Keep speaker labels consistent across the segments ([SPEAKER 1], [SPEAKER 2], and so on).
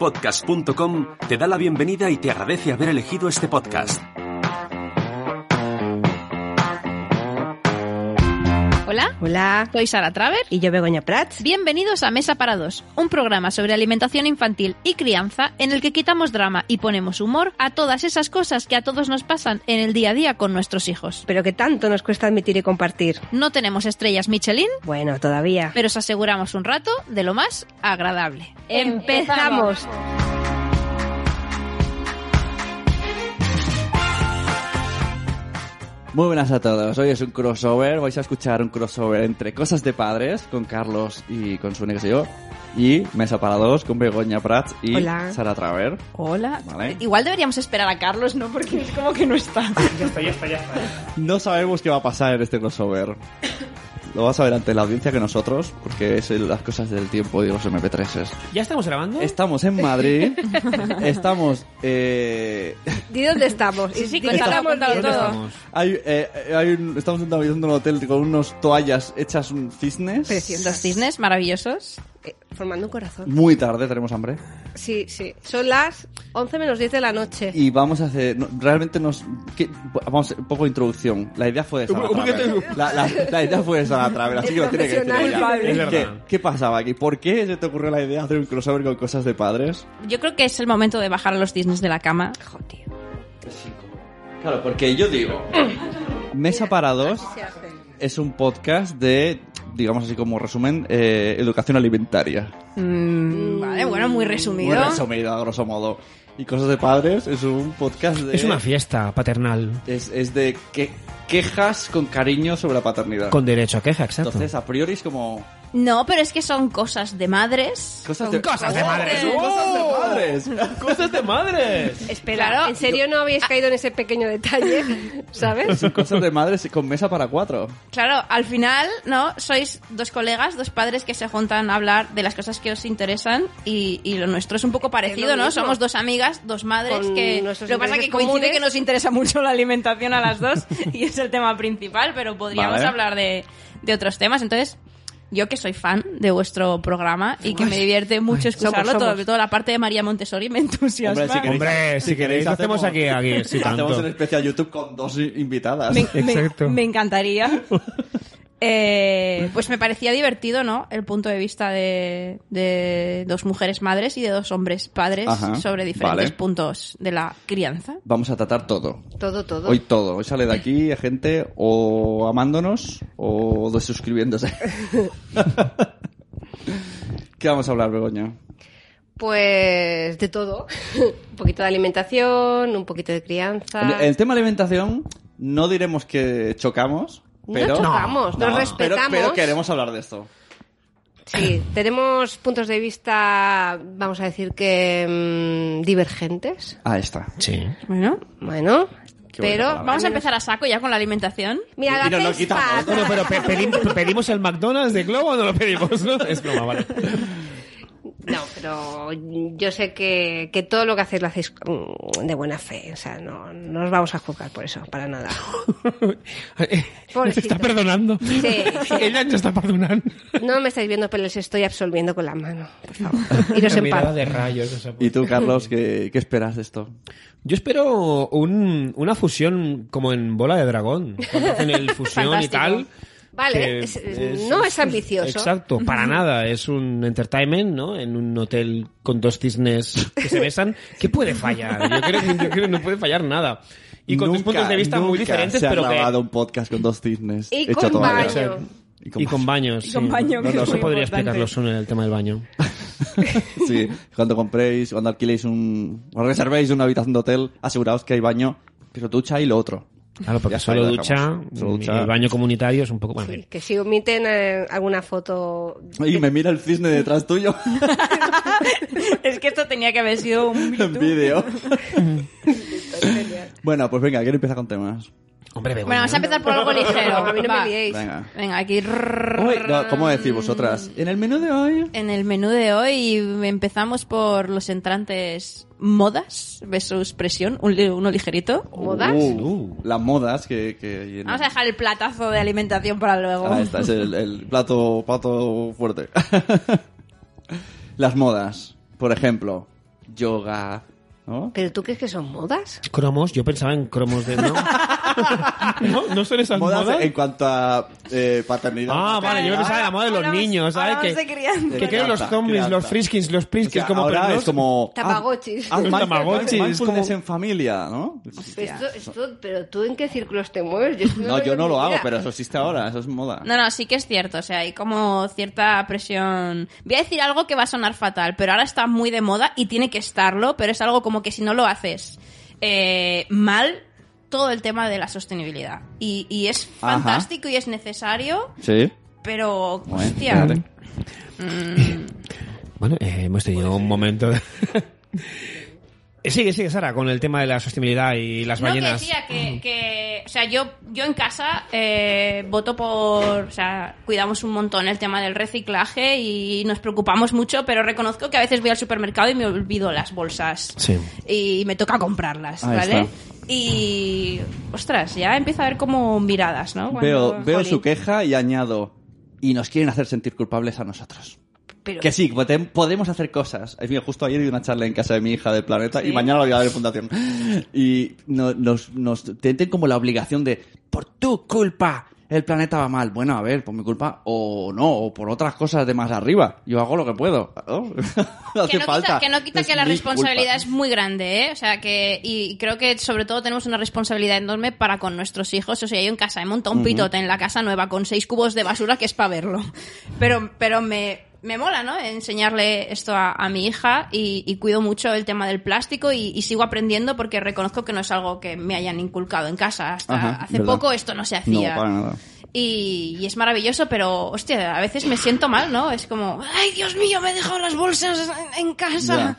[SPEAKER 1] Naciónpodcast.com te da la bienvenida y te agradece haber elegido este podcast.
[SPEAKER 2] Hola,
[SPEAKER 3] Hola,
[SPEAKER 2] soy Sara Traver.
[SPEAKER 3] y yo Begoña Prats.
[SPEAKER 2] Bienvenidos a Mesa para Dos, un programa sobre alimentación infantil y crianza en el que quitamos drama y ponemos humor a todas esas cosas que a todos nos pasan en el día a día con nuestros hijos.
[SPEAKER 3] Pero que tanto nos cuesta admitir y compartir.
[SPEAKER 2] No tenemos estrellas Michelin,
[SPEAKER 3] Bueno, todavía.
[SPEAKER 2] pero os aseguramos un rato de lo más agradable.
[SPEAKER 3] ¡Empezamos!
[SPEAKER 4] Muy buenas a todos. Hoy es un crossover. Vais a escuchar un crossover entre Cosas de Padres con Carlos y con Sune, que soy yo. Y Mesa para dos con Begoña Prats y
[SPEAKER 3] Hola.
[SPEAKER 4] Sara Traver.
[SPEAKER 2] Hola.
[SPEAKER 4] Vale.
[SPEAKER 2] Igual deberíamos esperar a Carlos, ¿no? Porque es como que no está.
[SPEAKER 4] No sabemos qué va a pasar en este crossover. Lo vas a ver ante la audiencia que nosotros, porque es el- las cosas del tiempo y de los MP3s.
[SPEAKER 5] ¿Ya estamos grabando?
[SPEAKER 4] Estamos en Madrid. Estamos. Eh,
[SPEAKER 3] ¿De dónde estamos? Sí, sí,
[SPEAKER 2] cuéntalo, cuéntalo
[SPEAKER 5] ¿Dónde
[SPEAKER 2] todo.
[SPEAKER 5] estamos?
[SPEAKER 4] hay, eh, hay un- estamos en un hotel con unos toallas hechas un cisnes.
[SPEAKER 2] Dos cisnes maravillosos.
[SPEAKER 3] Eh, Formando un corazón.
[SPEAKER 4] Muy tarde, tenemos hambre.
[SPEAKER 3] Sí, sí. Son las 11 menos 10 de la noche.
[SPEAKER 4] Y vamos a hacer. no, realmente nos. ¿qué? Vamos, un poco de introducción. La idea fue de Sara
[SPEAKER 5] Un- un
[SPEAKER 4] Traver.
[SPEAKER 5] poquito-
[SPEAKER 4] La, la- la idea fue de Sara Traver, así que lo tiene que decir
[SPEAKER 3] Profesional.
[SPEAKER 4] ella.
[SPEAKER 5] Es
[SPEAKER 4] ¿Qué,
[SPEAKER 5] verdad.
[SPEAKER 4] qué pasaba aquí? ¿Por qué se te ocurrió la idea de hacer un crossover con cosas de padres?
[SPEAKER 2] Yo creo que es el momento de bajar a los cisnes de la cama.
[SPEAKER 3] Joder.
[SPEAKER 4] Claro, porque yo digo. Mesa para dos
[SPEAKER 3] Se hace.
[SPEAKER 4] es un podcast de, digamos así como resumen, eh, educación alimentaria.
[SPEAKER 2] Mm, vale, bueno, muy resumido.
[SPEAKER 4] Muy resumido, a grosso modo. Y cosas de padres es un podcast de.
[SPEAKER 5] Es una fiesta paternal.
[SPEAKER 4] es, es de que- quejas con cariño sobre la paternidad.
[SPEAKER 5] Con derecho a queja, exacto.
[SPEAKER 4] Entonces, a priori es como.
[SPEAKER 2] No, pero es que son cosas de madres.
[SPEAKER 4] Cosas de,
[SPEAKER 5] ¡Cosas de madres!
[SPEAKER 4] ¡Oh! ¡Cosas de padres!
[SPEAKER 5] ¡Cosas de madres!
[SPEAKER 3] Espera,
[SPEAKER 2] Claro.
[SPEAKER 3] ¿en serio no habéis caído en ese pequeño detalle? ¿Sabes?
[SPEAKER 4] Son cosas de madres con mesa para cuatro.
[SPEAKER 2] Claro, al final, ¿no? Sois dos colegas, dos padres que se juntan a hablar de las cosas que os interesan y, y lo nuestro es un poco parecido,
[SPEAKER 3] lo
[SPEAKER 2] ¿no?
[SPEAKER 3] mismo.
[SPEAKER 2] Somos dos amigas, dos madres
[SPEAKER 3] Con
[SPEAKER 2] que... Lo
[SPEAKER 3] nuestros
[SPEAKER 2] que pasa es que
[SPEAKER 3] intereses
[SPEAKER 2] coincide
[SPEAKER 3] comunes.
[SPEAKER 2] que nos interesa mucho la alimentación a las dos y es el tema principal, pero podríamos
[SPEAKER 4] Vale.
[SPEAKER 2] hablar de, de otros temas. Entonces, yo que soy fan de vuestro programa y que me divierte mucho escucharlo,
[SPEAKER 3] somos.
[SPEAKER 2] Todo, toda la parte de María Montessori me entusiasma.
[SPEAKER 4] Hombre, si queréis-
[SPEAKER 5] Hombre, si queréis, lo hacemos aquí, aquí, si
[SPEAKER 4] Hacemos
[SPEAKER 5] tanto.
[SPEAKER 4] un especial YouTube con dos i- invitadas.
[SPEAKER 2] Me, me-
[SPEAKER 5] Exacto.
[SPEAKER 2] me encantaría. Eh, pues me parecía divertido, ¿no? El punto de vista de, de dos mujeres madres y de dos hombres padres
[SPEAKER 4] Ajá,
[SPEAKER 2] sobre diferentes
[SPEAKER 4] vale.
[SPEAKER 2] puntos de la crianza.
[SPEAKER 4] Vamos a tratar todo.
[SPEAKER 3] Todo, todo.
[SPEAKER 4] Hoy todo. Hoy sale de aquí a gente o amándonos o desuscribiéndose. ¿Qué vamos a hablar, Begoña?
[SPEAKER 3] Pues de todo. un poquito de alimentación, un poquito de crianza.
[SPEAKER 4] En el tema alimentación, no diremos que chocamos, pero.
[SPEAKER 3] no chocamos,
[SPEAKER 4] No,
[SPEAKER 3] nos
[SPEAKER 4] pero,
[SPEAKER 3] respetamos.
[SPEAKER 4] pero queremos hablar de esto.
[SPEAKER 3] Sí, tenemos puntos de vista, vamos a decir que mm, divergentes.
[SPEAKER 5] Ah,
[SPEAKER 4] Ahí está.
[SPEAKER 5] Sí.
[SPEAKER 2] Bueno,
[SPEAKER 3] Bueno,
[SPEAKER 4] Qué buena
[SPEAKER 3] pero
[SPEAKER 4] palabra.
[SPEAKER 2] vamos a empezar a saco ya con la alimentación.
[SPEAKER 3] Mira, la
[SPEAKER 4] Y nos lo
[SPEAKER 3] hacéis
[SPEAKER 4] quitamos.
[SPEAKER 3] fatal.
[SPEAKER 5] Bueno, pero pe- pedi- ¿pedimos el McDonald's de Globo o no lo pedimos? No, es broma, vale.
[SPEAKER 3] No, pero yo sé que, que todo lo que hacéis lo hacéis mm, de buena fe. O sea, no, no os vamos a juzgar por eso, para nada.
[SPEAKER 5] Te está perdonando.
[SPEAKER 3] Sí, sí.
[SPEAKER 5] Ella te está perdonando.
[SPEAKER 3] No me estáis viendo, pero les estoy absolviendo con la mano, por favor. Iros en
[SPEAKER 5] Mirada
[SPEAKER 3] paz.
[SPEAKER 5] de rayos. o sea,
[SPEAKER 4] ¿Y tú, Carlos, qué, qué esperas de esto?
[SPEAKER 5] Yo espero un- una fusión como en Bola de Dragón. Cuando hacen el fusión y
[SPEAKER 2] Fantástico.
[SPEAKER 5] tal.
[SPEAKER 3] Vale,
[SPEAKER 5] que
[SPEAKER 3] es- es- no es ambicioso.
[SPEAKER 5] Exacto, para nada. Es un entertainment, ¿no? En un hotel con dos cisnes que se besan. ¿Qué puede fallar? Yo creo, yo creo que no puede fallar nada. Y con dos
[SPEAKER 4] Nunca,
[SPEAKER 5] puntos de vista muy
[SPEAKER 4] nunca
[SPEAKER 5] diferentes,
[SPEAKER 4] se ha
[SPEAKER 5] pero que...
[SPEAKER 4] grabado un podcast con dos cisnes.
[SPEAKER 3] Y
[SPEAKER 4] hecho
[SPEAKER 3] con
[SPEAKER 4] toalla.
[SPEAKER 3] baño.
[SPEAKER 4] Y con
[SPEAKER 5] Y con baños.
[SPEAKER 2] Y con
[SPEAKER 5] sí.
[SPEAKER 2] baño, que
[SPEAKER 5] No, no,
[SPEAKER 2] es
[SPEAKER 5] eso
[SPEAKER 2] muy importante.
[SPEAKER 5] podría explicarlo solo en el tema del baño.
[SPEAKER 4] baño. Sí, cuando compréis, cuando alquiléis un... cuando reservéis una habitación de hotel, aseguraos que hay baño, pero ducha y lo otro.
[SPEAKER 5] Claro, porque
[SPEAKER 4] Ya está,
[SPEAKER 5] solo
[SPEAKER 4] lo
[SPEAKER 5] ducha,
[SPEAKER 4] dejamos. Solo ducha.
[SPEAKER 5] y el baño comunitario es un poco... Bueno, en
[SPEAKER 3] Sí,
[SPEAKER 5] fin.
[SPEAKER 3] que si omiten eh, alguna foto...
[SPEAKER 4] Y me mira el cisne detrás tuyo
[SPEAKER 2] es que esto tenía que haber sido un...
[SPEAKER 4] en vídeo. bueno, pues venga, quiero empezar con temas.
[SPEAKER 5] Hombre, Begoña,
[SPEAKER 2] Bueno, vamos a empezar por algo ligero.
[SPEAKER 3] A mí no
[SPEAKER 2] va.
[SPEAKER 3] me liéis.
[SPEAKER 4] Venga.
[SPEAKER 2] Venga, aquí...
[SPEAKER 4] Uy, no, ¿Cómo decís vosotras? En el menú de hoy...
[SPEAKER 2] En el menú de hoy empezamos por los entrantes modas versus presión, un li- uno ligerito.
[SPEAKER 3] ¿Modas?
[SPEAKER 4] Uh, las modas que... que hay en-
[SPEAKER 2] Vamos a dejar el platazo de alimentación para luego.
[SPEAKER 4] Ah, Ahí está, es el, el plato, plato fuerte. Las modas. Por ejemplo, yoga, ¿no?
[SPEAKER 3] ¿Pero tú crees que son modas?
[SPEAKER 5] Cromos, yo pensaba en cromos de. ¿No? ¿No? ¿No son esas modas?
[SPEAKER 6] Modas en cuanto a eh, paternidad.
[SPEAKER 5] Ah, vale, yo pensaba en la moda de los niños, ¿sabes?
[SPEAKER 2] Ahora vamos de
[SPEAKER 5] Que,
[SPEAKER 2] crianza.
[SPEAKER 5] que creen los
[SPEAKER 6] Crianza,
[SPEAKER 5] zombies, los
[SPEAKER 6] crianza.
[SPEAKER 5] friskins, los
[SPEAKER 6] O sea,
[SPEAKER 5] priskins, como
[SPEAKER 6] ahora
[SPEAKER 5] pero
[SPEAKER 6] es como...
[SPEAKER 3] Tamagotchis.
[SPEAKER 6] ah,
[SPEAKER 5] Un
[SPEAKER 6] mindful-
[SPEAKER 5] Tamagotchi, es
[SPEAKER 6] mindfulness
[SPEAKER 5] como-
[SPEAKER 6] en familia, ¿no?
[SPEAKER 3] Pero, esto- esto- pero tú en qué círculos te mueves? Yo esto
[SPEAKER 4] No, yo no
[SPEAKER 3] en
[SPEAKER 4] lo
[SPEAKER 3] mi
[SPEAKER 4] hago,
[SPEAKER 3] vida.
[SPEAKER 4] pero eso existe ahora, eso es moda.
[SPEAKER 2] No, no, sí que es cierto. O sea, hay como cierta presión. Voy a decir algo que va a sonar fatal, pero ahora está muy de moda y tiene que estarlo, pero es algo como que si no lo haces eh, mal, todo el tema de la sostenibilidad. Y, y es
[SPEAKER 4] Ajá.
[SPEAKER 2] fantástico y es necesario,
[SPEAKER 4] Sí.
[SPEAKER 2] pero.
[SPEAKER 4] Bueno,
[SPEAKER 2] hostia.
[SPEAKER 4] vale.
[SPEAKER 5] Bueno, eh, hemos tenido un momento de... Eh, sigue, sigue, Sara, con el tema de la sostenibilidad y las
[SPEAKER 2] No, que
[SPEAKER 5] ballenas.
[SPEAKER 2] decía que, que- o sea, yo, yo en casa eh, voto por, o sea, cuidamos un montón el tema del reciclaje y nos preocupamos mucho, pero reconozco que a veces voy al supermercado y me olvido las bolsas
[SPEAKER 5] Sí.
[SPEAKER 2] y me toca comprarlas,
[SPEAKER 4] Ahí
[SPEAKER 2] ¿vale?
[SPEAKER 4] está.
[SPEAKER 2] Y, ostras, ya empieza a haber como miradas, ¿no?
[SPEAKER 4] Veo,
[SPEAKER 2] Cuando-
[SPEAKER 4] veo
[SPEAKER 2] Jolín.
[SPEAKER 4] su queja y añado, y nos quieren hacer sentir culpables a nosotros.
[SPEAKER 3] Pero-
[SPEAKER 4] Que sí, pote- podemos hacer cosas. Es mío, justo ayer di una charla en casa de mi hija del planeta y mañana la voy a dar en fundación. Y no- nos, nos tienten como la obligación de, por tu culpa, el planeta va mal. Bueno, a ver, por mi culpa o no, o por otras cosas de más arriba. Yo hago lo que puedo. No
[SPEAKER 2] que
[SPEAKER 4] hace
[SPEAKER 2] no
[SPEAKER 4] falta.
[SPEAKER 2] Quita, que no quita
[SPEAKER 4] Es
[SPEAKER 2] que la
[SPEAKER 4] mi
[SPEAKER 2] responsabilidad es
[SPEAKER 4] culpa.
[SPEAKER 2] muy grande, ¿eh? O sea, que. Y creo que sobre todo tenemos una responsabilidad enorme para con nuestros hijos. O sea, yo en casa he montado un pitote en la casa nueva con seis cubos de basura que es para verlo. Pero, pero me. Me mola, ¿no? Enseñarle esto a, a mi hija y, y cuido mucho el tema del plástico y, y sigo aprendiendo porque reconozco que no es algo que me hayan inculcado en casa. Hasta
[SPEAKER 4] Ajá,
[SPEAKER 2] hace
[SPEAKER 4] verdad.
[SPEAKER 2] poco esto no se
[SPEAKER 4] No,
[SPEAKER 2] hacía.
[SPEAKER 4] para nada.
[SPEAKER 2] Y, y es maravilloso, pero hostia, a veces me siento mal, ¿no? Es como, ay Dios mío, me he dejado las bolsas en, en casa.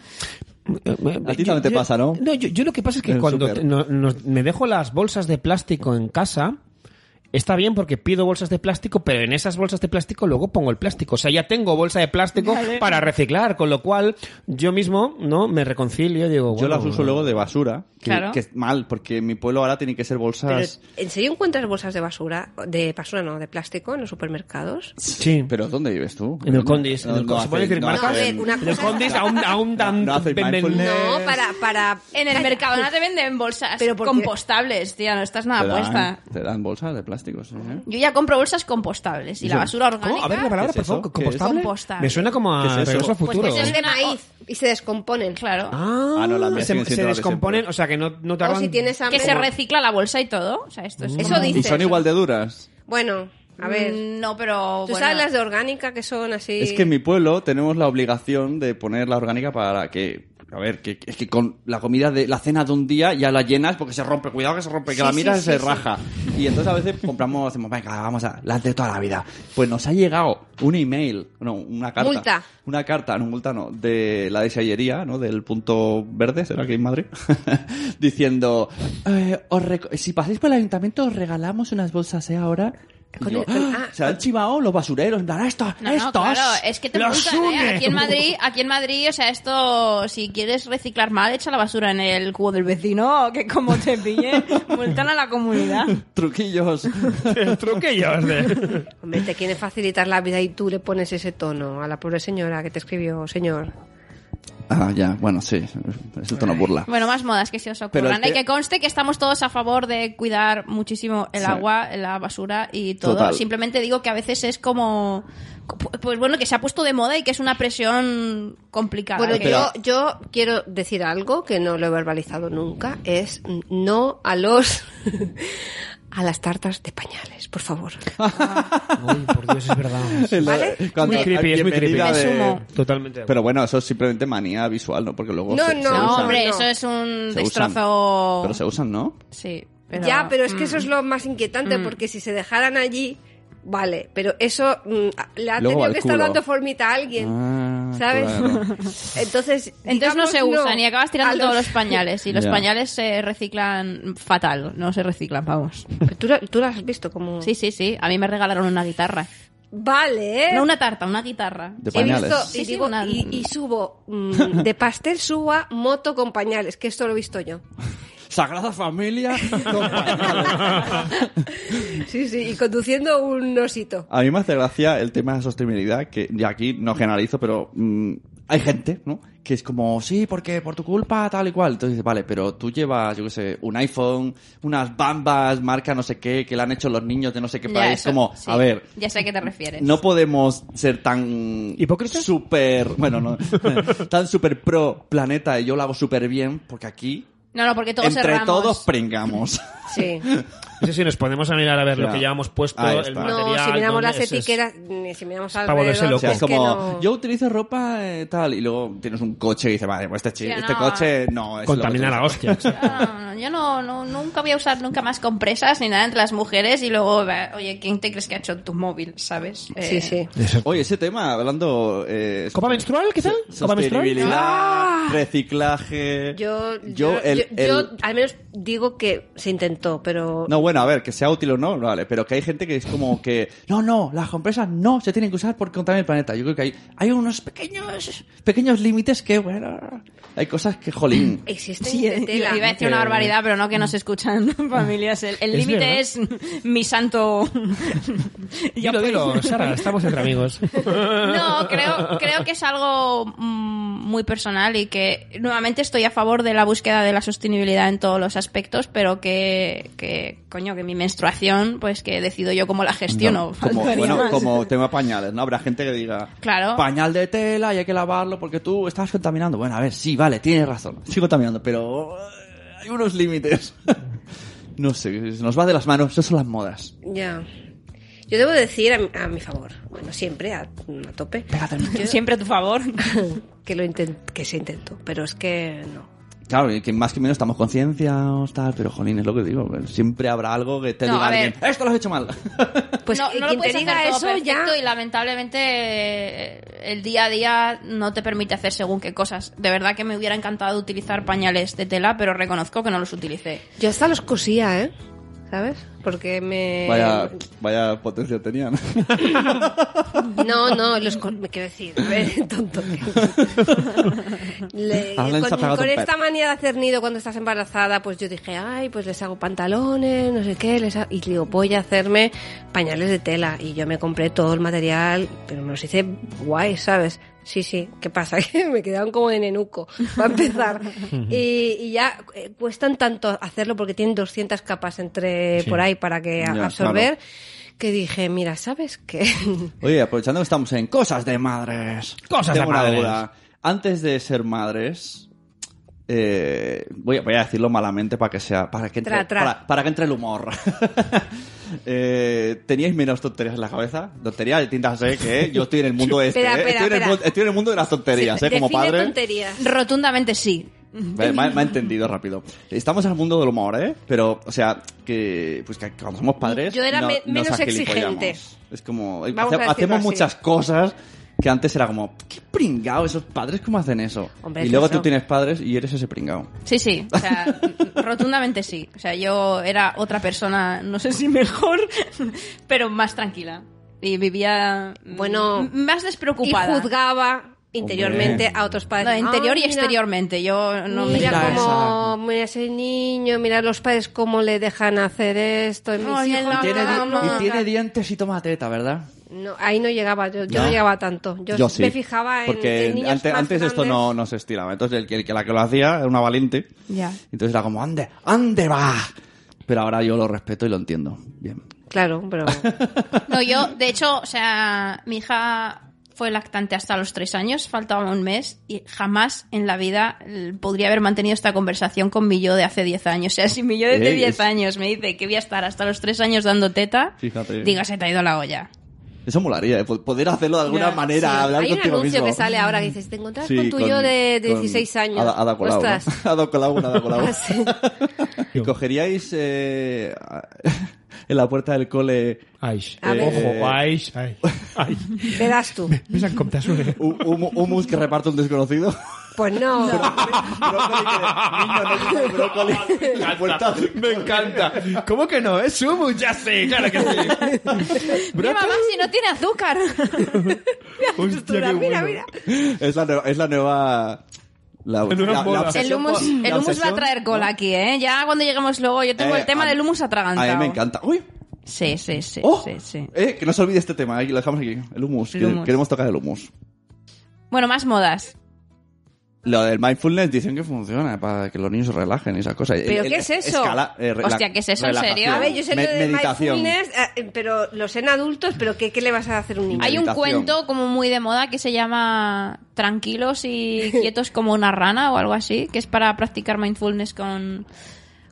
[SPEAKER 4] A ti también te pasa, ¿no?
[SPEAKER 5] No, Eh, yo, yo lo que pasa es que
[SPEAKER 4] El
[SPEAKER 5] cuando
[SPEAKER 4] súper.
[SPEAKER 5] te- no- nos- me dejo las bolsas de plástico en casa, está bien porque pido bolsas de plástico, pero en esas bolsas de plástico luego pongo el plástico. O sea, ya tengo bolsa de plástico para reciclar, con lo cual yo mismo no me reconcilio y digo...
[SPEAKER 4] Yo
[SPEAKER 5] bueno,
[SPEAKER 4] las uso luego de basura, que,
[SPEAKER 2] Claro.
[SPEAKER 4] que es mal, porque en mi pueblo ahora tiene que ser
[SPEAKER 3] Pero,
[SPEAKER 4] bolsas...
[SPEAKER 3] ¿En serio encuentras bolsas de basura? De basura no, de plástico en los supermercados.
[SPEAKER 5] Sí.
[SPEAKER 4] ¿Pero dónde vives tú?
[SPEAKER 5] En el Condis, en el Condis. ¿Se
[SPEAKER 4] hacen-
[SPEAKER 5] puede decir marcas?
[SPEAKER 4] hacen-
[SPEAKER 3] No, a ver, una
[SPEAKER 5] Los
[SPEAKER 3] cosa-
[SPEAKER 5] Condis aún, aún dan...
[SPEAKER 4] No hace
[SPEAKER 5] ven- ven-
[SPEAKER 4] mindfulness.
[SPEAKER 3] No, para, para.
[SPEAKER 2] En el mercado no te venden bolsas
[SPEAKER 3] Pero porque-
[SPEAKER 2] compostables, tía, no estás
[SPEAKER 4] te
[SPEAKER 2] nada
[SPEAKER 4] dan-
[SPEAKER 2] puesta.
[SPEAKER 4] Te dan bolsas de plástico, sí, ¿eh?
[SPEAKER 2] Yo ya compro bolsas compostables y la basura orgánica.
[SPEAKER 5] ¿Cómo? A ver la palabra,
[SPEAKER 4] ¿Qué
[SPEAKER 5] por
[SPEAKER 4] es
[SPEAKER 5] favor,
[SPEAKER 4] eso?
[SPEAKER 5] compostable.
[SPEAKER 2] Compostable.
[SPEAKER 5] Me suena como
[SPEAKER 4] ¿Qué es
[SPEAKER 5] a
[SPEAKER 4] eso?
[SPEAKER 5] Regreso al
[SPEAKER 4] Pues
[SPEAKER 5] futuro.
[SPEAKER 2] que
[SPEAKER 3] Es
[SPEAKER 2] se-
[SPEAKER 3] de maíz y se descomponen.
[SPEAKER 2] Claro.
[SPEAKER 5] Ah,
[SPEAKER 4] Ah, no, las mías
[SPEAKER 5] se,
[SPEAKER 4] siguen siendo
[SPEAKER 5] se
[SPEAKER 4] las de
[SPEAKER 5] descomponen,
[SPEAKER 4] siempre.
[SPEAKER 5] o sea que no, no
[SPEAKER 3] O
[SPEAKER 5] tardan...
[SPEAKER 3] si tienes hambre.
[SPEAKER 2] que se recicla la bolsa y todo. O sea, esto es
[SPEAKER 5] Mm.
[SPEAKER 3] Eso
[SPEAKER 2] como-
[SPEAKER 3] dice.
[SPEAKER 4] Y son igual de duras.
[SPEAKER 3] Bueno, a ver.
[SPEAKER 2] Mm, No, pero.
[SPEAKER 3] ¿Tú
[SPEAKER 2] bueno.
[SPEAKER 3] sabes las de orgánica que son así?
[SPEAKER 4] Es que en mi pueblo tenemos la obligación de poner la orgánica para que... A ver, que, que- es que con la comida de la cena de un día ya la llenas porque se rompe. Cuidado que se rompe, que la miras y se raja. Y entonces a veces compramos, decimos, venga, vamos a... Las de toda la vida. Pues nos ha llegado un email, no, una carta.
[SPEAKER 3] Multa.
[SPEAKER 4] Una carta, no, multa no, de la desayería, ¿no? Del punto verde, será que en Madrid, diciendo, eh, os reco- si pasáis por el ayuntamiento os regalamos unas bolsas, ¿eh? Ahora... Y
[SPEAKER 3] Con
[SPEAKER 4] yo,
[SPEAKER 3] el- con-
[SPEAKER 4] "Ah,
[SPEAKER 3] ah,
[SPEAKER 4] se han chivado los basureros, en plan, "Ah, estos,
[SPEAKER 2] No, no, claro, es que te multan, ¿eh? Aquí en Madrid, aquí en Madrid, o sea, esto, si quieres reciclar mal, echa la basura en el cubo del vecino, que como te pille, multan a la comunidad.
[SPEAKER 4] Truquillos.
[SPEAKER 5] El truquillos de...
[SPEAKER 3] Hombre, te quieren facilitar la vida y tú le pones ese tono a la pobre señora que te escribió, señor.
[SPEAKER 4] ah, ya, bueno, sí. Es el tono burla.
[SPEAKER 2] Bueno, más modas que se os
[SPEAKER 4] Pero
[SPEAKER 2] ocurran.
[SPEAKER 4] el te-
[SPEAKER 2] Y que conste que estamos todos a favor de cuidar muchísimo el
[SPEAKER 4] Sí.
[SPEAKER 2] agua, la basura y todo.
[SPEAKER 4] Total.
[SPEAKER 2] Simplemente digo que a veces es como, pues bueno, que se ha puesto de moda y que es una presión complicada.
[SPEAKER 3] Bueno,
[SPEAKER 2] que-
[SPEAKER 3] yo, yo quiero decir algo que no lo he verbalizado nunca, es mm, no a los a las tartas de pañales, por favor.
[SPEAKER 5] Uy, por Dios, es verdad.
[SPEAKER 4] ¿Vale?
[SPEAKER 5] Muy creepy, es muy creepy.
[SPEAKER 2] Me sumo.
[SPEAKER 5] Totalmente.
[SPEAKER 4] Pero bueno, eso es simplemente manía visual, ¿no? Porque luego
[SPEAKER 3] No,
[SPEAKER 4] se, se
[SPEAKER 3] no,
[SPEAKER 4] usan.
[SPEAKER 2] No, hombre,
[SPEAKER 3] no.
[SPEAKER 2] eso es un
[SPEAKER 4] Se usan.
[SPEAKER 2] destrozo.
[SPEAKER 4] Pero se usan, ¿no?
[SPEAKER 2] Sí, pero... mm.
[SPEAKER 3] ya, pero es que eso es lo más inquietante, porque si se dejaran allí, vale, pero eso mm, le ha
[SPEAKER 4] Luego
[SPEAKER 3] tenido
[SPEAKER 4] al
[SPEAKER 3] que estar
[SPEAKER 4] culo.
[SPEAKER 3] dando formita a alguien,
[SPEAKER 4] Ah,
[SPEAKER 3] ¿sabes?
[SPEAKER 4] claro.
[SPEAKER 3] Entonces,
[SPEAKER 2] Entonces no
[SPEAKER 3] digamos,
[SPEAKER 2] se usan y acabas tirando
[SPEAKER 3] A
[SPEAKER 2] todos los pañales. Y los
[SPEAKER 4] Ya.
[SPEAKER 2] pañales se reciclan fatal, no se reciclan, vamos.
[SPEAKER 3] ¿Tú, lo- tú lo has visto como...
[SPEAKER 2] Sí, sí, sí. A mí me regalaron una guitarra.
[SPEAKER 3] Vale, ¿eh?
[SPEAKER 2] No una tarta, una guitarra.
[SPEAKER 4] De
[SPEAKER 3] He
[SPEAKER 4] pañales.
[SPEAKER 3] visto,
[SPEAKER 2] Sí,
[SPEAKER 3] y,
[SPEAKER 2] sí,
[SPEAKER 3] digo,
[SPEAKER 2] una-
[SPEAKER 3] y, y subo mm, de pastel, subo a moto con pañales, que esto lo he visto yo.
[SPEAKER 4] Sagrada Familia.
[SPEAKER 3] Sí, sí, y conduciendo un osito.
[SPEAKER 4] A mí me hace gracia el tema de sostenibilidad, que ya aquí no generalizo, pero mm, hay gente, ¿no? que es como, sí, porque por tu culpa, tal y cual. Entonces dices, vale, pero tú llevas, yo qué sé, un iPhone, unas bambas, marca no sé qué, que le han hecho los niños de no sé qué
[SPEAKER 2] Ya,
[SPEAKER 4] país.
[SPEAKER 2] eso,
[SPEAKER 4] como,
[SPEAKER 2] sí.
[SPEAKER 4] a ver,
[SPEAKER 2] Ya sé a qué te refieres.
[SPEAKER 4] no podemos ser tan
[SPEAKER 5] ¿Hipócritas?
[SPEAKER 4] super bueno no tan super pro planeta y yo lo hago súper bien porque aquí
[SPEAKER 2] no, no, porque todos
[SPEAKER 4] entre
[SPEAKER 2] erramos.
[SPEAKER 4] todos pringamos
[SPEAKER 3] Sí.
[SPEAKER 5] Eso sí, nos ponemos a mirar a ver
[SPEAKER 4] Ya.
[SPEAKER 5] lo que llevamos puesto,
[SPEAKER 4] Ahí
[SPEAKER 5] el
[SPEAKER 4] está.
[SPEAKER 5] material...
[SPEAKER 3] No, si miramos
[SPEAKER 5] dónde-
[SPEAKER 3] las
[SPEAKER 5] eso es-
[SPEAKER 3] etiquetas, ni si miramos
[SPEAKER 5] para volverse
[SPEAKER 3] alrededor, pues
[SPEAKER 4] o
[SPEAKER 5] loco.
[SPEAKER 4] sea, es
[SPEAKER 3] que
[SPEAKER 4] como
[SPEAKER 3] no-
[SPEAKER 4] yo utilizo ropa eh, tal y luego tienes un coche y dices vale pues este, chi-
[SPEAKER 2] Ya
[SPEAKER 4] este
[SPEAKER 2] no.
[SPEAKER 4] coche no es
[SPEAKER 5] Contamina
[SPEAKER 4] lo
[SPEAKER 5] la
[SPEAKER 4] que
[SPEAKER 5] hostia.
[SPEAKER 2] Ah, yo no, no- nunca voy a usar nunca más compresas ni nada entre las mujeres y luego, va, oye, ¿quién te crees que ha hecho tu móvil, sabes? Eh,
[SPEAKER 3] Sí, sí.
[SPEAKER 4] tú- oye ese tema hablando eh,
[SPEAKER 5] ¿Copa menstrual, qué tal? ¿Copa menstrual? Ah.
[SPEAKER 4] sostenibilidad reciclaje
[SPEAKER 3] Yo,
[SPEAKER 4] yo,
[SPEAKER 3] yo,
[SPEAKER 4] el-
[SPEAKER 3] yo- yo
[SPEAKER 4] el-
[SPEAKER 3] al menos digo que se intentó, pero
[SPEAKER 4] No, bueno, a ver, que sea útil o no, vale, pero que hay gente que es como que, no, no, las compresas no se tienen que usar porque contaminan el planeta. Yo creo que hay, hay unos pequeños, pequeños límites que, bueno, hay cosas que, jolín.
[SPEAKER 3] existe
[SPEAKER 2] Sí,
[SPEAKER 3] de tela.
[SPEAKER 2] iba a decir una barbaridad, pero no que nos escuchan familias. El- El
[SPEAKER 5] Es
[SPEAKER 2] límite
[SPEAKER 5] verdad.
[SPEAKER 2] es, mi santo.
[SPEAKER 5] Dilo, dilo, Sara, estamos entre amigos.
[SPEAKER 2] No, creo, creo que es algo mm, muy personal y que nuevamente estoy a favor de la búsqueda de la sostenibilidad en todos los aspectos, pero que, que coño, que mi menstruación, pues que decido yo cómo la gestiono.
[SPEAKER 4] como,
[SPEAKER 2] Faltaría
[SPEAKER 4] bueno,
[SPEAKER 2] más.
[SPEAKER 4] como tema pañales, ¿no? Habrá gente que diga,
[SPEAKER 2] Claro.
[SPEAKER 4] pañal de tela y hay que lavarlo porque tú estás contaminando. Bueno, a ver, sí, vale, tienes razón, estoy contaminando, pero eh, hay unos límites. no sé, se nos va de las manos, eso son las modas.
[SPEAKER 3] Ya. Yo debo decir a mi, a mi favor, bueno, siempre a, a tope,
[SPEAKER 2] Siempre a tu favor.
[SPEAKER 3] que lo inten- que se intentó, pero es que no.
[SPEAKER 4] Claro, y que más que menos estamos concienciados, tal, pero jolín, es lo que digo, que siempre habrá algo que te
[SPEAKER 2] No,
[SPEAKER 4] diga
[SPEAKER 2] a ver.
[SPEAKER 4] alguien, esto lo has hecho mal.
[SPEAKER 3] Pues
[SPEAKER 2] no,
[SPEAKER 3] que
[SPEAKER 2] no lo
[SPEAKER 3] quien te
[SPEAKER 2] puedes
[SPEAKER 3] diga
[SPEAKER 2] hacer todo
[SPEAKER 3] eso ya
[SPEAKER 2] perfecto y lamentablemente eh, el día a día no te permite hacer según qué cosas. De verdad que me hubiera encantado utilizar pañales de tela, pero reconozco que no los utilicé.
[SPEAKER 3] Yo hasta los cosía, ¿eh? ¿Sabes? Porque
[SPEAKER 2] Eh,
[SPEAKER 3] me...
[SPEAKER 4] vaya, vaya potencia tenían.
[SPEAKER 3] No, no, los co- me quiero decir, a ver, tonto. Le-
[SPEAKER 4] Habla en
[SPEAKER 3] con
[SPEAKER 4] Zapaga
[SPEAKER 3] con
[SPEAKER 4] Don
[SPEAKER 3] esta
[SPEAKER 4] Pep.
[SPEAKER 3] manía de hacer nido cuando estás embarazada, pues yo dije, ay, pues les hago pantalones, no sé qué, les ha- y digo, voy a hacerme pañales de tela. Y yo me compré todo el material, pero me los hice guay, ¿sabes? Sí, sí, ¿qué pasa? Que me quedaron como de nenuco, para empezar. y, y ya eh, cuestan tanto hacerlo porque tienen 200 capas entre por ahí para que a-
[SPEAKER 4] Ya,
[SPEAKER 3] absorber, que dije, mira, ¿sabes qué?
[SPEAKER 4] Oye, aprovechando que estamos en cosas de madres.
[SPEAKER 5] Cosas de
[SPEAKER 4] Tengo una
[SPEAKER 5] madres.
[SPEAKER 4] duda. Antes de ser madres, eh, voy, a, voy a decirlo malamente para que sea, para que entre,
[SPEAKER 3] Tra, tra.
[SPEAKER 4] Para, para que entre el humor. Eh, ¿Teníais menos tonterías en la cabeza? Tonterías distintas, ¿eh? Que yo estoy en el mundo este,
[SPEAKER 3] Espera,
[SPEAKER 4] ¿eh?
[SPEAKER 3] espera,
[SPEAKER 4] estoy, en el,
[SPEAKER 3] espera.
[SPEAKER 4] mu- estoy en el mundo de las tonterías, ¿eh? Como
[SPEAKER 3] Define
[SPEAKER 4] padre.
[SPEAKER 3] tonterías.
[SPEAKER 2] Rotundamente sí.
[SPEAKER 4] Me, me ha- me ha entendido rápido. Estamos en el mundo del humor, ¿eh? Pero, o sea, que pues que cuando somos padres.
[SPEAKER 3] Yo era
[SPEAKER 4] no-
[SPEAKER 3] me-
[SPEAKER 4] nos
[SPEAKER 3] menos
[SPEAKER 4] agilipollamos.
[SPEAKER 3] exigente.
[SPEAKER 4] Es como. eh,
[SPEAKER 3] Vamos a
[SPEAKER 4] hace-
[SPEAKER 3] decirlo
[SPEAKER 4] hacemos
[SPEAKER 3] así.
[SPEAKER 4] muchas cosas que antes era como. ¡Qué pringao! Esos padres, ¿cómo hacen eso?
[SPEAKER 3] Hombre,
[SPEAKER 4] y
[SPEAKER 3] es
[SPEAKER 4] luego
[SPEAKER 3] eso.
[SPEAKER 4] tú tienes padres y eres ese pringao.
[SPEAKER 2] Sí, sí, o sea, rotundamente sí. O sea, yo era otra persona, no sé si mejor, pero más tranquila. Y vivía mm,
[SPEAKER 3] Bueno,
[SPEAKER 2] m- más despreocupada.
[SPEAKER 3] Y juzgaba interiormente a otros padres.
[SPEAKER 2] No, interior
[SPEAKER 3] Ay,
[SPEAKER 2] y
[SPEAKER 3] mira,
[SPEAKER 2] exteriormente. Yo no me-
[SPEAKER 3] mira
[SPEAKER 4] Mira
[SPEAKER 3] cómo mira ese niño, mira los padres cómo le dejan hacer esto. y mis
[SPEAKER 2] Ay,
[SPEAKER 3] hijos
[SPEAKER 2] el No,
[SPEAKER 4] Y tiene,
[SPEAKER 2] no,
[SPEAKER 4] di-
[SPEAKER 2] no,
[SPEAKER 4] y
[SPEAKER 2] no.
[SPEAKER 4] tiene dientes y toma teta, ¿verdad?
[SPEAKER 3] No, ahí no llegaba, yo, yo no.
[SPEAKER 4] No.
[SPEAKER 3] llegaba tanto. Yo,
[SPEAKER 4] Yo sí.
[SPEAKER 3] me fijaba en,
[SPEAKER 4] Porque
[SPEAKER 3] en niños
[SPEAKER 4] ante-
[SPEAKER 3] más
[SPEAKER 4] antes esto
[SPEAKER 3] grandes.
[SPEAKER 4] no, no se estilaba. Entonces el, que- el que la que lo hacía era una valiente.
[SPEAKER 2] Ya.
[SPEAKER 4] Entonces era como, ¡ande! ¡ande va! Pero ahora yo lo respeto y lo entiendo. Bien.
[SPEAKER 3] Claro, pero
[SPEAKER 2] No, yo, de hecho, o sea, mi hija fue lactante hasta los tres años, faltaba un mes, y jamás en la vida eh, podría haber mantenido esta conversación con mi yo de hace diez años. O sea, si mi yo de hace
[SPEAKER 4] Ey,
[SPEAKER 2] diez
[SPEAKER 4] es-
[SPEAKER 2] años me dice que voy a estar hasta los tres años dando teta,
[SPEAKER 4] Fíjate.
[SPEAKER 2] digo, se te ha ido la olla.
[SPEAKER 4] Eso molaría, eh, po- poder hacerlo de alguna
[SPEAKER 2] Ya,
[SPEAKER 4] manera, hablar
[SPEAKER 3] hay un
[SPEAKER 4] contigo
[SPEAKER 3] anuncio
[SPEAKER 4] mismo.
[SPEAKER 3] que sale ahora que dices, te encontrás
[SPEAKER 4] Sí,
[SPEAKER 3] con tu yo de
[SPEAKER 4] con
[SPEAKER 3] 16 años.
[SPEAKER 4] Ada, Ada Colau, ¿no?
[SPEAKER 3] Ostras.
[SPEAKER 4] Ada Colau, una Ada Colau.
[SPEAKER 3] Ah, sí.
[SPEAKER 4] ¿Y cogeríais eh, en la puerta del cole
[SPEAKER 5] Ai,
[SPEAKER 3] A ver.
[SPEAKER 5] ojo, ai, ai, ai.
[SPEAKER 3] Verás tú.
[SPEAKER 5] Vés a comptar sobre...
[SPEAKER 4] un, un- humus que reparte un desconocido?
[SPEAKER 3] Pues no.
[SPEAKER 4] Brócoli que- niño, no comas brócoli. En la puerta del
[SPEAKER 5] Me encanta. ¿Cómo que no? Es humo, ya sé, claro que sí.
[SPEAKER 2] Mira, mamá, si no tiene azúcar.
[SPEAKER 5] Hostia, qué
[SPEAKER 3] mira,
[SPEAKER 5] bueno.
[SPEAKER 3] mira.
[SPEAKER 4] Es la, nue- es la nueva... La,
[SPEAKER 5] nueva moda.
[SPEAKER 2] El
[SPEAKER 4] obsesión
[SPEAKER 2] humus,
[SPEAKER 4] por-
[SPEAKER 2] el
[SPEAKER 4] la
[SPEAKER 2] humus va a
[SPEAKER 4] obsesión-
[SPEAKER 2] traer cola aquí, ¿eh? Ya cuando lleguemos luego, yo tengo
[SPEAKER 4] Eh,
[SPEAKER 2] el tema
[SPEAKER 4] a-
[SPEAKER 2] del humus atragantado.
[SPEAKER 4] A mí me encanta. ¡Uy!
[SPEAKER 2] Sí, sí, sí,
[SPEAKER 4] ¡Oh!
[SPEAKER 2] sí, sí.
[SPEAKER 4] Eh, que no se olvide este tema, ahí lo dejamos aquí. El humus.
[SPEAKER 2] El
[SPEAKER 4] que-
[SPEAKER 2] hummus.
[SPEAKER 4] Queremos tocar el humus.
[SPEAKER 2] Bueno, más modas.
[SPEAKER 4] Lo del mindfulness dicen que funciona para que los niños se relajen y esas cosas.
[SPEAKER 3] ¿Pero qué es eso?
[SPEAKER 4] eh,
[SPEAKER 2] Hostia, ¿qué es eso, en serio?
[SPEAKER 3] A ver, yo sé
[SPEAKER 4] Me-
[SPEAKER 3] lo de
[SPEAKER 4] meditación.
[SPEAKER 3] mindfulness, eh, pero lo sé en adultos, pero ¿qué, qué le vas a hacer a un niño?
[SPEAKER 2] Hay un
[SPEAKER 4] Meditación.
[SPEAKER 2] cuento como muy de moda que se llama Tranquilos y quietos como una rana o algo así, que es para practicar mindfulness con,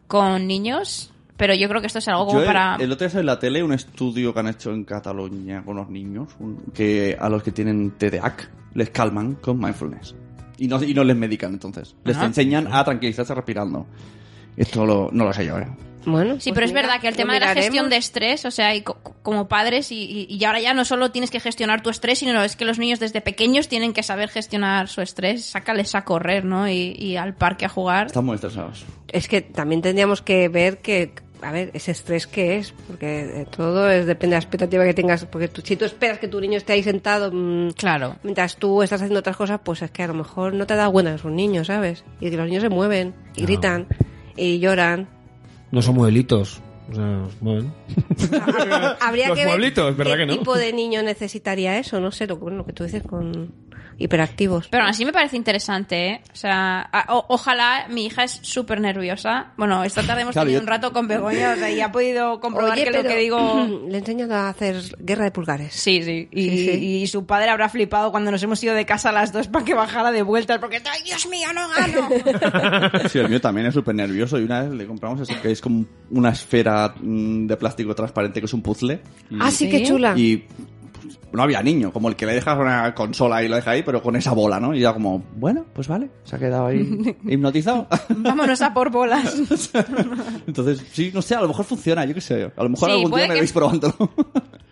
[SPEAKER 2] con niños. Pero yo creo que esto es algo como
[SPEAKER 4] Yo el-
[SPEAKER 2] para...
[SPEAKER 4] el, otro día salió en la tele un estudio que han hecho en Cataluña con los niños un- que a los que tienen TDAH les calman con mindfulness. Y no, y no les medican, entonces. Les enseñan a tranquilizarse respirando. Esto lo- no lo sé yo, ¿eh?
[SPEAKER 3] Bueno,
[SPEAKER 2] Sí,
[SPEAKER 3] pues
[SPEAKER 2] pero es
[SPEAKER 3] mira,
[SPEAKER 2] verdad que el
[SPEAKER 3] lo
[SPEAKER 2] tema de la
[SPEAKER 3] miraremos.
[SPEAKER 2] gestión de estrés, o sea, y co- como padres, y, y- y ahora ya no solo tienes que gestionar tu estrés, sino es que los niños desde pequeños tienen que saber gestionar su estrés, sácales a correr, ¿no? Y, y al parque a jugar.
[SPEAKER 4] Están muy estresados.
[SPEAKER 3] Es que también tendríamos que ver que, a ver, ese estrés que es, porque eh, todo es, depende de la expectativa que tengas, porque tú- si tú esperas que tu niño esté ahí sentado mm,
[SPEAKER 2] Claro.
[SPEAKER 3] mientras tú estás haciendo otras cosas, pues es que a lo mejor no te da buena que es un niño, ¿sabes? Y que los niños se mueven, y
[SPEAKER 5] No.
[SPEAKER 3] gritan, y lloran.
[SPEAKER 5] No son modelitos. O sea, bueno.
[SPEAKER 3] Habría
[SPEAKER 5] Los
[SPEAKER 3] que ver
[SPEAKER 5] mueblitos, ¿verdad
[SPEAKER 3] qué
[SPEAKER 5] que no?
[SPEAKER 3] tipo de niño necesitaría eso, no sé, lo, bueno, lo que tú dices con hiperactivos.
[SPEAKER 2] Pero aún así me parece interesante, ¿eh? O sea, a- o- ojalá mi hija es súper nerviosa. Bueno, esta tarde hemos
[SPEAKER 4] Claro,
[SPEAKER 2] tenido
[SPEAKER 4] yo-
[SPEAKER 2] un rato con Begoña, o sea, y ha podido comprobar
[SPEAKER 3] Oye,
[SPEAKER 2] que lo
[SPEAKER 3] pero-
[SPEAKER 2] que digo...
[SPEAKER 3] Le he enseñado a hacer guerra de pulgares.
[SPEAKER 2] Sí, sí. Y,
[SPEAKER 3] Sí, sí.
[SPEAKER 2] y su padre habrá flipado cuando nos hemos ido de casa a las dos para que bajara de vuelta porque ¡ay, Dios mío, no gano!
[SPEAKER 4] Sí, el mío también es súper nervioso y una vez le compramos eso que es como una esfera mm, de plástico transparente que es un puzzle. Y-
[SPEAKER 3] Ah, sí, qué chula.
[SPEAKER 4] Y pues, no había niño, como el que le dejas una consola y lo deja ahí, pero con esa bola, ¿no? Y ya como, bueno, pues vale, se ha quedado ahí hipnotizado.
[SPEAKER 2] Vámonos a por bolas.
[SPEAKER 4] Entonces, sí, no sé, a lo mejor funciona, yo qué sé. A lo mejor
[SPEAKER 2] Sí,
[SPEAKER 4] algún
[SPEAKER 2] puede
[SPEAKER 4] día me
[SPEAKER 2] que-
[SPEAKER 4] veis probándolo.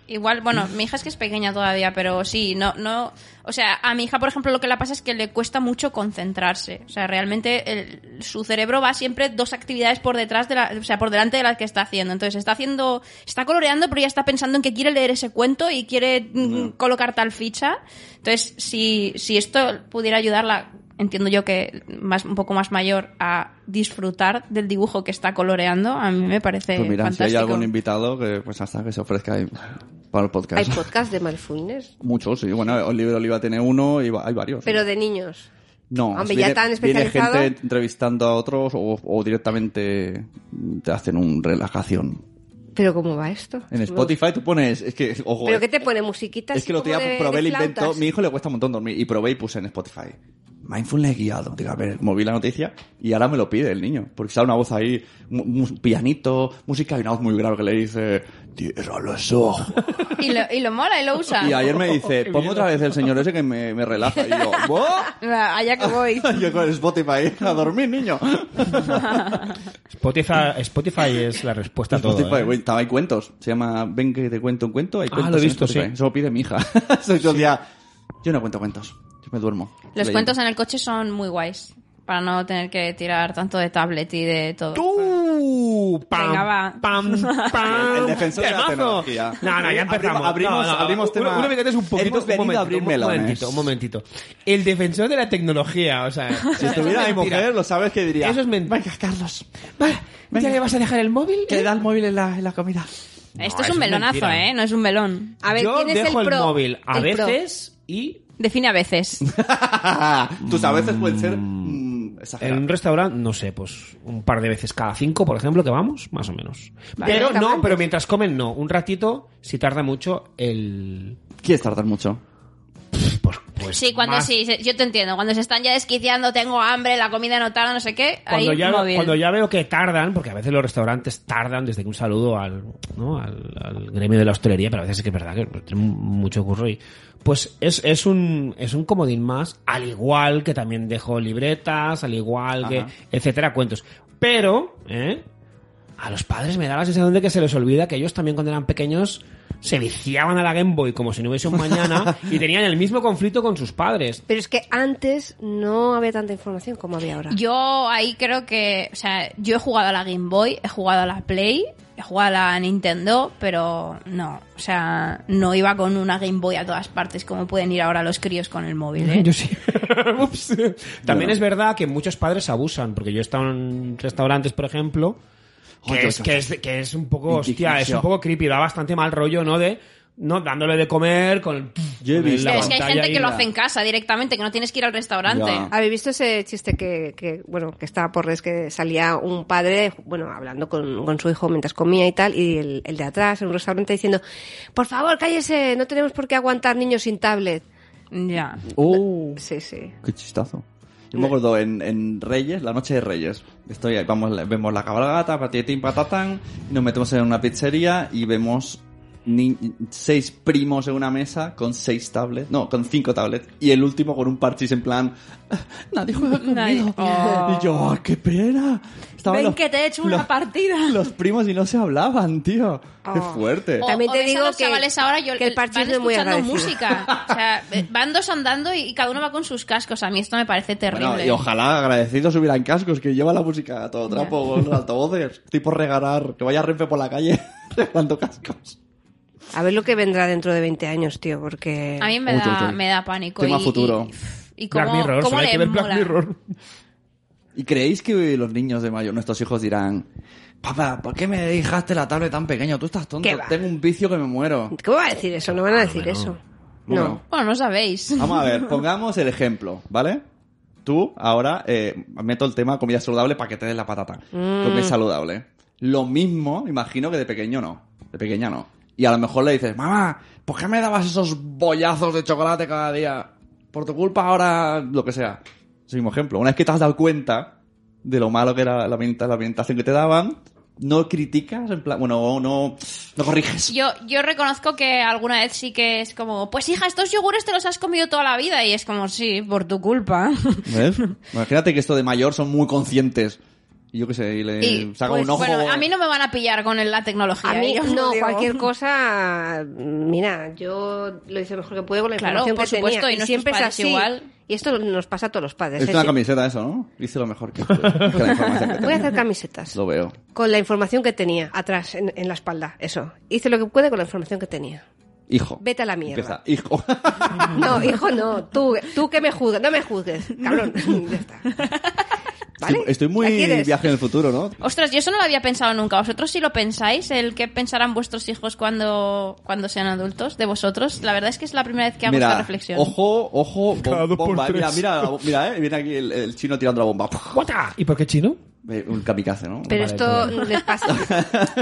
[SPEAKER 2] Igual, bueno, mi hija es que es pequeña todavía, pero sí, no, no. O sea, a mi hija, por ejemplo, lo que le pasa es que le cuesta mucho concentrarse. O sea, realmente el- su cerebro va siempre dos actividades por detrás de la, o sea, por delante de las que está haciendo. Entonces está haciendo, está coloreando, pero ya está pensando en que quiere leer ese cuento y quiere mm, colocar tal ficha. Entonces, si, si esto pudiera ayudarla, entiendo yo que más, un poco más mayor, a disfrutar del dibujo que está coloreando, a mí me parece
[SPEAKER 4] pues mira, si
[SPEAKER 2] Eh, fantástico.
[SPEAKER 4] hay algún invitado, que, pues hasta que se ofrezca ahí para el
[SPEAKER 3] Hay
[SPEAKER 4] podcast.
[SPEAKER 3] podcast de mindfulness,
[SPEAKER 4] Muchos, sí. Bueno, Oliver Oliva tiene uno y va- hay varios.
[SPEAKER 3] pero de niños.
[SPEAKER 4] No,
[SPEAKER 3] Hombre,
[SPEAKER 4] viene,
[SPEAKER 3] ya tan
[SPEAKER 4] viene
[SPEAKER 3] especializado.
[SPEAKER 4] gente entrevistando a otros o, o directamente te hacen un relajación.
[SPEAKER 3] ¿Pero cómo va esto?
[SPEAKER 4] En Spotify tú pones, es que, ojo,
[SPEAKER 3] ¿Pero
[SPEAKER 4] eh,
[SPEAKER 3] qué te pone? ¿Musiquita?
[SPEAKER 4] es
[SPEAKER 3] así
[SPEAKER 4] que lo
[SPEAKER 3] como
[SPEAKER 4] día
[SPEAKER 3] de-
[SPEAKER 4] probé
[SPEAKER 3] de
[SPEAKER 4] el invento,
[SPEAKER 3] flautas?
[SPEAKER 4] mi hijo le cuesta un montón dormir y probé y puse en Spotify. Mindfulness guiado. Digo, a ver, como vi la noticia y ahora me lo pide el niño. Porque sale una voz ahí, mu- mu- pianito, música y una voz muy grave que le dice, tierra los ojos.
[SPEAKER 2] Y lo, y lo mola y lo usa.
[SPEAKER 4] Y ayer me dice, ponme otra vez el señor ese que me, me relaja. Y yo, "Buah".
[SPEAKER 2] Ah, Allá que voy.
[SPEAKER 4] Yo con Spotify, a dormir, niño.
[SPEAKER 5] Spotify, Spotify es la respuesta a todo.
[SPEAKER 4] Spotify,
[SPEAKER 5] ¿eh?
[SPEAKER 4] güey, estaba- hay cuentos. Se llama Ven que te cuento un cuento. Hay
[SPEAKER 5] Ah,
[SPEAKER 4] cuentos
[SPEAKER 5] lo he
[SPEAKER 4] en
[SPEAKER 5] visto,
[SPEAKER 4] Spotify.
[SPEAKER 5] sí.
[SPEAKER 4] Eso lo pide mi hija. Soy yo el día, Yo no cuento cuentos. Yo me duermo.
[SPEAKER 2] Los
[SPEAKER 4] leyendo.
[SPEAKER 2] cuentos en el coche son muy guays. Para no tener que tirar tanto de tablet y de todo.
[SPEAKER 5] ¡Tú! ¡Pam!
[SPEAKER 2] Venga, va.
[SPEAKER 5] ¡Pam! ¡Pam!
[SPEAKER 4] El defensor de la
[SPEAKER 5] ¡Temazo!
[SPEAKER 4] tecnología.
[SPEAKER 5] No, no, ya empezamos.
[SPEAKER 4] Abrimos-
[SPEAKER 5] No, no,
[SPEAKER 4] abrimos
[SPEAKER 5] una-
[SPEAKER 4] tema.
[SPEAKER 5] Una vez que es un poquito...
[SPEAKER 4] Hemos
[SPEAKER 5] un
[SPEAKER 4] venido a
[SPEAKER 5] momentito,
[SPEAKER 4] abrir
[SPEAKER 5] un
[SPEAKER 4] melones.
[SPEAKER 5] momentito, un momentito. El defensor de la tecnología, o sea...
[SPEAKER 4] Si estuviera mi mujer, lo sabes que diría.
[SPEAKER 5] Eso es mentira. Venga, Carlos. ¿Ya le vas a dejar el móvil?
[SPEAKER 4] Que da el móvil en la, en la comida.
[SPEAKER 2] Esto es
[SPEAKER 5] eso
[SPEAKER 2] un
[SPEAKER 5] es
[SPEAKER 2] melonazo,
[SPEAKER 5] mentira.
[SPEAKER 2] ¿eh? No es un melón.
[SPEAKER 3] A ver,
[SPEAKER 5] Yo
[SPEAKER 3] ¿quién es
[SPEAKER 5] dejo
[SPEAKER 3] el
[SPEAKER 5] el,
[SPEAKER 3] pro?
[SPEAKER 5] móvil a
[SPEAKER 3] El pro.
[SPEAKER 5] veces y...
[SPEAKER 2] Define a veces.
[SPEAKER 4] Tus a veces pueden ser mm,
[SPEAKER 5] En
[SPEAKER 4] exageradas.
[SPEAKER 5] un restaurante, no sé, pues un par de veces cada cinco, por ejemplo, que vamos, más o menos. pero no, pero mientras comen, no. Un ratito, si tarda mucho, el...
[SPEAKER 4] Quieres tardar mucho.
[SPEAKER 5] Pues, pues
[SPEAKER 2] Sí, cuando
[SPEAKER 5] más-
[SPEAKER 2] sí, se- yo te entiendo. Cuando se están ya desquiciando, tengo hambre, la comida no tarda, no sé qué.
[SPEAKER 5] cuando
[SPEAKER 2] ahí
[SPEAKER 5] ya,
[SPEAKER 2] móvil.
[SPEAKER 5] cuando ya veo que tardan, porque a veces los restaurantes tardan desde que un saludo al, ¿no? al, al gremio de la hostelería, pero a veces sí que es verdad que tienen mucho curro y pues es, es un es un comodín más, al igual que también dejo libretas, al igual que,
[SPEAKER 4] Ajá.
[SPEAKER 5] etcétera, cuentos. Pero, ¿eh? A los padres me da la sensación de que se les olvida que ellos también cuando eran pequeños se viciaban a la Game Boy como si no hubiese un mañana y tenían el mismo conflicto con sus padres.
[SPEAKER 3] Pero es que antes no había tanta información como había ahora.
[SPEAKER 2] Yo ahí creo que, o sea, yo he jugado a la Game Boy, he jugado a la Play, he jugado a la Nintendo, pero no, o sea, no iba con una Game Boy a todas partes como pueden ir ahora los críos con el móvil. ¿eh?
[SPEAKER 5] Yo sí. Ups. También es verdad que muchos padres abusan, porque yo he estado en restaurantes, por ejemplo, que,
[SPEAKER 4] Oye,
[SPEAKER 5] es,
[SPEAKER 4] oye.
[SPEAKER 5] que, es, que es un poco, hostia,
[SPEAKER 4] Indignación.
[SPEAKER 5] es un poco creepy, da bastante mal rollo, ¿no? De, ¿no? Dándole de comer con.
[SPEAKER 4] Yo he
[SPEAKER 5] con
[SPEAKER 4] visto.
[SPEAKER 5] la
[SPEAKER 2] es que hay
[SPEAKER 5] pantalla
[SPEAKER 2] gente
[SPEAKER 5] ahí,
[SPEAKER 2] que lo
[SPEAKER 5] la-
[SPEAKER 2] hace en casa directamente, que no tienes que ir al restaurante.
[SPEAKER 4] Ya.
[SPEAKER 3] ¿Habéis visto ese chiste que, que, bueno, que estaba por redes, que salía un padre, bueno, hablando con, con su hijo mientras comía y tal, y el, el de atrás en un restaurante diciendo, por favor, cállese, no tenemos por qué aguantar niños sin tablet.
[SPEAKER 2] Ya.
[SPEAKER 4] ¡Oh!
[SPEAKER 3] Sí, sí.
[SPEAKER 4] Qué chistazo. Yo me acuerdo en, en Reyes, la noche de Reyes. Estoy ahí, vamos, la- vemos la cabalgata, patitín, patatán, y nos metemos en una pizzería y vemos ni- seis primos en una mesa con seis tablets, no, con cinco tablets, y el último con un parchis en plan, nadie juega conmigo.
[SPEAKER 2] Nadie. Oh.
[SPEAKER 4] Y yo, "Ah, qué pena. Estaban
[SPEAKER 2] Ven
[SPEAKER 4] los-
[SPEAKER 2] que te he hecho
[SPEAKER 4] los-
[SPEAKER 2] una partida.
[SPEAKER 4] Los primos y no se hablaban, tío. Qué
[SPEAKER 3] Oh.
[SPEAKER 4] fuerte.
[SPEAKER 2] O-
[SPEAKER 3] También
[SPEAKER 2] o
[SPEAKER 3] te
[SPEAKER 2] ves a
[SPEAKER 3] digo
[SPEAKER 2] los
[SPEAKER 3] que-
[SPEAKER 2] chavales ahora yo,
[SPEAKER 3] que el parche
[SPEAKER 2] van
[SPEAKER 3] es de muy
[SPEAKER 2] escuchando
[SPEAKER 3] agradecido.
[SPEAKER 2] música. O sea, eh, van dos andando y, y cada uno va con sus cascos. A mí esto me parece terrible.
[SPEAKER 4] Bueno, y ojalá agradecidos hubieran cascos que lleva la música a todo trapo con los altavoces. Tipo regalar, que vaya Renfe por la calle regalando cascos.
[SPEAKER 3] A ver lo que vendrá dentro de 20 años, tío, porque...
[SPEAKER 2] A mí me,
[SPEAKER 4] Uy,
[SPEAKER 2] da,
[SPEAKER 4] uy, uy.
[SPEAKER 2] me da pánico.
[SPEAKER 4] Tema
[SPEAKER 2] y,
[SPEAKER 4] futuro.
[SPEAKER 2] Y, y cómo,
[SPEAKER 5] Black Mirror,
[SPEAKER 2] cómo
[SPEAKER 5] solo hay
[SPEAKER 2] le
[SPEAKER 5] que ver Black
[SPEAKER 2] mola.
[SPEAKER 5] Mirror.
[SPEAKER 4] ¿Y creéis que los niños de mayo, nuestros hijos, dirán: Papá, ¿por qué me dejaste la tablet tan pequeño? Tú estás tonto,
[SPEAKER 3] ¿Qué va?
[SPEAKER 4] tengo un vicio que me muero.
[SPEAKER 3] ¿Cómo va a decir eso? No van a decir eso. No.
[SPEAKER 4] Ah, Bueno.
[SPEAKER 2] Bueno, no sabéis.
[SPEAKER 4] Vamos a ver, pongamos el ejemplo, ¿vale? Tú ahora eh, meto el tema comida saludable para que te des la patata. Comida saludable. Lo mismo, imagino que de pequeño no. De pequeña no. Y a lo mejor le dices, mamá, ¿por qué me dabas esos bollazos de chocolate cada día? Por tu culpa ahora, lo que sea. Es el mismo ejemplo. Una vez que te has dado cuenta de lo malo que era la, alimenta- la alimentación que te daban, no criticas, en plan, bueno, no, no corriges.
[SPEAKER 2] Yo, yo reconozco que alguna vez sí que es como, pues hija, estos yogures te los has comido toda la vida. Y es como, sí, por tu culpa.
[SPEAKER 4] ¿Ves? Imagínate que esto de mayor son muy conscientes. Y yo qué sé, y le
[SPEAKER 2] Y,
[SPEAKER 4] Eh, saca
[SPEAKER 2] pues,
[SPEAKER 4] un ojo.
[SPEAKER 2] bueno, a mí no me van a pillar con el- la tecnología.
[SPEAKER 3] A mí,
[SPEAKER 2] ¿eh? Yo os lo
[SPEAKER 3] no,
[SPEAKER 2] digo.
[SPEAKER 3] cualquier cosa, mira, yo lo hice mejor que pude con la
[SPEAKER 2] Claro,
[SPEAKER 3] información
[SPEAKER 2] por
[SPEAKER 3] que
[SPEAKER 2] supuesto, y
[SPEAKER 3] tenía.
[SPEAKER 2] nuestros
[SPEAKER 3] siempre es
[SPEAKER 2] padres
[SPEAKER 3] así.
[SPEAKER 2] igual.
[SPEAKER 3] Y esto nos pasa a todos los padres.
[SPEAKER 4] Es
[SPEAKER 3] ¿eh?
[SPEAKER 4] una
[SPEAKER 3] Sí.
[SPEAKER 4] camiseta eso, ¿no? Hice lo mejor que, que la información que
[SPEAKER 3] Voy a
[SPEAKER 4] tenía.
[SPEAKER 3] hacer camisetas.
[SPEAKER 4] Lo veo.
[SPEAKER 3] Con la información que tenía atrás, en, en la espalda, eso. Hice lo que pude con la información que tenía.
[SPEAKER 4] Hijo.
[SPEAKER 3] Vete a la mierda.
[SPEAKER 4] Empieza. Hijo.
[SPEAKER 3] No, hijo, no. Tú, tú que me juzgas, no me juzgues, cabrón. Ya está. ¿Vale?
[SPEAKER 4] Estoy- Estoy muy
[SPEAKER 3] ¿La quieres?
[SPEAKER 4] viaje en el futuro, ¿no?
[SPEAKER 2] Ostras, yo eso no lo había pensado nunca. ¿Vosotros si lo pensáis? ¿El qué pensarán vuestros hijos cuando, cuando sean adultos? ¿De vosotros? La verdad es que es la primera vez que hago esta
[SPEAKER 4] Mira,
[SPEAKER 2] reflexión.
[SPEAKER 4] ojo, ojo, bom-
[SPEAKER 5] Cada dos por
[SPEAKER 4] bomba. eh. Mira,
[SPEAKER 5] tres.
[SPEAKER 4] mira, mira, eh. Viene aquí el, el chino tirando la bomba.
[SPEAKER 5] ¡Guata! ¿Y por qué chino?
[SPEAKER 4] Eh, Un kamikaze, ¿no?
[SPEAKER 3] Pero
[SPEAKER 5] Vale,
[SPEAKER 3] esto les pasa.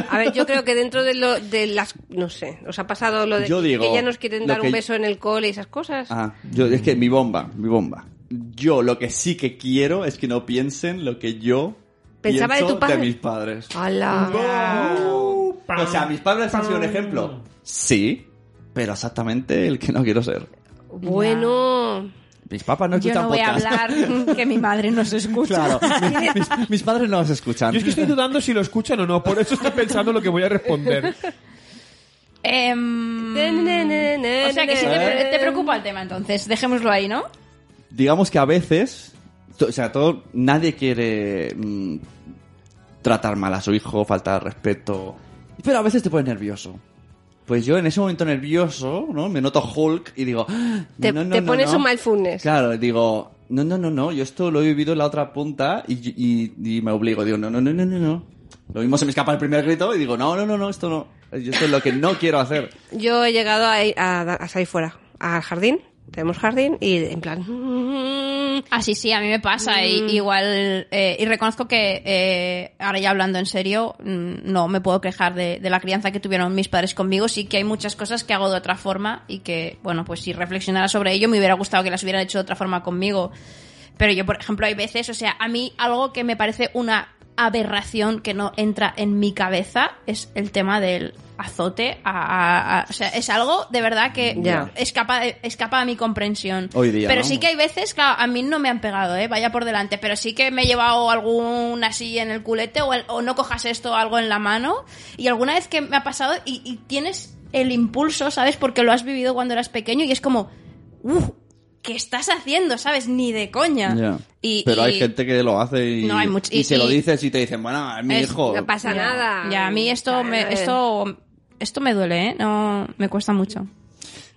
[SPEAKER 3] A ver, yo creo que dentro de, lo, de las. No sé, os ha pasado lo de
[SPEAKER 4] Yo digo,
[SPEAKER 3] que ya nos quieren
[SPEAKER 4] lo
[SPEAKER 3] dar un
[SPEAKER 4] que-
[SPEAKER 3] beso en el cole y esas cosas.
[SPEAKER 4] Ah, yo, es que mi bomba, mi bomba. Yo lo que sí que quiero es que no piensen lo que yo
[SPEAKER 3] Pensaba de
[SPEAKER 4] pienso
[SPEAKER 3] tu padre.
[SPEAKER 4] de mis padres.
[SPEAKER 3] ¡Hala!
[SPEAKER 5] Pam,
[SPEAKER 4] O sea, mis padres han sido un ejemplo. Sí, pero exactamente el que no quiero ser.
[SPEAKER 3] Bueno.
[SPEAKER 4] Mis papás no
[SPEAKER 2] yo
[SPEAKER 4] escuchan
[SPEAKER 2] no voy a
[SPEAKER 4] podcast.
[SPEAKER 2] hablar que mi madre nos escucha.
[SPEAKER 4] Claro, mis, mis- mis padres no los escuchan.
[SPEAKER 5] Yo es que estoy dudando si lo escuchan o no, por eso estoy pensando lo que voy a responder.
[SPEAKER 2] Em,
[SPEAKER 3] O
[SPEAKER 2] o sea que si te, pre- te preocupa el tema, entonces dejémoslo ahí, ¿no?
[SPEAKER 4] Digamos que a veces, to- o sea, todo, nadie quiere mm, tratar mal a su hijo, faltar respeto, pero a veces te pones nervioso. Pues yo en ese momento nervioso, ¿no? Me noto Hulk y digo, "Ah,
[SPEAKER 3] Te-
[SPEAKER 4] no, no,
[SPEAKER 3] te
[SPEAKER 4] no,
[SPEAKER 3] pones
[SPEAKER 4] no".
[SPEAKER 3] un mindfulness.
[SPEAKER 4] Claro, digo, no, no, no, no, yo esto lo he vivido en la otra punta y, y- y me obligo, digo, no, no, no, no, no, no. Lo mismo se me escapa el primer grito y digo, no, no, no, no, esto no. Esto es lo que no quiero hacer.
[SPEAKER 3] Yo he llegado a, a- a salir fuera, al jardín. Tenemos jardín y en plan.
[SPEAKER 2] Así sí, a mí me pasa. y- igual, eh, y reconozco que eh, ahora ya hablando en serio, mm, no me puedo quejar de, de la crianza que tuvieron mis padres conmigo. Sí que hay muchas cosas que hago de otra forma y que, bueno, pues si reflexionara sobre ello, me hubiera gustado que las hubieran hecho de otra forma conmigo. Pero yo, por ejemplo, hay veces, o sea, a mí algo que me parece una aberración que no entra en mi cabeza es el tema del azote. a- a- a- o sea, es algo de verdad que
[SPEAKER 3] Ya.
[SPEAKER 2] escapa, escapa a mi comprensión.
[SPEAKER 4] Hoy día,
[SPEAKER 2] Pero
[SPEAKER 4] ¿no?
[SPEAKER 2] sí que hay veces, claro, a mí no me han pegado, ¿eh? vaya por delante, pero sí que me he llevado algún así en el culete o, el- o no cojas esto o algo en la mano. Y alguna vez que me ha pasado y, y tienes el impulso, ¿sabes? Porque lo has vivido cuando eras pequeño y es como, uff, ¿qué estás haciendo? ¿Sabes? Ni de coña.
[SPEAKER 4] Ya.
[SPEAKER 2] Y,
[SPEAKER 4] Pero hay
[SPEAKER 2] y-
[SPEAKER 4] gente que lo hace y,
[SPEAKER 2] No, hay much-
[SPEAKER 4] y
[SPEAKER 2] y-
[SPEAKER 4] se lo
[SPEAKER 2] y-
[SPEAKER 4] dices y te dicen, bueno, es mi
[SPEAKER 2] Es-
[SPEAKER 4] hijo.
[SPEAKER 3] no pasa
[SPEAKER 2] Ya,
[SPEAKER 3] nada.
[SPEAKER 2] Ya, a mí esto me,
[SPEAKER 3] Claro.
[SPEAKER 2] ¿eh? esto, esto me duele, ¿eh? No, me cuesta mucho.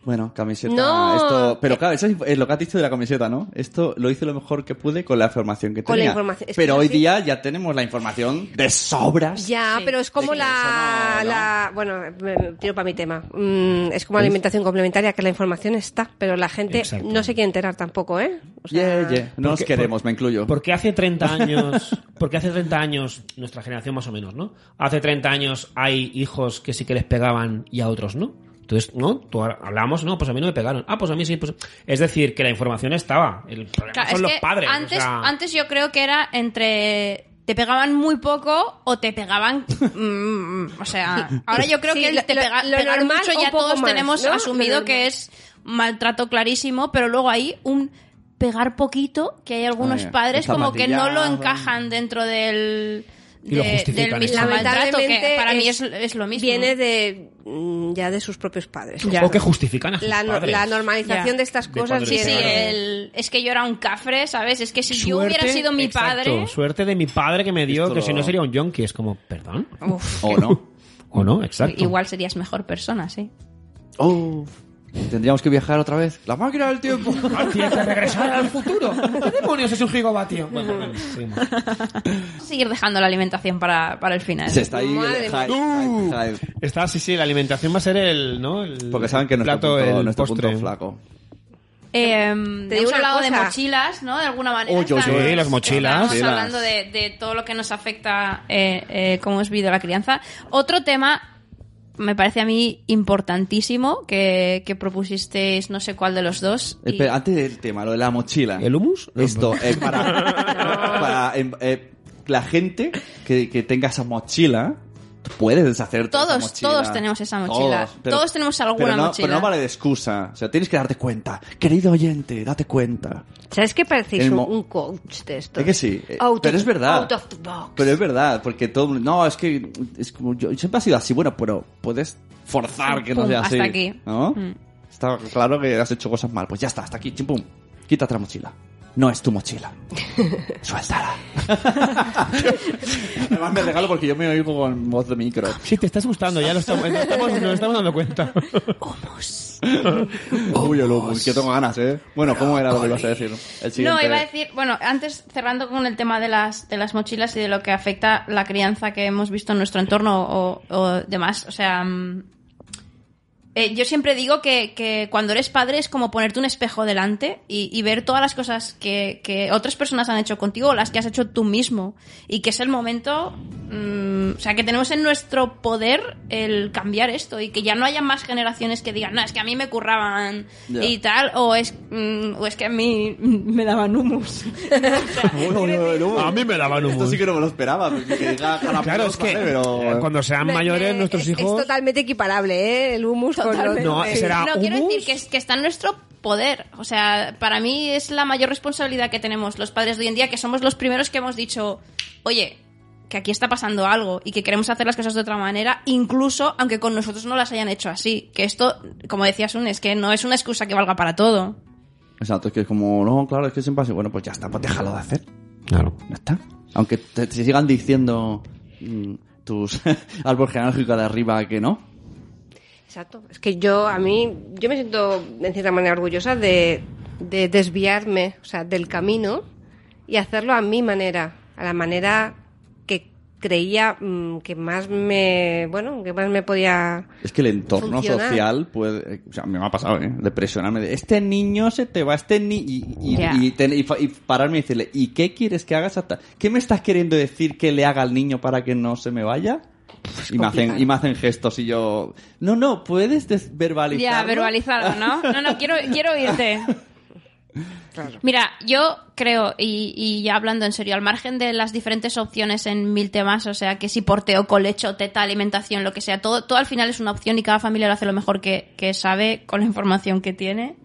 [SPEAKER 4] Bueno, camiseta.
[SPEAKER 3] No.
[SPEAKER 4] Esto, pero claro, eso es eh, lo que has dicho de la camiseta, ¿no? Esto lo hice lo mejor que pude con la información que
[SPEAKER 3] Con la
[SPEAKER 4] tenía.
[SPEAKER 3] información. Es que
[SPEAKER 4] pero
[SPEAKER 3] es
[SPEAKER 4] hoy
[SPEAKER 3] así.
[SPEAKER 4] día ya tenemos la información de sobras.
[SPEAKER 3] Ya, pero es como
[SPEAKER 4] Sí,
[SPEAKER 3] la,
[SPEAKER 4] eso no, no.
[SPEAKER 3] la- Bueno, me- me tiro para mi tema. Mm, es como la alimentación complementaria, que la información está, pero la gente
[SPEAKER 5] Exacto.
[SPEAKER 3] no se quiere enterar tampoco, ¿eh? O sea,
[SPEAKER 4] Yeah, yeah. No nos
[SPEAKER 5] Porque-
[SPEAKER 4] queremos, me incluyo.
[SPEAKER 5] Porque hace 30 años, porque hace 30 años, nuestra generación más o menos, ¿no? Hace 30 años hay hijos que sí que les pegaban y a otros no. Entonces, ¿no? Tú ahora hablamos, no, pues a mí no me pegaron. Ah, pues a mí sí, pues... Es decir, que la información estaba. El problema
[SPEAKER 2] Claro,
[SPEAKER 5] son
[SPEAKER 2] es
[SPEAKER 5] los
[SPEAKER 2] que
[SPEAKER 5] padres. o
[SPEAKER 2] Antes,
[SPEAKER 5] sea,
[SPEAKER 2] antes yo creo que era entre te pegaban muy poco o te pegaban mm, o sea ahora yo creo
[SPEAKER 3] Sí,
[SPEAKER 2] que el
[SPEAKER 3] lo-
[SPEAKER 2] te
[SPEAKER 3] lo-
[SPEAKER 2] pega-
[SPEAKER 3] lo
[SPEAKER 2] pegar
[SPEAKER 3] normal
[SPEAKER 2] mucho
[SPEAKER 3] o
[SPEAKER 2] ya
[SPEAKER 3] poco
[SPEAKER 2] todos
[SPEAKER 3] más,
[SPEAKER 2] tenemos
[SPEAKER 3] ¿no? Lo
[SPEAKER 2] asumido que
[SPEAKER 3] normal.
[SPEAKER 2] es maltrato clarísimo pero luego hay un pegar poquito que hay algunos
[SPEAKER 4] Oye,
[SPEAKER 2] padres como que no lo
[SPEAKER 4] zapatillado.
[SPEAKER 2] encajan dentro del
[SPEAKER 5] Y lo
[SPEAKER 2] de- del
[SPEAKER 5] justifican,
[SPEAKER 2] mismo
[SPEAKER 5] eso.
[SPEAKER 2] maltrato que
[SPEAKER 3] Lamentablemente
[SPEAKER 2] para mí
[SPEAKER 3] es-
[SPEAKER 2] es, es lo mismo
[SPEAKER 3] Viene de mm, ya de sus propios padres.
[SPEAKER 5] O que justifican a sus
[SPEAKER 3] La, no-
[SPEAKER 5] padres.
[SPEAKER 3] la normalización
[SPEAKER 2] Ya.
[SPEAKER 3] de estas
[SPEAKER 5] De
[SPEAKER 3] cosas
[SPEAKER 5] padres,
[SPEAKER 2] Sí, sí,
[SPEAKER 5] Claro.
[SPEAKER 3] viene-
[SPEAKER 2] el- es que yo era un cafre, ¿sabes? Es que si yo hubiera sido mi
[SPEAKER 5] exacto,
[SPEAKER 2] padre...
[SPEAKER 5] Suerte de mi padre que me dio,
[SPEAKER 4] Esto
[SPEAKER 5] que
[SPEAKER 4] lo-
[SPEAKER 5] si no sería un yonki. Es como, perdón.
[SPEAKER 2] Uf,
[SPEAKER 4] O no.
[SPEAKER 5] O no, exacto.
[SPEAKER 2] Igual serías mejor persona, sí.
[SPEAKER 4] Oh, tendríamos que viajar otra vez. La máquina del tiempo.
[SPEAKER 5] Ah, tienes que regresar al futuro. ¿Qué demonios es un gigavatio? Bueno, bueno, seguimos.
[SPEAKER 2] Vamos a seguir dejando la alimentación para, para el final.
[SPEAKER 4] Se está ahí. el
[SPEAKER 3] Madre
[SPEAKER 4] hype, hype, hype.
[SPEAKER 5] Está, sí, sí, la alimentación va a ser el, ¿no? El-
[SPEAKER 4] Porque saben que
[SPEAKER 5] el
[SPEAKER 4] nuestro,
[SPEAKER 5] Uh. plato,
[SPEAKER 4] punto,
[SPEAKER 5] el
[SPEAKER 4] nuestro punto
[SPEAKER 5] postre.
[SPEAKER 4] flaco.
[SPEAKER 2] Eh,
[SPEAKER 3] Te digo
[SPEAKER 2] hemos
[SPEAKER 3] una
[SPEAKER 2] hablado de
[SPEAKER 3] cosa.
[SPEAKER 2] mochilas, ¿no? De alguna manera.
[SPEAKER 4] Uy, uy, uy.
[SPEAKER 2] Estamos-
[SPEAKER 5] Sí, las mochilas.
[SPEAKER 2] Estamos hablando de, de todo lo que nos afecta, eh, eh, cómo hemos vivido la crianza. Otro tema me parece a mí importantísimo que, que propusisteis no sé cuál de los dos. y-
[SPEAKER 4] Espera, antes del tema, lo de la mochila.
[SPEAKER 5] ¿El hummus?
[SPEAKER 4] Esto es para, para, em, eh, la gente que, que tenga esa mochila. tú Puedes deshacerte de esa
[SPEAKER 2] Todos,
[SPEAKER 4] mochila.
[SPEAKER 2] todos tenemos esa mochila. Todos tenemos alguna
[SPEAKER 4] pero no-
[SPEAKER 2] mochila.
[SPEAKER 4] Pero no vale de excusa. O sea, tienes que darte cuenta. Querido oyente, date cuenta.
[SPEAKER 3] ¿Sabes qué parecéis
[SPEAKER 4] El
[SPEAKER 3] un,
[SPEAKER 4] mo-
[SPEAKER 3] un coach de esto?
[SPEAKER 4] Es que sí, eh,
[SPEAKER 3] Out
[SPEAKER 4] pero
[SPEAKER 3] of-
[SPEAKER 4] es verdad.
[SPEAKER 3] out of the box.
[SPEAKER 4] Pero es verdad, porque todo el mundo- No, es que. Es como yo, siempre ha sido así. Bueno, pero puedes forzar que no
[SPEAKER 2] Pum,
[SPEAKER 4] sea así.
[SPEAKER 2] hasta aquí.
[SPEAKER 4] ¿No? Está claro que has hecho cosas mal. Pues ya está, hasta aquí. Chimpum. Quítate la mochila. No es tu mochila. Suéltala. Además me regalo porque yo me oigo con voz de micro.
[SPEAKER 5] Sí, te estás gustando, ya lo estamos, lo estamos- nos estamos dando cuenta.
[SPEAKER 4] Uy, el hummus, que tengo ganas, ¿eh? Bueno, ¿cómo era lo que ibas a decir? El
[SPEAKER 2] No,
[SPEAKER 4] siguiente-
[SPEAKER 2] iba a decir, bueno, antes cerrando con el tema de las, de las mochilas y de lo que afecta la crianza que hemos visto en nuestro entorno o, o demás, o sea, mm, eh, yo siempre digo que, que cuando eres padre es como ponerte un espejo delante y, y ver todas las cosas que, que otras personas han hecho contigo o las que has hecho tú mismo. Y que es el momento, mm, o sea, que tenemos en nuestro poder el cambiar esto y que ya no haya más generaciones que digan, no, es que a mí me curraban
[SPEAKER 4] Ya.
[SPEAKER 2] y tal, o es, mm, o es que a mí mm, me daban humus.
[SPEAKER 4] Uy, uy, uy, el hummus.
[SPEAKER 5] A mí me daban hummus.
[SPEAKER 4] Esto sí que no me lo esperaba. porque que diga jalapeños,
[SPEAKER 5] Claro, es que
[SPEAKER 4] vale, pero-
[SPEAKER 5] eh, cuando sean
[SPEAKER 3] Hombre,
[SPEAKER 5] mayores
[SPEAKER 3] eh,
[SPEAKER 5] nuestros
[SPEAKER 3] es, Es
[SPEAKER 5] hijos...
[SPEAKER 3] totalmente equiparable, ¿eh? El humus
[SPEAKER 2] Totalmente.
[SPEAKER 3] con los...
[SPEAKER 5] No,
[SPEAKER 3] sí.
[SPEAKER 5] será-
[SPEAKER 2] No, quiero
[SPEAKER 5] humus.
[SPEAKER 2] decir que, es- que está en nuestro poder. O sea, para mí es la mayor responsabilidad que tenemos los padres de hoy en día, que somos los primeros que hemos dicho, oye, que aquí está pasando algo y que queremos hacer las cosas de otra manera, incluso aunque con nosotros no las hayan hecho así. Que esto, como decías, un, es que no es una excusa que valga para todo.
[SPEAKER 4] Exacto, es que es como, no, claro, es que siempre así. Bueno, pues ya está, pues déjalo de hacer.
[SPEAKER 5] Claro.
[SPEAKER 4] Ya está. Aunque te, te sigan diciendo mm, tus árbol genealógico de arriba que no.
[SPEAKER 3] Exacto. Es que yo, a mí, yo me siento en cierta manera orgullosa de, de desviarme, o sea, del camino y hacerlo a mi manera, a la manera que creía mm, que más me, bueno, que más me podía...
[SPEAKER 4] Es que el entorno
[SPEAKER 3] Funcionar.
[SPEAKER 4] social puede... eh, O sea, a mí me ha pasado, ¿eh? De presionarme de, este niño se te va, este niño... Y, y-
[SPEAKER 2] Ya.
[SPEAKER 4] y ten- y fa- y pararme y decirle, ¿y qué quieres que hagas hasta...? ¿Qué me estás queriendo decir que le haga al niño para que no se me vaya?
[SPEAKER 2] Pues
[SPEAKER 4] Y me, hacen,
[SPEAKER 3] complicado.
[SPEAKER 4] y me hacen gestos y yo... No, no, puedes des- verbalizar.
[SPEAKER 2] Ya, verbalizado, ¿no? No, no, quiero, quiero oírte. Mira, yo creo, y, y ya hablando en serio, al margen de las diferentes opciones en mil temas, o sea, que si porteo, colecho, teta, alimentación, lo que sea, todo, todo al final es una opción y cada familia lo hace lo mejor que, que sabe con la información que tiene.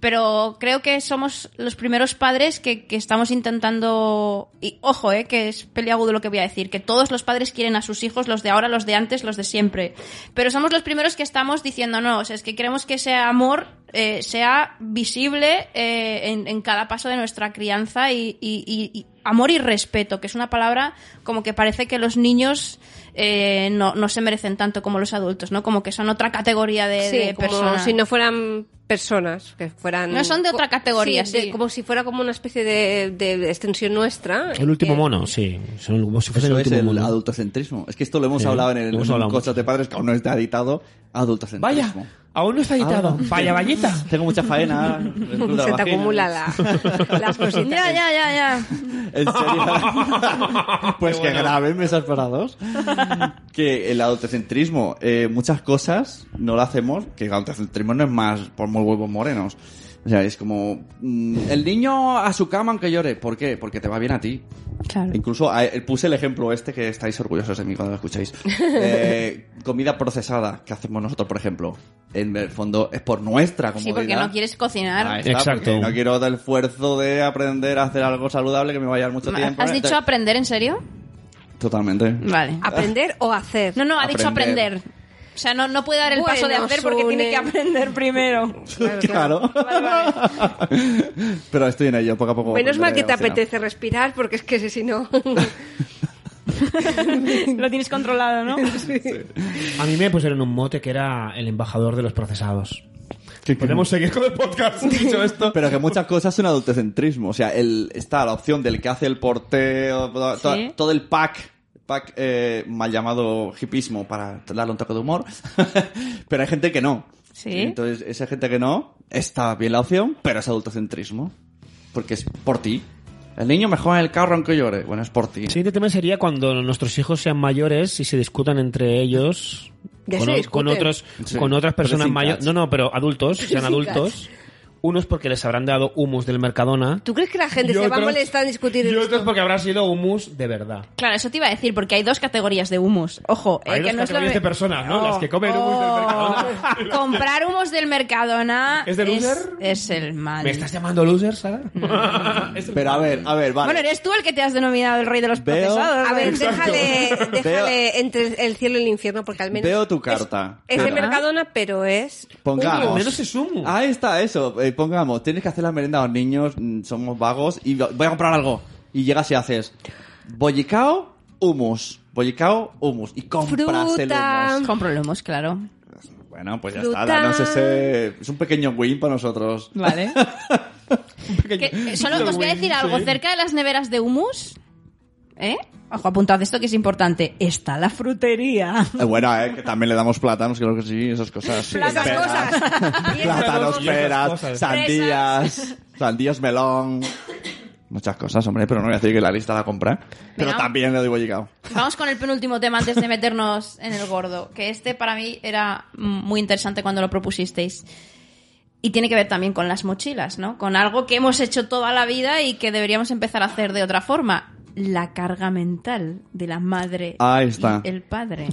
[SPEAKER 2] Pero creo que somos los primeros padres que, que estamos intentando... Y ojo, eh, que es peliagudo lo que voy a decir, que todos los padres quieren a sus hijos, los de ahora, los de antes, los de siempre. Pero somos los primeros que estamos diciendo, no, o sea, es que queremos que ese amor eh, sea visible eh, en, en cada paso de nuestra crianza y, y- y- y amor y respeto, que es una palabra como que parece que los niños eh, no, no se merecen tanto como los adultos, ¿no? Como que son otra categoría de,
[SPEAKER 3] Sí,
[SPEAKER 2] de
[SPEAKER 3] como
[SPEAKER 2] personas.
[SPEAKER 3] si no fueran personas, que fueran...
[SPEAKER 2] No, son de otra categoría,
[SPEAKER 3] de-
[SPEAKER 2] sí.
[SPEAKER 3] como si fuera como una especie de, de extensión nuestra.
[SPEAKER 5] El último
[SPEAKER 3] Eh,
[SPEAKER 5] mono, sí. Son como si fuese el
[SPEAKER 4] Eso es
[SPEAKER 5] último
[SPEAKER 4] el
[SPEAKER 5] mono.
[SPEAKER 4] adultocentrismo. Es que esto lo hemos
[SPEAKER 5] Sí,
[SPEAKER 4] hablado en el
[SPEAKER 5] lo hemos
[SPEAKER 4] en
[SPEAKER 5] hablado
[SPEAKER 4] Cosas de Padres, que aún no está editado. Adultocentrismo.
[SPEAKER 5] Vaya, aún no está editado.
[SPEAKER 4] Ahora.
[SPEAKER 5] Vaya, valleta.
[SPEAKER 4] Tengo mucha faena.
[SPEAKER 3] Se te acumula la, las cositas.
[SPEAKER 2] Ya, ya, ya, ya.
[SPEAKER 4] En serio. pues que graben mesas para dos. que el adultocentrismo, eh, muchas cosas no lo hacemos, que el adultocentrismo no es más por muy huevos morenos. O sea, es como mm, el niño a su cama aunque llore. ¿Por qué? Porque te va bien a ti.
[SPEAKER 2] Claro.
[SPEAKER 4] Incluso a- eh, puse el ejemplo este que estáis orgullosos de mí cuando lo escucháis. Eh, comida procesada que hacemos nosotros, por ejemplo. En el fondo es por nuestra
[SPEAKER 2] Sí,
[SPEAKER 4] comodidad.
[SPEAKER 2] porque no quieres cocinar.
[SPEAKER 5] Ah,
[SPEAKER 4] Ahí está,
[SPEAKER 5] Exacto.
[SPEAKER 4] porque No quiero dar el esfuerzo de aprender a hacer algo saludable que me vaya a dar mucho tiempo.
[SPEAKER 2] ¿Has dicho
[SPEAKER 4] Entonces-
[SPEAKER 2] aprender en serio?
[SPEAKER 4] Totalmente.
[SPEAKER 2] Vale.
[SPEAKER 3] ¿Aprender o hacer?
[SPEAKER 2] No, no, ha dicho
[SPEAKER 4] Aprender.
[SPEAKER 2] aprender. O sea, no, no puede dar el paso de
[SPEAKER 3] Bueno,
[SPEAKER 2] hacer porque
[SPEAKER 3] Sune.
[SPEAKER 2] tiene que aprender primero.
[SPEAKER 4] Claro. Pero estoy en ello, poco a poco.
[SPEAKER 3] Menos mal que te
[SPEAKER 4] aprenderé a
[SPEAKER 3] apetece respirar, porque es que si no...
[SPEAKER 2] Lo tienes controlado, ¿no?
[SPEAKER 5] A mí me pusieron un mote que era el embajador de los procesados.
[SPEAKER 4] cocinar.
[SPEAKER 5] Podemos seguir con el podcast dicho esto.
[SPEAKER 4] Pero que muchas cosas son adultocentrismo. O sea, el, está la opción del que hace el porteo, to- to-
[SPEAKER 2] Sí.
[SPEAKER 4] todo el pack, pack eh, mal llamado hipismo para darle un toque de humor. pero hay gente que no.
[SPEAKER 2] Sí.
[SPEAKER 4] Y Entonces, esa gente que no, está bien la opción, pero es adultocentrismo. Porque es por ti. El niño mejor en el carro aunque llore. Bueno, es por ti.
[SPEAKER 5] El siguiente tema sería cuando nuestros hijos sean mayores y se discutan entre ellos
[SPEAKER 3] Ya
[SPEAKER 5] con,
[SPEAKER 3] se
[SPEAKER 5] o-
[SPEAKER 3] discuten.
[SPEAKER 5] con otros
[SPEAKER 4] Sí.
[SPEAKER 5] con otras
[SPEAKER 4] Pero
[SPEAKER 5] personas
[SPEAKER 4] sin
[SPEAKER 5] mayores.
[SPEAKER 4] cats.
[SPEAKER 5] No, no, pero adultos, sean adultos. Unos porque les habrán dado humus del Mercadona.
[SPEAKER 3] ¿Tú crees que la gente
[SPEAKER 5] Y
[SPEAKER 3] se va a
[SPEAKER 5] otros-
[SPEAKER 3] molestar en discutir
[SPEAKER 5] Y
[SPEAKER 3] esto?
[SPEAKER 5] otros porque habrá sido humus de verdad.
[SPEAKER 2] Claro, eso te iba a decir, porque hay dos categorías de humus. Ojo, eh,
[SPEAKER 5] Hay
[SPEAKER 2] que
[SPEAKER 5] dos
[SPEAKER 2] no es lo
[SPEAKER 5] categorías
[SPEAKER 2] mi-
[SPEAKER 5] de personas, ¿no? Las que comen humus del Mercadona.
[SPEAKER 2] Comprar humos del Mercadona
[SPEAKER 5] ¿Es de loser?
[SPEAKER 2] es el mal.
[SPEAKER 5] ¿Me estás llamando loser, Sara?
[SPEAKER 3] Mm.
[SPEAKER 5] Es el-
[SPEAKER 4] Pero a ver, a ver, vale.
[SPEAKER 2] Bueno, eres tú el que te has denominado el rey de los
[SPEAKER 4] Veo-
[SPEAKER 2] procesados.
[SPEAKER 3] A ver,
[SPEAKER 2] Exacto.
[SPEAKER 3] déjale, déjale entre el cielo y el infierno, porque al menos...
[SPEAKER 4] Veo tu
[SPEAKER 3] es-
[SPEAKER 4] carta.
[SPEAKER 3] Es, de
[SPEAKER 4] Espera.
[SPEAKER 3] Mercadona, pero es...
[SPEAKER 4] Pongamos.
[SPEAKER 5] Uy, al menos es humo.
[SPEAKER 4] Ahí está, eso. Eh, pongamos, tienes que hacer la merienda a los niños, mm, somos vagos, y lo- voy a comprar algo. Y llegas y haces bollicao, humus. Bollicao, humus. Y compras el
[SPEAKER 3] Fruta.
[SPEAKER 4] hummus.
[SPEAKER 2] Compro el humus, claro.
[SPEAKER 4] Bueno, pues ya
[SPEAKER 3] Fruta.
[SPEAKER 4] está. danos ese- Es un pequeño win para nosotros.
[SPEAKER 2] Vale.
[SPEAKER 5] pequeño-
[SPEAKER 2] Que- eh, solo os voy a decir algo. Cerca de las neveras de humus, ¿eh? Ojo, apuntad esto que es importante. Está la frutería.
[SPEAKER 4] Eh, bueno, eh, que también le damos plátanos, creo que sí, esas cosas.
[SPEAKER 3] Esas
[SPEAKER 4] Peras.
[SPEAKER 3] cosas. Y esas
[SPEAKER 4] Plátanos,
[SPEAKER 3] cosas.
[SPEAKER 4] peras,
[SPEAKER 5] cosas.
[SPEAKER 4] sandías, sandías melón. Muchas cosas, hombre, pero no voy a decir que la lista la compré. Pero
[SPEAKER 2] Venga.
[SPEAKER 4] también le doy bollicao.
[SPEAKER 2] Vamos con el penúltimo tema antes de meternos en el gordo, que este para mí era muy interesante cuando lo propusisteis. Y tiene que ver también con las mochilas, ¿no? Con algo que hemos hecho toda la vida y que deberíamos empezar a hacer de otra forma. La carga mental de la madre
[SPEAKER 4] Ahí está.
[SPEAKER 2] y el padre.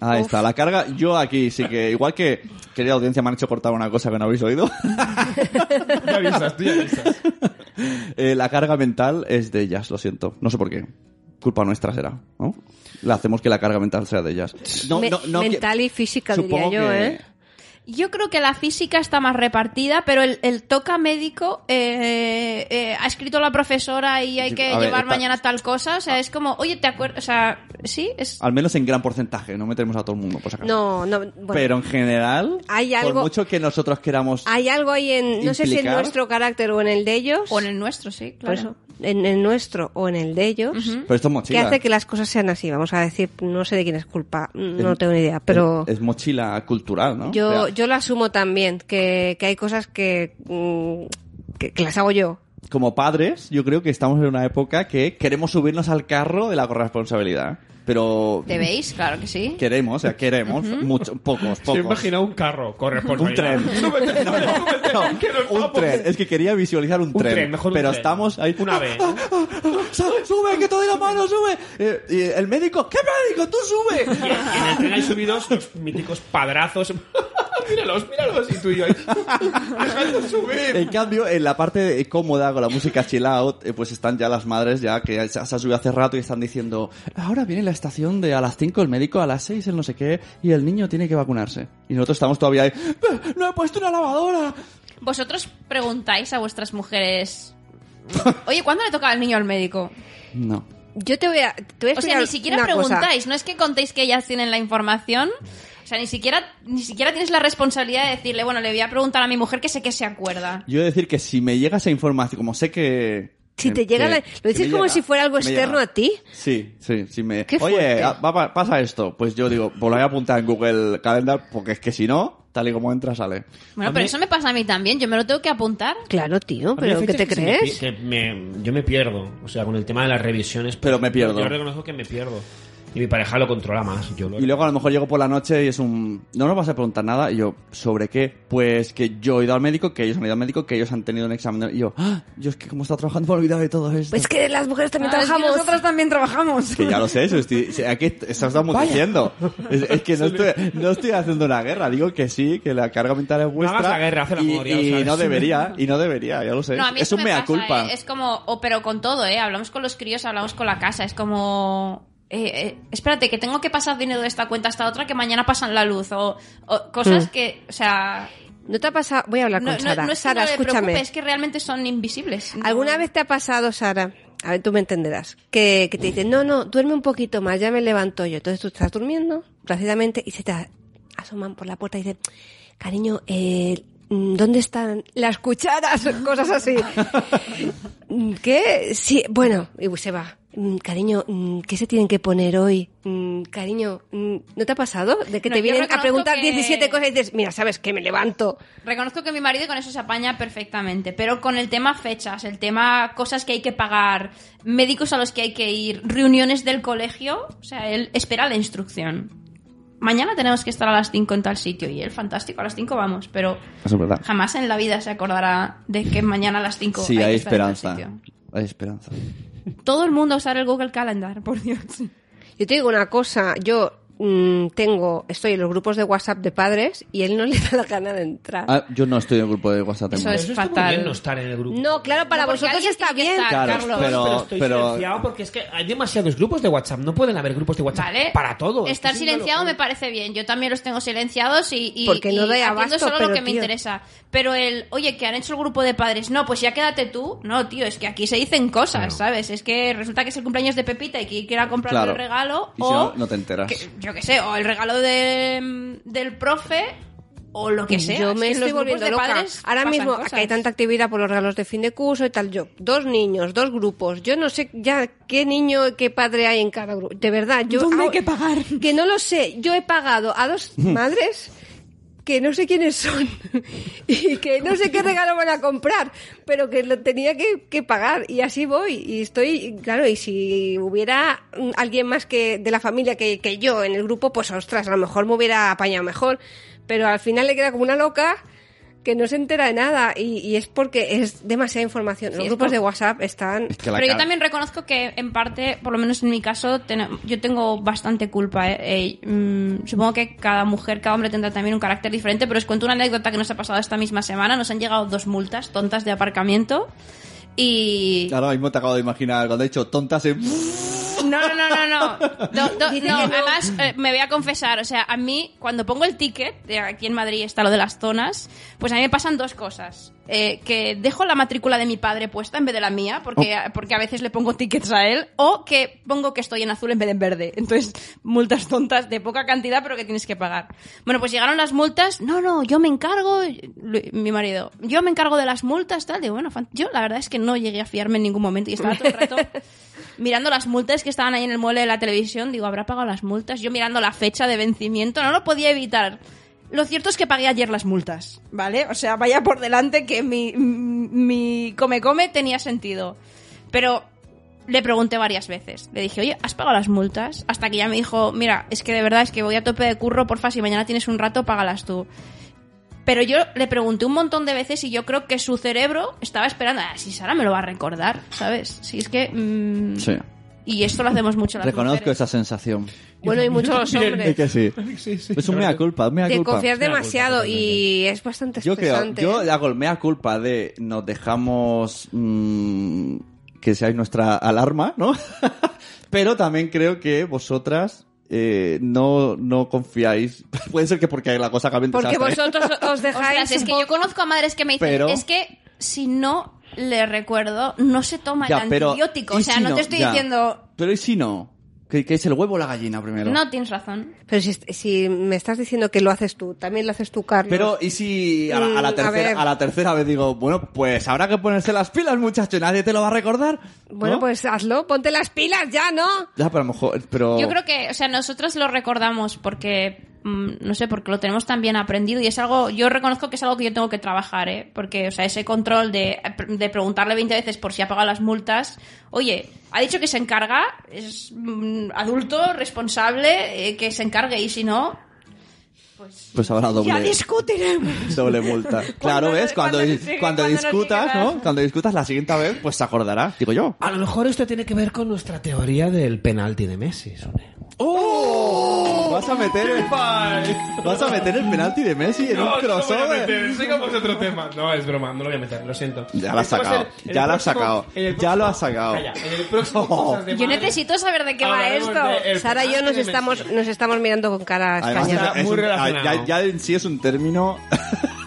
[SPEAKER 4] Ahí está, la carga. Yo aquí sí que, igual que, querida audiencia, me han hecho cortar una cosa que no habéis oído.
[SPEAKER 5] Tú avisas, tú avisas.
[SPEAKER 4] Eh, la carga mental es de ellas, lo siento. No sé por qué. Culpa nuestra será, ¿no? La hacemos que la carga mental sea de ellas. No,
[SPEAKER 3] Me-
[SPEAKER 4] no, no, que-
[SPEAKER 3] mental y física,
[SPEAKER 4] supongo
[SPEAKER 3] diría yo,
[SPEAKER 4] que-
[SPEAKER 3] ¿eh?
[SPEAKER 2] Yo creo que la física está más repartida, pero el, el toca médico eh, eh, ha escrito la profesora y hay
[SPEAKER 4] Sí,
[SPEAKER 2] que
[SPEAKER 4] a ver,
[SPEAKER 2] llevar
[SPEAKER 4] está-
[SPEAKER 2] mañana tal cosa. O sea, es como, oye, ¿te acuerdas? O sea, sí, es...
[SPEAKER 4] Al menos en gran porcentaje, no metemos a todo el mundo, por si acaso.
[SPEAKER 3] No, no, bueno.
[SPEAKER 4] Pero en general,
[SPEAKER 3] Hay
[SPEAKER 4] por
[SPEAKER 3] algo-
[SPEAKER 4] mucho que nosotros queramos...
[SPEAKER 3] Hay algo ahí en, no sé si en
[SPEAKER 4] Implicar.
[SPEAKER 3] nuestro carácter o en el de ellos.
[SPEAKER 2] O en el nuestro, sí,
[SPEAKER 3] Por
[SPEAKER 2] claro.
[SPEAKER 3] eso, en el nuestro o en el de ellos.
[SPEAKER 4] Pero esto es
[SPEAKER 3] Que
[SPEAKER 4] mochila.
[SPEAKER 3] hace que las cosas sean así, vamos a decir, no sé de quién es culpa, no tengo ni idea, pero
[SPEAKER 4] Es, es mochila cultural, ¿no?
[SPEAKER 3] yo,
[SPEAKER 4] O sea,
[SPEAKER 3] yo lo asumo también, que, que hay cosas que, mm, que, que las hago yo.
[SPEAKER 4] como padres, yo creo que estamos en una época que queremos subirnos al carro de la corresponsabilidad. Pero
[SPEAKER 2] ¿Te veis? Claro que sí.
[SPEAKER 4] Queremos, o sea, queremos. mucho- pocos,
[SPEAKER 5] Te
[SPEAKER 4] pocos.
[SPEAKER 5] imagina un carro, corre por
[SPEAKER 4] Un tren.
[SPEAKER 5] Súbete,
[SPEAKER 4] No, no,
[SPEAKER 5] súbete,
[SPEAKER 4] no,
[SPEAKER 5] que nos
[SPEAKER 4] un
[SPEAKER 5] vamos.
[SPEAKER 4] tren. Es que quería visualizar un,
[SPEAKER 5] Un tren, mejor un
[SPEAKER 4] pero
[SPEAKER 5] tren.
[SPEAKER 4] estamos ahí.
[SPEAKER 5] Un ave.
[SPEAKER 4] ¡Ah, ah, ah, ah! sube, que te doy la mano, sube. Eh, y el médico, ¿qué médico? Tú
[SPEAKER 5] Y
[SPEAKER 4] sube.
[SPEAKER 5] en el tren hay subidos los míticos padrazos. míralos, míralos. Y tú y yo ahí. Dejadnos subir.
[SPEAKER 4] En cambio, en la parte de- cómoda con la música chill out, eh, pues están ya las madres ya que se se han subido hace rato y están diciendo, ahora viene la estación de a las 5 el médico, a las 6 el no sé qué, y el niño tiene que vacunarse. Y nosotros estamos todavía ahí, "Eh, no he puesto una lavadora.
[SPEAKER 2] ¿Vosotros preguntáis a vuestras mujeres Oye, ¿cuándo le toca al niño al médico?
[SPEAKER 4] No.
[SPEAKER 3] Yo te voy a. Te voy
[SPEAKER 2] O sea,
[SPEAKER 3] a explicar
[SPEAKER 2] ni siquiera
[SPEAKER 3] una cosa.
[SPEAKER 2] preguntáis, no es que contéis que ellas tienen la información. O sea, ni siquiera, ni siquiera tienes la responsabilidad de decirle, bueno, le voy a preguntar a mi mujer que sé que se acuerda.
[SPEAKER 4] Yo he de decir que si me llega esa información, como sé que...
[SPEAKER 3] Si
[SPEAKER 4] que-
[SPEAKER 3] te llega
[SPEAKER 4] que-
[SPEAKER 3] la-
[SPEAKER 4] que
[SPEAKER 3] lo dices
[SPEAKER 4] me
[SPEAKER 3] como
[SPEAKER 4] llega,
[SPEAKER 3] si fuera algo
[SPEAKER 4] me llega.
[SPEAKER 3] externo a ti.
[SPEAKER 4] Sí, sí, sí me...
[SPEAKER 3] Qué fuerte.
[SPEAKER 4] Oye, ah, va pa- pasa esto. Pues yo digo, pues lo voy a apuntar en Google Calendar porque es que si no, tal y como entra, sale.
[SPEAKER 2] Bueno, pero eso me pasa a mí también, yo me lo tengo que apuntar.
[SPEAKER 3] Claro, tío,
[SPEAKER 5] A mí
[SPEAKER 3] pero
[SPEAKER 5] hay
[SPEAKER 3] ¿qué te
[SPEAKER 5] fechas que
[SPEAKER 3] crees?
[SPEAKER 5] se me pi- que me- yo me pierdo, o sea, con el tema de las revisiones.
[SPEAKER 4] Pero me pierdo.
[SPEAKER 5] Yo reconozco que me pierdo. Y mi pareja lo controla más. Yo lo...
[SPEAKER 4] Y luego a lo mejor llego por la noche y es un... No nos vas a preguntar nada. Y yo, ¿sobre qué? Pues que yo he ido al médico, que ellos han ido al médico, que ellos han tenido un examen. Y yo, ¡Ah! Yo es que como está trabajando me he olvidado de todo esto.
[SPEAKER 3] Pues que las mujeres
[SPEAKER 2] Ah,
[SPEAKER 3] también trabajamos.
[SPEAKER 2] también trabajamos.
[SPEAKER 4] Que ya lo sé, eso estoy, si- aquí est- estás diciendo. Es, es que no estoy, no estoy haciendo una guerra, digo que sí, que la carga mental es vuestra.
[SPEAKER 5] hagas la guerra, haz el
[SPEAKER 4] y,
[SPEAKER 5] amor, ya lo
[SPEAKER 4] y
[SPEAKER 5] sabes.
[SPEAKER 4] no debería, y no debería, ya lo sé.
[SPEAKER 2] No, a mí
[SPEAKER 4] es
[SPEAKER 2] eso
[SPEAKER 4] un
[SPEAKER 2] me
[SPEAKER 4] mea
[SPEAKER 2] pasa,
[SPEAKER 4] culpa.
[SPEAKER 2] ¿eh? Es como, o pero con todo, ¿eh? Hablamos con los críos, hablamos con la casa, es como... eh, eh, espérate, que tengo que pasar dinero de esta cuenta a esta otra, que mañana pasan la luz, o, o
[SPEAKER 3] Mm.
[SPEAKER 2] cosas que, o sea...
[SPEAKER 3] ¿No te ha pasado? Voy a hablar
[SPEAKER 2] No,
[SPEAKER 3] con
[SPEAKER 2] no-
[SPEAKER 3] Sara.
[SPEAKER 2] no es que
[SPEAKER 3] Sara,
[SPEAKER 2] no le
[SPEAKER 3] escúchame.
[SPEAKER 2] preocupe, es que realmente son invisibles. No-
[SPEAKER 3] ¿Alguna vez te ha pasado, Sara? A ver, tú me entenderás. Que, que te dicen, no, no, duerme un poquito más, ya me levanto yo. Entonces tú estás durmiendo, plácidamente, y se te asoman por la puerta y dicen, cariño, eh, mm, ¿dónde están las cucharas? Cosas así. Mm, ¿Qué? Sí, bueno, y se va. Mm, Cariño, mm, ¿qué se tienen que poner hoy? Mm, Cariño, mm, ¿no te ha pasado? De que
[SPEAKER 2] No,
[SPEAKER 3] te
[SPEAKER 2] yo
[SPEAKER 3] vienen a
[SPEAKER 2] reconozco
[SPEAKER 3] preguntar
[SPEAKER 2] que-
[SPEAKER 3] 17 cosas y dices, mira, ¿sabes qué? Me levanto.
[SPEAKER 2] Reconozco que mi marido con eso se apaña perfectamente, pero con el tema fechas, el tema cosas que hay que pagar, médicos a los que hay que ir, reuniones del colegio, o sea, él espera la instrucción. Mañana tenemos que estar a las 5 en tal sitio y él, fantástico, a las 5 vamos, pero
[SPEAKER 4] Eso es verdad.
[SPEAKER 2] jamás en la vida se acordará de que mañana a las 5
[SPEAKER 4] Sí, hay,
[SPEAKER 2] que estar en tal
[SPEAKER 4] esperanza. Hay esperanza.
[SPEAKER 2] sitio. Todo el mundo usar el Google Calendar, por Dios.
[SPEAKER 3] Yo te digo una cosa, yo mm, tengo, estoy en los grupos de WhatsApp de padres y él no le da la gana de entrar.
[SPEAKER 4] Ah, yo no estoy en el grupo de WhatsApp.
[SPEAKER 2] Eso
[SPEAKER 4] hermano.
[SPEAKER 5] Pero
[SPEAKER 2] es
[SPEAKER 5] está muy
[SPEAKER 2] fatal.
[SPEAKER 5] bien no estar en el grupo.
[SPEAKER 3] no, claro, para
[SPEAKER 2] No, porque
[SPEAKER 3] vosotros
[SPEAKER 2] alguien
[SPEAKER 3] está
[SPEAKER 2] tiene que
[SPEAKER 3] bien.
[SPEAKER 2] estar.
[SPEAKER 4] Claro,
[SPEAKER 2] Carlos.
[SPEAKER 4] pero,
[SPEAKER 5] pero estoy
[SPEAKER 4] pero-
[SPEAKER 5] silenciado porque es que hay demasiados grupos de WhatsApp. No pueden haber grupos de WhatsApp
[SPEAKER 2] ¿Vale?
[SPEAKER 5] para todo.
[SPEAKER 4] este
[SPEAKER 5] Es
[SPEAKER 2] Estar
[SPEAKER 5] que es una
[SPEAKER 2] silenciado me
[SPEAKER 5] locura.
[SPEAKER 2] parece bien. Yo también los tengo silenciados y, y-
[SPEAKER 3] Porque no
[SPEAKER 2] y
[SPEAKER 3] doy
[SPEAKER 2] atiendo
[SPEAKER 3] abasto,
[SPEAKER 2] solo
[SPEAKER 3] pero,
[SPEAKER 2] lo que me
[SPEAKER 3] tío.
[SPEAKER 2] interesa. Pero el, oye, que han hecho el grupo de padres. No, pues ya quédate tú. No, tío, es que aquí se dicen cosas,
[SPEAKER 5] Claro.
[SPEAKER 2] ¿sabes? Es que resulta que es el cumpleaños de Pepita y que quiera comprarle
[SPEAKER 4] Claro.
[SPEAKER 2] el regalo.
[SPEAKER 4] Y si
[SPEAKER 2] o,
[SPEAKER 4] no, no te enteras.
[SPEAKER 2] que- yo qué sé, o el regalo de- del profe o lo que sea.
[SPEAKER 3] Yo
[SPEAKER 2] Es
[SPEAKER 3] me
[SPEAKER 2] que en los
[SPEAKER 3] estoy
[SPEAKER 2] grupos
[SPEAKER 3] volviendo
[SPEAKER 2] de
[SPEAKER 3] loca.
[SPEAKER 2] padres
[SPEAKER 3] Ahora
[SPEAKER 2] pasan
[SPEAKER 3] mismo
[SPEAKER 2] cosas.
[SPEAKER 3] aquí hay tanta actividad por los regalos de fin de curso y tal. Yo, dos niños, dos grupos. Yo no sé ya qué niño, y qué padre hay en cada grupo. De verdad, yo.
[SPEAKER 2] ¿Dónde hay
[SPEAKER 3] ah,
[SPEAKER 2] que pagar?
[SPEAKER 3] Que no lo sé. Yo he pagado a dos madres que no sé quiénes son y que no sé qué regalo van a comprar, pero que lo tenía que, que pagar y así voy. Y estoy, claro, y si hubiera mm, alguien más que de la familia que, que yo en el grupo, pues ostras, a lo mejor me hubiera apañado mejor, pero al final le queda como una loca que no se entera de nada y, y es porque es demasiada información. Los
[SPEAKER 2] es
[SPEAKER 3] grupos
[SPEAKER 2] por-
[SPEAKER 3] de WhatsApp están...
[SPEAKER 4] Es que la
[SPEAKER 2] Pero yo
[SPEAKER 4] cara-
[SPEAKER 2] también reconozco que, en parte, por lo menos en mi caso, ten- yo tengo bastante culpa. ¿eh? Eh, mm, supongo que cada mujer, cada hombre tendrá también un carácter diferente, pero os cuento una anécdota que nos ha pasado esta misma semana. Nos han llegado dos multas tontas de aparcamiento y...
[SPEAKER 4] Ahora mismo te acabo de imaginar cuando he dicho tontas en...
[SPEAKER 2] No, no, no, no, no. No, no,
[SPEAKER 3] Dice
[SPEAKER 2] no,
[SPEAKER 3] que no.
[SPEAKER 2] Además, eh, me voy a confesar, o sea, a mí, cuando pongo el ticket, de aquí en Madrid está lo de las zonas, pues a mí me pasan dos cosas. Eh, que dejo la matrícula de mi padre puesta en vez de la mía, porque, porque a veces le pongo tickets a él, o que pongo que estoy en azul en vez de en verde. Entonces, multas tontas de poca cantidad, pero que tienes que pagar. Bueno, pues llegaron las multas. No, no, yo me encargo, Lu- mi marido, yo me encargo de las multas, tal. Digo, bueno, fan- yo la verdad es que no llegué a fiarme en ningún momento y estaba todo el rato mirando las multas que estaban ahí en el mueble de la televisión, digo, ¿habrá pagado las multas? Yo mirando la fecha de vencimiento, no lo podía evitar. Lo cierto es que pagué ayer las multas, ¿vale? O sea, vaya por delante que mi, mi come-come tenía sentido. Pero le pregunté varias veces. Le dije, oye, ¿has pagado las multas? Hasta que ya me dijo, mira, es que de verdad es que voy a tope de curro, porfa, si mañana tienes un rato, págalas tú. Pero yo le pregunté un montón de veces y yo creo que su cerebro estaba esperando, ah, si Sara me lo va a recordar, ¿sabes? Si es que... mm,
[SPEAKER 4] Sí.
[SPEAKER 2] y esto lo hacemos mucho las
[SPEAKER 4] Reconozco
[SPEAKER 2] mujeres.
[SPEAKER 4] esa sensación.
[SPEAKER 3] Bueno, y muchos los
[SPEAKER 4] Es
[SPEAKER 3] hombres.
[SPEAKER 4] que sí. Es un mea culpa, un mea
[SPEAKER 3] Te
[SPEAKER 4] culpa.
[SPEAKER 3] confías
[SPEAKER 5] Mea culpa,
[SPEAKER 3] demasiado y es bastante
[SPEAKER 4] Yo creo,
[SPEAKER 3] estresante.
[SPEAKER 2] ¿eh?
[SPEAKER 3] ¿eh?
[SPEAKER 4] yo hago el mea culpa de nos dejamos mm, que seáis nuestra alarma, ¿no? Pero también creo que vosotras eh, no, no confiáis. Puede ser que porque la cosa cambie en
[SPEAKER 3] Porque
[SPEAKER 4] desastre.
[SPEAKER 3] vosotros os dejáis
[SPEAKER 2] Ostras, es
[SPEAKER 3] un
[SPEAKER 2] que
[SPEAKER 3] poco-
[SPEAKER 2] yo conozco a madres que me dicen,
[SPEAKER 4] Pero-
[SPEAKER 2] es que si no le recuerdo, no se toma
[SPEAKER 4] Ya,
[SPEAKER 2] el
[SPEAKER 4] pero-
[SPEAKER 2] antibiótico.
[SPEAKER 4] ¿y
[SPEAKER 2] O sea,
[SPEAKER 4] si
[SPEAKER 2] no
[SPEAKER 4] no?
[SPEAKER 2] te estoy
[SPEAKER 4] Ya.
[SPEAKER 2] diciendo.
[SPEAKER 4] Pero ¿y si no? ¿Que, que es el huevo o la gallina primero?
[SPEAKER 2] No tienes razón.
[SPEAKER 3] Pero si, si me estás diciendo que lo haces tú, también lo haces tú, Carlos.
[SPEAKER 4] Pero, ¿y si a la, a la
[SPEAKER 3] Mm, a
[SPEAKER 4] tercera,
[SPEAKER 3] ver.
[SPEAKER 4] a la tercera vez digo, bueno, pues habrá que ponerse las pilas, muchacho, y nadie te lo va a recordar?
[SPEAKER 3] bueno,
[SPEAKER 4] ¿no?
[SPEAKER 3] pues hazlo, ponte las pilas ya, ¿no?
[SPEAKER 4] Ya, pero a lo mejor, pero...
[SPEAKER 2] Yo creo que, o sea, nosotros lo recordamos porque, mm, no sé, porque lo tenemos tan bien aprendido y es algo, yo reconozco que es algo que yo tengo que trabajar, ¿eh? Porque, o sea, ese control de, de preguntarle 20 veces por si ha pagado las multas, oye, ha dicho que se encarga, es mm, adulto, responsable, eh, que se encargue y si no,
[SPEAKER 4] Pues habrá doble...
[SPEAKER 2] ya discutiremos.
[SPEAKER 4] Doble multa. Claro,
[SPEAKER 2] Cuando-
[SPEAKER 4] ¿ves? Cuando,
[SPEAKER 2] cuando
[SPEAKER 4] dis-
[SPEAKER 2] nos llegue-
[SPEAKER 4] cuando
[SPEAKER 2] cuando nos
[SPEAKER 4] discutas,
[SPEAKER 2] llegue la-
[SPEAKER 4] ¿no? Cuando discutas la siguiente vez, pues se acordará, digo yo.
[SPEAKER 5] A lo mejor esto tiene que ver con nuestra teoría del penalti de Messi. Sune.
[SPEAKER 4] ¡Oh! Vas a meter el... Vas a meter el penalti de Messi en un crossover.
[SPEAKER 5] sigamos otro tema. No, es broma, no lo voy a meter, lo siento.
[SPEAKER 4] Ya lo has sacado, ya lo has sacado, ya lo has sacado.
[SPEAKER 2] Yo necesito saber de qué va esto.
[SPEAKER 3] Sara y yo nos estamos, nos estamos mirando con cara
[SPEAKER 4] Además,
[SPEAKER 3] extraña.
[SPEAKER 5] Está muy
[SPEAKER 4] un-
[SPEAKER 5] relacionado.
[SPEAKER 4] ya, ya en sí es un término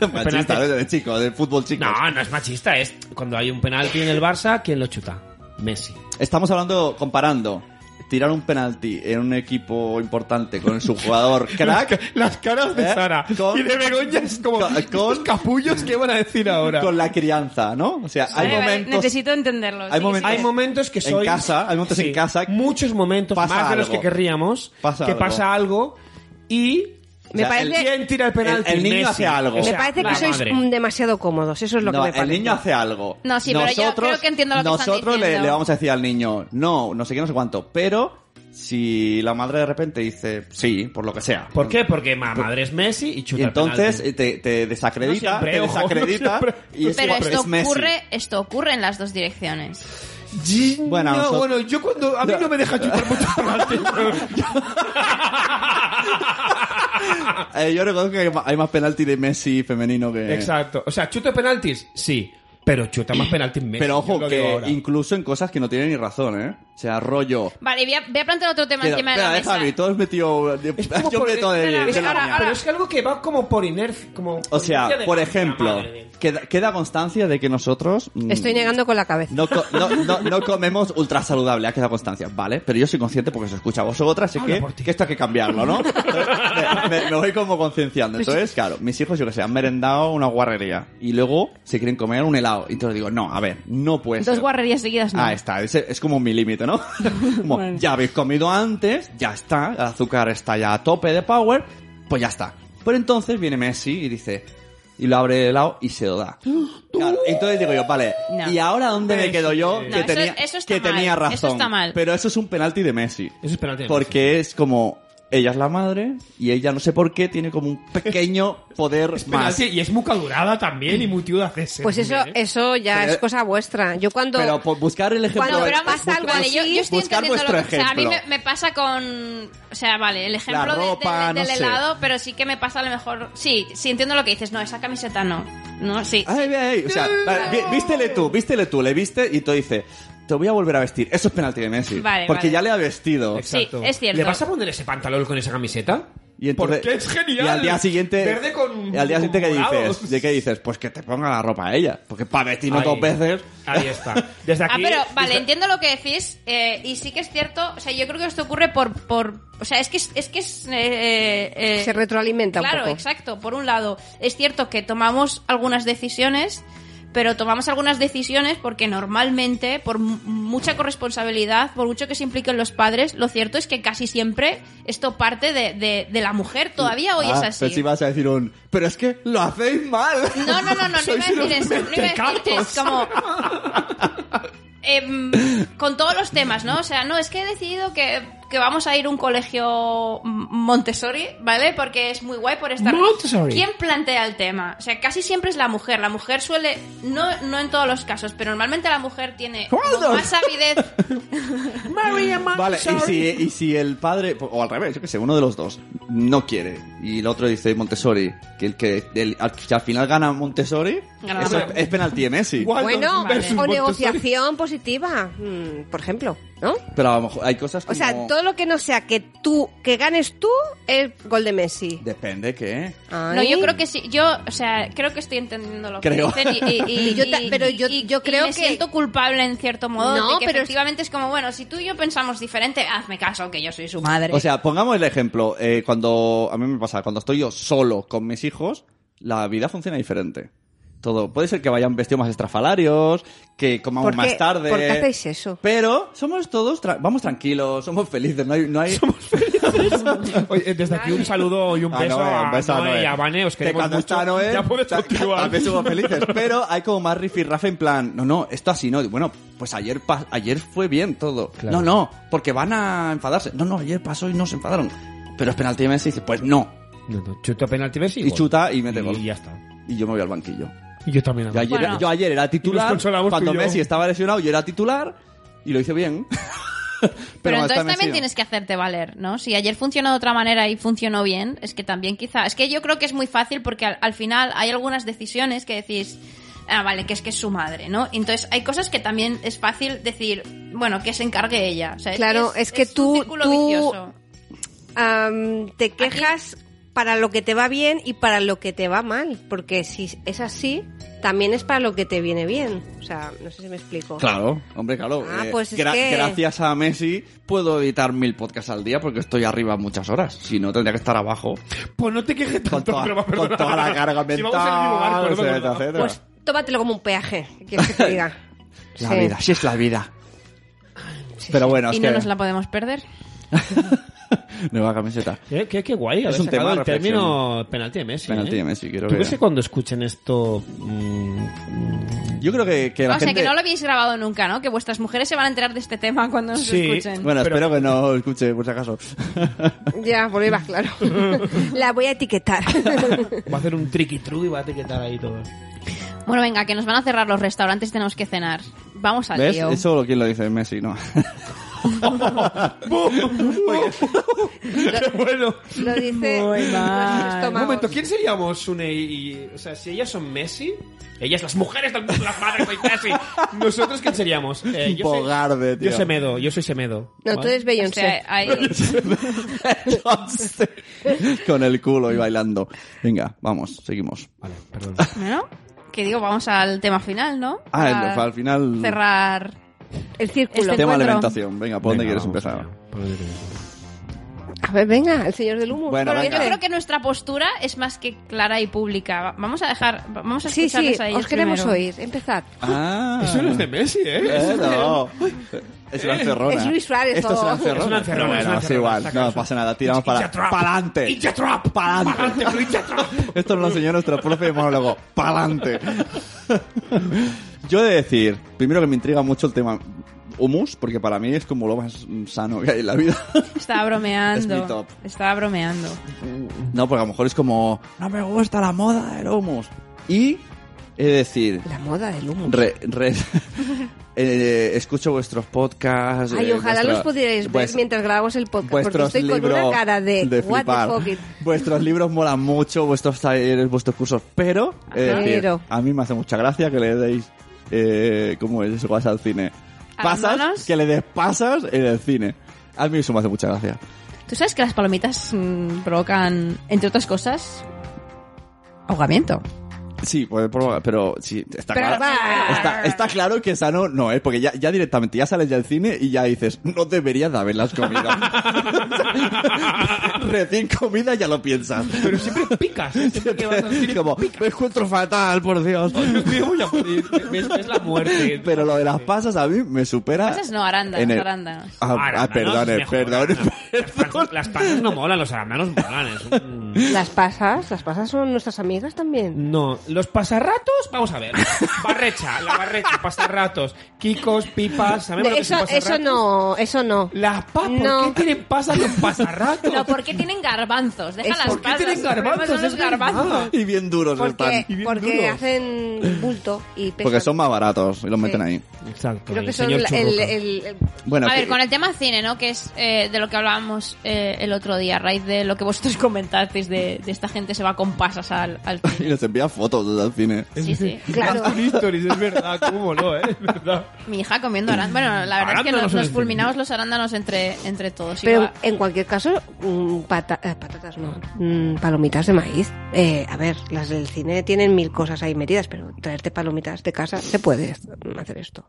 [SPEAKER 4] machista, ¿eh?
[SPEAKER 5] Penalti.
[SPEAKER 4] de, de chico, de fútbol chico.
[SPEAKER 5] No, no es machista, es cuando hay un penalti en el Barça, ¿quién lo chuta? Messi.
[SPEAKER 4] Estamos hablando, comparando, tirar un penalti en un equipo importante con su jugador crack,
[SPEAKER 5] Ah, Las caras
[SPEAKER 4] ¿Eh? Con-
[SPEAKER 5] Begoña es como
[SPEAKER 4] con-
[SPEAKER 5] "Estos capullos que van a decir ahora.
[SPEAKER 4] con la crianza, ¿no? O sea, hay
[SPEAKER 2] Vale, vale,
[SPEAKER 4] momentos...
[SPEAKER 2] necesito entenderlo.
[SPEAKER 4] hay
[SPEAKER 2] sí que
[SPEAKER 4] momentos-
[SPEAKER 5] Hay momentos que
[SPEAKER 4] En
[SPEAKER 5] soy
[SPEAKER 4] casa, hay momentos en casa que
[SPEAKER 5] muchos momentos
[SPEAKER 4] pasa
[SPEAKER 5] más de los
[SPEAKER 4] algo.
[SPEAKER 5] que querríamos
[SPEAKER 4] Pasa
[SPEAKER 5] que
[SPEAKER 4] algo.
[SPEAKER 5] pasa algo y
[SPEAKER 3] Me
[SPEAKER 4] O sea,
[SPEAKER 3] parece-
[SPEAKER 5] quién tira el penalti.
[SPEAKER 4] El- el niño
[SPEAKER 5] Messi.
[SPEAKER 4] hace algo.
[SPEAKER 5] O
[SPEAKER 4] Me
[SPEAKER 5] sea,
[SPEAKER 3] me parece
[SPEAKER 5] la
[SPEAKER 3] que sois
[SPEAKER 5] madre.
[SPEAKER 3] mm, demasiado cómodos, eso es lo
[SPEAKER 4] No,
[SPEAKER 3] que me
[SPEAKER 4] el
[SPEAKER 3] parece.
[SPEAKER 4] niño hace algo.
[SPEAKER 2] No, sí, pero yo creo que entiendo lo que están
[SPEAKER 4] Nosotros le,
[SPEAKER 2] diciendo.
[SPEAKER 4] le vamos a decir al niño, no, no sé qué, no sé cuánto. Pero si la madre de repente dice, sí, por lo que sea.
[SPEAKER 5] ¿Por qué? Porque ma madre es Messi y
[SPEAKER 4] Y
[SPEAKER 5] chuta el
[SPEAKER 4] entonces
[SPEAKER 5] penalti.
[SPEAKER 4] eh, te, te
[SPEAKER 5] No
[SPEAKER 4] desacredita,
[SPEAKER 5] siempre,
[SPEAKER 4] te
[SPEAKER 5] ojo,
[SPEAKER 4] desacredita.
[SPEAKER 5] no siempre.
[SPEAKER 4] y es,
[SPEAKER 2] Pero
[SPEAKER 4] es
[SPEAKER 2] esto
[SPEAKER 4] Messi.
[SPEAKER 2] ocurre, esto ocurre en las dos direcciones.
[SPEAKER 5] Gi-
[SPEAKER 4] eh, Bueno,
[SPEAKER 5] no,
[SPEAKER 4] nosotros-
[SPEAKER 5] bueno, yo cuando a mí no me deja chutar mucho penalti.
[SPEAKER 4] Eh, yo reconozco que hay ma- hay más penalti de Messi femenino que...
[SPEAKER 5] Exacto. O sea, chuto penaltis, sí, pero chuta más penaltis Messi.
[SPEAKER 4] Pero
[SPEAKER 5] yo
[SPEAKER 4] ojo,
[SPEAKER 5] lo digo
[SPEAKER 4] que
[SPEAKER 5] ahora.
[SPEAKER 4] incluso en cosas que no tienen ni razón, ¿eh? O sea, rollo...
[SPEAKER 2] Vale, voy a, voy a plantear otro tema
[SPEAKER 4] Pero,
[SPEAKER 2] encima de la
[SPEAKER 4] espera,
[SPEAKER 2] mesa.
[SPEAKER 4] déjame, todo es metido... de-
[SPEAKER 5] Es como
[SPEAKER 4] yo
[SPEAKER 5] por-
[SPEAKER 4] meto de-
[SPEAKER 2] espera,
[SPEAKER 4] de la
[SPEAKER 2] ahora-
[SPEAKER 4] mía.
[SPEAKER 5] Pero es que algo que va como por inercia, como
[SPEAKER 4] O
[SPEAKER 5] por
[SPEAKER 4] sea,
[SPEAKER 5] inercia de
[SPEAKER 4] por
[SPEAKER 5] la-
[SPEAKER 4] ejemplo,
[SPEAKER 5] la madre.
[SPEAKER 4] queda, queda constancia de que nosotros... mm,
[SPEAKER 3] Estoy negando con la cabeza.
[SPEAKER 4] No, co- no, no, no comemos ultra saludable, ha quedado constancia, ¿vale? Pero yo soy consciente porque se escucha a vosotras, sé
[SPEAKER 5] Habla
[SPEAKER 4] que,
[SPEAKER 5] por ti.
[SPEAKER 4] que esto hay que cambiarlo, ¿no? Entonces, me, me- me voy como concienciando.
[SPEAKER 5] Pues
[SPEAKER 4] Entonces, claro, mis hijos, yo que sé, han merendado una guarrería y luego se quieren comer un helado. Y entonces digo, no, a ver, no puede
[SPEAKER 2] Dos
[SPEAKER 4] ser.
[SPEAKER 2] guarrerías seguidas no.
[SPEAKER 4] Ah, está, ese es como mi límite, ¿no? Como, Ya habéis comido antes, ya está, el azúcar está ya a tope de power, pues ya está. Pero entonces viene Messi y dice, y lo abre el helado y se lo da. Claro, entonces digo yo, vale,
[SPEAKER 2] No.
[SPEAKER 4] ¿y ahora dónde me quedo yo?
[SPEAKER 5] No,
[SPEAKER 4] que
[SPEAKER 2] eso-
[SPEAKER 4] tenía,
[SPEAKER 2] eso está
[SPEAKER 4] que
[SPEAKER 2] mal,
[SPEAKER 4] tenía razón.
[SPEAKER 2] eso está mal.
[SPEAKER 4] Pero eso es un penalti de Messi.
[SPEAKER 5] Eso es penalti de
[SPEAKER 4] Porque es como, ella es la madre y ella no sé por qué tiene como un pequeño poder
[SPEAKER 5] Messi.
[SPEAKER 4] más.
[SPEAKER 5] Penalti, y es muy calurada también y muy tiuda César.
[SPEAKER 3] Pues eso,
[SPEAKER 5] ¿eh?
[SPEAKER 3] eso ya
[SPEAKER 4] Pero-
[SPEAKER 3] es cosa vuestra. Yo cuando
[SPEAKER 4] Pero por buscar el ejemplo...
[SPEAKER 3] Cuando
[SPEAKER 2] No, pero
[SPEAKER 3] Pues,
[SPEAKER 2] vamos,
[SPEAKER 3] pasa algo
[SPEAKER 2] vale, yo, yo estoy
[SPEAKER 4] buscar
[SPEAKER 2] entendiendo
[SPEAKER 4] vuestro
[SPEAKER 2] lo que, o sea, a mí me,
[SPEAKER 4] ejemplo.
[SPEAKER 2] me pasa con, o sea, vale, el ejemplo de- de-
[SPEAKER 4] ropa,
[SPEAKER 2] del
[SPEAKER 4] no sé.
[SPEAKER 2] helado, pero sí que me pasa a lo mejor, sí, sí entiendo lo que dices, no, esa camiseta no, no, sí.
[SPEAKER 4] Ay, ay, ay. O sea, vale, vi- vístele tú, vístele tú, le viste y te dice, te voy a volver a vestir. Eso es penalti de Messi.
[SPEAKER 2] Vale,
[SPEAKER 4] porque
[SPEAKER 2] vale.
[SPEAKER 4] ya le ha vestido.
[SPEAKER 5] Exacto.
[SPEAKER 2] Sí, es cierto.
[SPEAKER 5] ¿Le vas a poner ese pantalón con esa camiseta?
[SPEAKER 4] Y entonces,
[SPEAKER 5] Porque es genial.
[SPEAKER 4] Y al día siguiente.
[SPEAKER 5] Verde con.
[SPEAKER 4] y al día siguiente, ¿qué
[SPEAKER 5] con morados.
[SPEAKER 4] dices? ¿De qué dices? Pues que te ponga la ropa a ella. Porque para vestirnos
[SPEAKER 5] Ahí.
[SPEAKER 4] dos veces.
[SPEAKER 5] Ahí está. Desde
[SPEAKER 2] Ah,
[SPEAKER 5] aquí.
[SPEAKER 2] pero vale,
[SPEAKER 5] desde-
[SPEAKER 2] entiendo lo que decís eh, y sí que es cierto, o sea, yo creo que esto ocurre por, por o sea, es que es, es que es, eh, eh,
[SPEAKER 3] se retroalimenta
[SPEAKER 2] Claro,
[SPEAKER 3] un poco.
[SPEAKER 2] exacto. Por un lado, es cierto que tomamos algunas decisiones, pero tomamos algunas decisiones porque normalmente, por mu- mucha corresponsabilidad, por mucho que se impliquen los padres, lo cierto es que casi siempre esto parte de, de- de la mujer. Todavía hoy
[SPEAKER 4] Ah,
[SPEAKER 2] es así.
[SPEAKER 4] Pero si vas a decir un. Pero es que lo hacéis mal.
[SPEAKER 2] No, no, no, no, no iba a decir eso. No iba a decir es como. Em, con todos los temas, ¿no? O sea, no, es que he decidido que, que vamos a ir a un colegio M- Montessori, ¿vale? Porque es muy guay por estar.
[SPEAKER 5] Montessori.
[SPEAKER 2] ¿Quién plantea el tema? O sea, casi siempre es la mujer. La mujer suele. No, no en todos los casos, pero normalmente la mujer tiene como
[SPEAKER 4] Waldo.
[SPEAKER 2] más avidez.
[SPEAKER 4] Vale, y si, y si el padre. O al revés, yo que sé, uno de los dos. no quiere. Y el otro dice Montessori. Que el que el- al, que al final gana Montessori
[SPEAKER 2] Gana
[SPEAKER 4] es,
[SPEAKER 2] Montessori.
[SPEAKER 4] es penalti de Messi.
[SPEAKER 5] Walton
[SPEAKER 3] Bueno,
[SPEAKER 5] versus
[SPEAKER 3] o
[SPEAKER 5] Montessori.
[SPEAKER 3] negociación positiva, mm, por ejemplo, ¿no?
[SPEAKER 4] Pero a lo mejor hay cosas como...
[SPEAKER 3] O sea, todo lo que no sea que tú, que ganes tú, es gol de Messi.
[SPEAKER 4] Depende que...
[SPEAKER 2] No, yo creo que sí. Yo, o sea, creo que estoy entendiendo lo
[SPEAKER 4] Creo.
[SPEAKER 2] que dicen y, y- y-
[SPEAKER 3] Yo ta-
[SPEAKER 2] y-
[SPEAKER 3] pero yo-
[SPEAKER 2] y-
[SPEAKER 3] yo
[SPEAKER 2] y
[SPEAKER 3] creo
[SPEAKER 2] me
[SPEAKER 3] que-
[SPEAKER 2] siento culpable en cierto modo.
[SPEAKER 3] No,
[SPEAKER 2] de que
[SPEAKER 3] pero es-
[SPEAKER 2] efectivamente es... como, bueno, si tú y yo pensamos diferente, hazme caso que yo soy su madre.
[SPEAKER 4] O sea, pongamos el ejemplo. eh, cuando a mí me pasa, cuando estoy yo solo con mis hijos, la vida funciona diferente. Todo. Puede ser que vayan vestidos más estrafalarios, que comamos
[SPEAKER 3] ¿Por qué-
[SPEAKER 4] más tarde.
[SPEAKER 3] por qué hacéis eso?
[SPEAKER 4] Pero somos todos, tra- vamos tranquilos, somos felices, no hay... No hay...
[SPEAKER 5] Oye, eh, desde aquí un saludo y un
[SPEAKER 4] Ah,
[SPEAKER 5] beso
[SPEAKER 4] Noé, un
[SPEAKER 5] a,
[SPEAKER 4] beso a
[SPEAKER 5] Noé
[SPEAKER 4] Noé.
[SPEAKER 5] y a Vane, os
[SPEAKER 4] Que
[SPEAKER 5] queremos
[SPEAKER 4] cuando
[SPEAKER 5] mucho.
[SPEAKER 4] está Noé,
[SPEAKER 5] ya puedes
[SPEAKER 4] ta-
[SPEAKER 5] continuar.
[SPEAKER 4] también somos felices. Pero hay como más rifirrafe en plan, no, no, esto así no. Y Bueno, pues ayer pa- ayer fue bien todo. No,
[SPEAKER 5] Claro.
[SPEAKER 4] no, porque van a enfadarse. No, no, ayer pasó y no se enfadaron. Pero es penalti de Messi y dice, pues no.
[SPEAKER 5] No, no, chuta penalti Messi
[SPEAKER 4] Y
[SPEAKER 5] gol.
[SPEAKER 4] chuta y mete gol.
[SPEAKER 5] Y ya está.
[SPEAKER 4] Y yo me voy al banquillo.
[SPEAKER 5] Y yo también.
[SPEAKER 4] Yo ayer,
[SPEAKER 2] Bueno.
[SPEAKER 4] yo ayer era
[SPEAKER 5] Y nos
[SPEAKER 4] titular.
[SPEAKER 5] consolamos tú
[SPEAKER 4] Cuando
[SPEAKER 5] y yo.
[SPEAKER 4] Messi estaba lesionado, yo era titular y lo hice bien.
[SPEAKER 2] Pero
[SPEAKER 4] cuando está
[SPEAKER 2] entonces
[SPEAKER 4] Messi,
[SPEAKER 2] también
[SPEAKER 4] no.
[SPEAKER 2] tienes que hacerte valer, ¿no? Si ayer funcionó de otra manera y funcionó bien, es que también quizá... Es que yo creo que es muy fácil porque al, al final hay algunas decisiones que decís... Ah, vale, que es que es su madre, ¿no? Entonces hay cosas que también es fácil decir, bueno, que se encargue ella. o sea,
[SPEAKER 3] Claro, es que
[SPEAKER 2] un
[SPEAKER 3] tú-
[SPEAKER 2] círculo
[SPEAKER 3] tú-
[SPEAKER 2] vicioso.
[SPEAKER 3] Am, te quejas para lo que te va bien y para lo que te va mal, porque si es así, también es para lo que te viene bien. O sea, no sé si me explico.
[SPEAKER 4] Claro, hombre, claro. eh,
[SPEAKER 3] Ah, pues es que-
[SPEAKER 4] Gracias a Messi puedo editar mil podcasts al día porque estoy arriba muchas horas. Si no, tendría que estar abajo.
[SPEAKER 5] Pues no te quejes
[SPEAKER 4] Con
[SPEAKER 5] tanto,
[SPEAKER 4] toda-
[SPEAKER 5] pero va,
[SPEAKER 4] con
[SPEAKER 5] perdona.
[SPEAKER 4] toda la carga
[SPEAKER 5] Si vamos en el mismo barco,
[SPEAKER 4] mental,
[SPEAKER 5] no me
[SPEAKER 4] etcétera,
[SPEAKER 5] acordaba.
[SPEAKER 4] etcétera.
[SPEAKER 3] Pues tómatelo como un peaje, ¿qué quieres que te diga.
[SPEAKER 4] La
[SPEAKER 3] Sí.
[SPEAKER 4] vida, sí es la vida. Pero bueno, es
[SPEAKER 2] y
[SPEAKER 4] que...
[SPEAKER 2] no nos la podemos perder.
[SPEAKER 4] Nueva camiseta.
[SPEAKER 5] Qué, qué- qué guay. haber
[SPEAKER 4] un
[SPEAKER 5] sacado
[SPEAKER 4] tema de
[SPEAKER 5] el término penalti de Messi.
[SPEAKER 4] Penalti
[SPEAKER 5] ¿eh?
[SPEAKER 4] de Messi, quiero
[SPEAKER 5] ¿Tú
[SPEAKER 4] que-
[SPEAKER 5] crees que cuando escuchen esto... mm,
[SPEAKER 4] Yo creo que, que la
[SPEAKER 2] o sea,
[SPEAKER 4] gente...
[SPEAKER 2] que no lo habéis grabado nunca, ¿no? Que vuestras mujeres se van a enterar de este tema cuando nos
[SPEAKER 5] Sí.
[SPEAKER 2] escuchen.
[SPEAKER 4] Bueno,
[SPEAKER 5] Pero-
[SPEAKER 4] espero que no escuche, por si acaso.
[SPEAKER 3] Ya, por ahí va, claro. La voy a etiquetar.
[SPEAKER 5] va a hacer un tricky truque y va a etiquetar ahí todo.
[SPEAKER 2] Bueno, venga, que nos van a cerrar los restaurantes y tenemos que cenar. Vamos al
[SPEAKER 4] ¿Ves?
[SPEAKER 2] lío.
[SPEAKER 4] Eso lo quien lo dice, Messi, no.
[SPEAKER 5] Qué bueno.
[SPEAKER 3] Lo dice nuestro
[SPEAKER 5] Un
[SPEAKER 3] estómago.
[SPEAKER 5] momento, ¿quién seríamos Sune y, y- O sea, si ellas son Messi, ellas las mujeres del mundo, las madres soy Messi. ¿Nosotros quién seríamos? Eh, yo soy-
[SPEAKER 4] Bogarde, tío.
[SPEAKER 5] Yo Semedo, yo soy Semedo.
[SPEAKER 3] No, tú eres
[SPEAKER 2] O sea,
[SPEAKER 3] Beyoncé.
[SPEAKER 2] hay-
[SPEAKER 4] Entonces, Con el culo y bailando. Venga, vamos, seguimos.
[SPEAKER 5] Vale, perdón.
[SPEAKER 2] Bueno, que digo, vamos al tema final, ¿no?
[SPEAKER 4] Ah, el-
[SPEAKER 2] Para
[SPEAKER 4] al final...
[SPEAKER 2] Cerrar.
[SPEAKER 3] El círculo.
[SPEAKER 2] Este-
[SPEAKER 4] Tema
[SPEAKER 2] encuentro.
[SPEAKER 4] alimentación. Venga, ¿por dónde
[SPEAKER 5] Venga,
[SPEAKER 4] quieres empezar?
[SPEAKER 5] vamos allá. ¿Por dónde quieres empezar?
[SPEAKER 3] A ver, venga, el señor del humo.
[SPEAKER 4] Bueno,
[SPEAKER 3] Por ahí
[SPEAKER 4] venga.
[SPEAKER 2] Yo
[SPEAKER 3] te-
[SPEAKER 2] creo que nuestra postura es más que clara y pública. Va- Vamos a dejar, va- vamos a
[SPEAKER 3] Sí, sí,
[SPEAKER 2] escucharles a ellos
[SPEAKER 3] os queremos
[SPEAKER 2] primero.
[SPEAKER 3] oír. Empezad.
[SPEAKER 4] Ah.
[SPEAKER 5] Eso no es de Messi, ¿eh?
[SPEAKER 4] Eh, no. Es una encerrona.
[SPEAKER 3] Es Luis Suárez,
[SPEAKER 4] Esto es
[SPEAKER 3] o-
[SPEAKER 4] una encerrona.
[SPEAKER 5] Es una encerrona,
[SPEAKER 4] Pero bueno,
[SPEAKER 5] es una
[SPEAKER 4] es
[SPEAKER 5] encerrona,
[SPEAKER 4] igual.
[SPEAKER 5] saca
[SPEAKER 4] No
[SPEAKER 5] eso.
[SPEAKER 4] pasa nada. Tiramos
[SPEAKER 5] It's a
[SPEAKER 4] para
[SPEAKER 5] trap.
[SPEAKER 4] adelante.
[SPEAKER 5] It's a trap.
[SPEAKER 4] Pa'lante.
[SPEAKER 5] Pa'lante, it's a trap.
[SPEAKER 4] Esto nos lo enseñó nuestro profe de monólogo. ¡Pa'lante! Yo he de decir, primero que me intriga mucho el tema humus, porque para mí es como lo más mm, sano que hay en la vida.
[SPEAKER 2] Estaba
[SPEAKER 4] Es mi top.
[SPEAKER 2] bromeando. Estaba bromeando.
[SPEAKER 5] Uh.
[SPEAKER 4] No, porque a lo mejor es como, no me gusta la moda del humus. Y he de decir,
[SPEAKER 3] La moda del humo.
[SPEAKER 4] Re- re- eh, escucho vuestros podcasts.
[SPEAKER 3] Ay,
[SPEAKER 4] eh,
[SPEAKER 3] ojalá
[SPEAKER 4] vuestra-
[SPEAKER 3] los pudierais ver
[SPEAKER 4] vues-
[SPEAKER 3] mientras grabamos el podcast, porque
[SPEAKER 4] Vuestros
[SPEAKER 3] estoy con
[SPEAKER 4] libros
[SPEAKER 3] una cara de, what
[SPEAKER 4] flipar.
[SPEAKER 3] the fuck it.
[SPEAKER 4] Vuestros libros molan mucho, vuestros talleres, vuestros cursos, pero, he de
[SPEAKER 3] Ajá.
[SPEAKER 4] decir,
[SPEAKER 3] Ah, Pero.
[SPEAKER 4] a mí me hace mucha gracia que le deis, eh, ¿cómo es eso? Vas al cine.
[SPEAKER 2] ¿A las
[SPEAKER 4] Pasas,
[SPEAKER 2] manos?
[SPEAKER 4] que le des pasas en el cine. A mí eso me hace mucha gracia.
[SPEAKER 2] ¿Tú sabes que las palomitas mm, provocan, entre otras cosas, ahogamiento?
[SPEAKER 4] Sí, puede provocar, pero sí, está
[SPEAKER 3] Pero
[SPEAKER 4] claro.
[SPEAKER 3] va.
[SPEAKER 4] Está, está claro que sano no es, porque ya, ya directamente ya sales del cine y ya dices, no deberías de haberlas comido. Recién comida ya lo piensas.
[SPEAKER 5] Pero siempre picas. ¿eh? Siempre que vas al cine,
[SPEAKER 4] Como,
[SPEAKER 5] picas.
[SPEAKER 4] me encuentro fatal, por Dios.
[SPEAKER 5] Dios mío, voy a morir. Ves- ves la muerte.
[SPEAKER 4] Pero lo de las pasas a mí me supera.
[SPEAKER 2] Pasas no, arándanos,
[SPEAKER 4] en el-
[SPEAKER 2] arándanos.
[SPEAKER 4] Ah, ah,
[SPEAKER 5] Arándanos
[SPEAKER 4] perdón,
[SPEAKER 5] es
[SPEAKER 4] eh,
[SPEAKER 5] mejor.
[SPEAKER 4] perdón.
[SPEAKER 5] Las pasas- Las pasas no molan, los arándanos molan. es un-
[SPEAKER 3] Las pasas, las pasas son nuestras amigas también.
[SPEAKER 4] Mm.
[SPEAKER 5] No, los pasarratos, vamos a ver. Barrecha, la barrecha, pasarratos, kikos, pipas, sabemos lo que
[SPEAKER 3] eso,
[SPEAKER 5] son
[SPEAKER 3] eso
[SPEAKER 5] pasarratos?
[SPEAKER 3] no, eso no.
[SPEAKER 5] Las papas, ¿por
[SPEAKER 3] No.
[SPEAKER 5] qué tienen pasas los pasarratos?
[SPEAKER 2] No, ¿por qué tienen garbanzos? Deja
[SPEAKER 3] Es-
[SPEAKER 2] las
[SPEAKER 3] ¿por
[SPEAKER 5] ¿Por qué tienen
[SPEAKER 2] pasas, el problema
[SPEAKER 5] garbanzos?
[SPEAKER 2] son los
[SPEAKER 5] Es verdad.
[SPEAKER 2] garbanzos.
[SPEAKER 4] Y bien duros
[SPEAKER 3] Porque,
[SPEAKER 4] están.
[SPEAKER 5] y bien
[SPEAKER 3] porque
[SPEAKER 5] duros.
[SPEAKER 3] hacen bulto y pesan.
[SPEAKER 4] Porque son más baratos y los meten ahí.
[SPEAKER 5] Exacto.
[SPEAKER 3] Creo que
[SPEAKER 5] el
[SPEAKER 3] son
[SPEAKER 5] señor
[SPEAKER 3] la- el,
[SPEAKER 5] Churruca.
[SPEAKER 3] el- el-
[SPEAKER 4] Bueno,
[SPEAKER 2] A
[SPEAKER 4] que-
[SPEAKER 2] ver, con el tema cine, ¿no? Que es eh, de lo que hablábamos hablamos eh, el otro día a raíz de lo que vosotros comentasteis de, de esta gente se va con pasas al, al
[SPEAKER 6] Y
[SPEAKER 2] cine.
[SPEAKER 6] les envía fotos desde el cine.
[SPEAKER 2] Sí, sí.
[SPEAKER 3] Claro.
[SPEAKER 5] Stories, es verdad, cómo no, ¿eh? Es verdad.
[SPEAKER 2] Mi hija comiendo arándanos. Bueno, la verdad es que
[SPEAKER 5] Arándanos
[SPEAKER 2] nos,
[SPEAKER 5] en
[SPEAKER 2] nos
[SPEAKER 5] el
[SPEAKER 2] fulminamos los arándanos entre, entre todos.
[SPEAKER 3] Pero eh,
[SPEAKER 2] Iba-
[SPEAKER 3] en cualquier caso, mm, pata- eh, patatas no, mm, palomitas de maíz. Eh, a ver, las del cine tienen mil cosas ahí metidas, pero traerte palomitas de casa se puede hacer esto.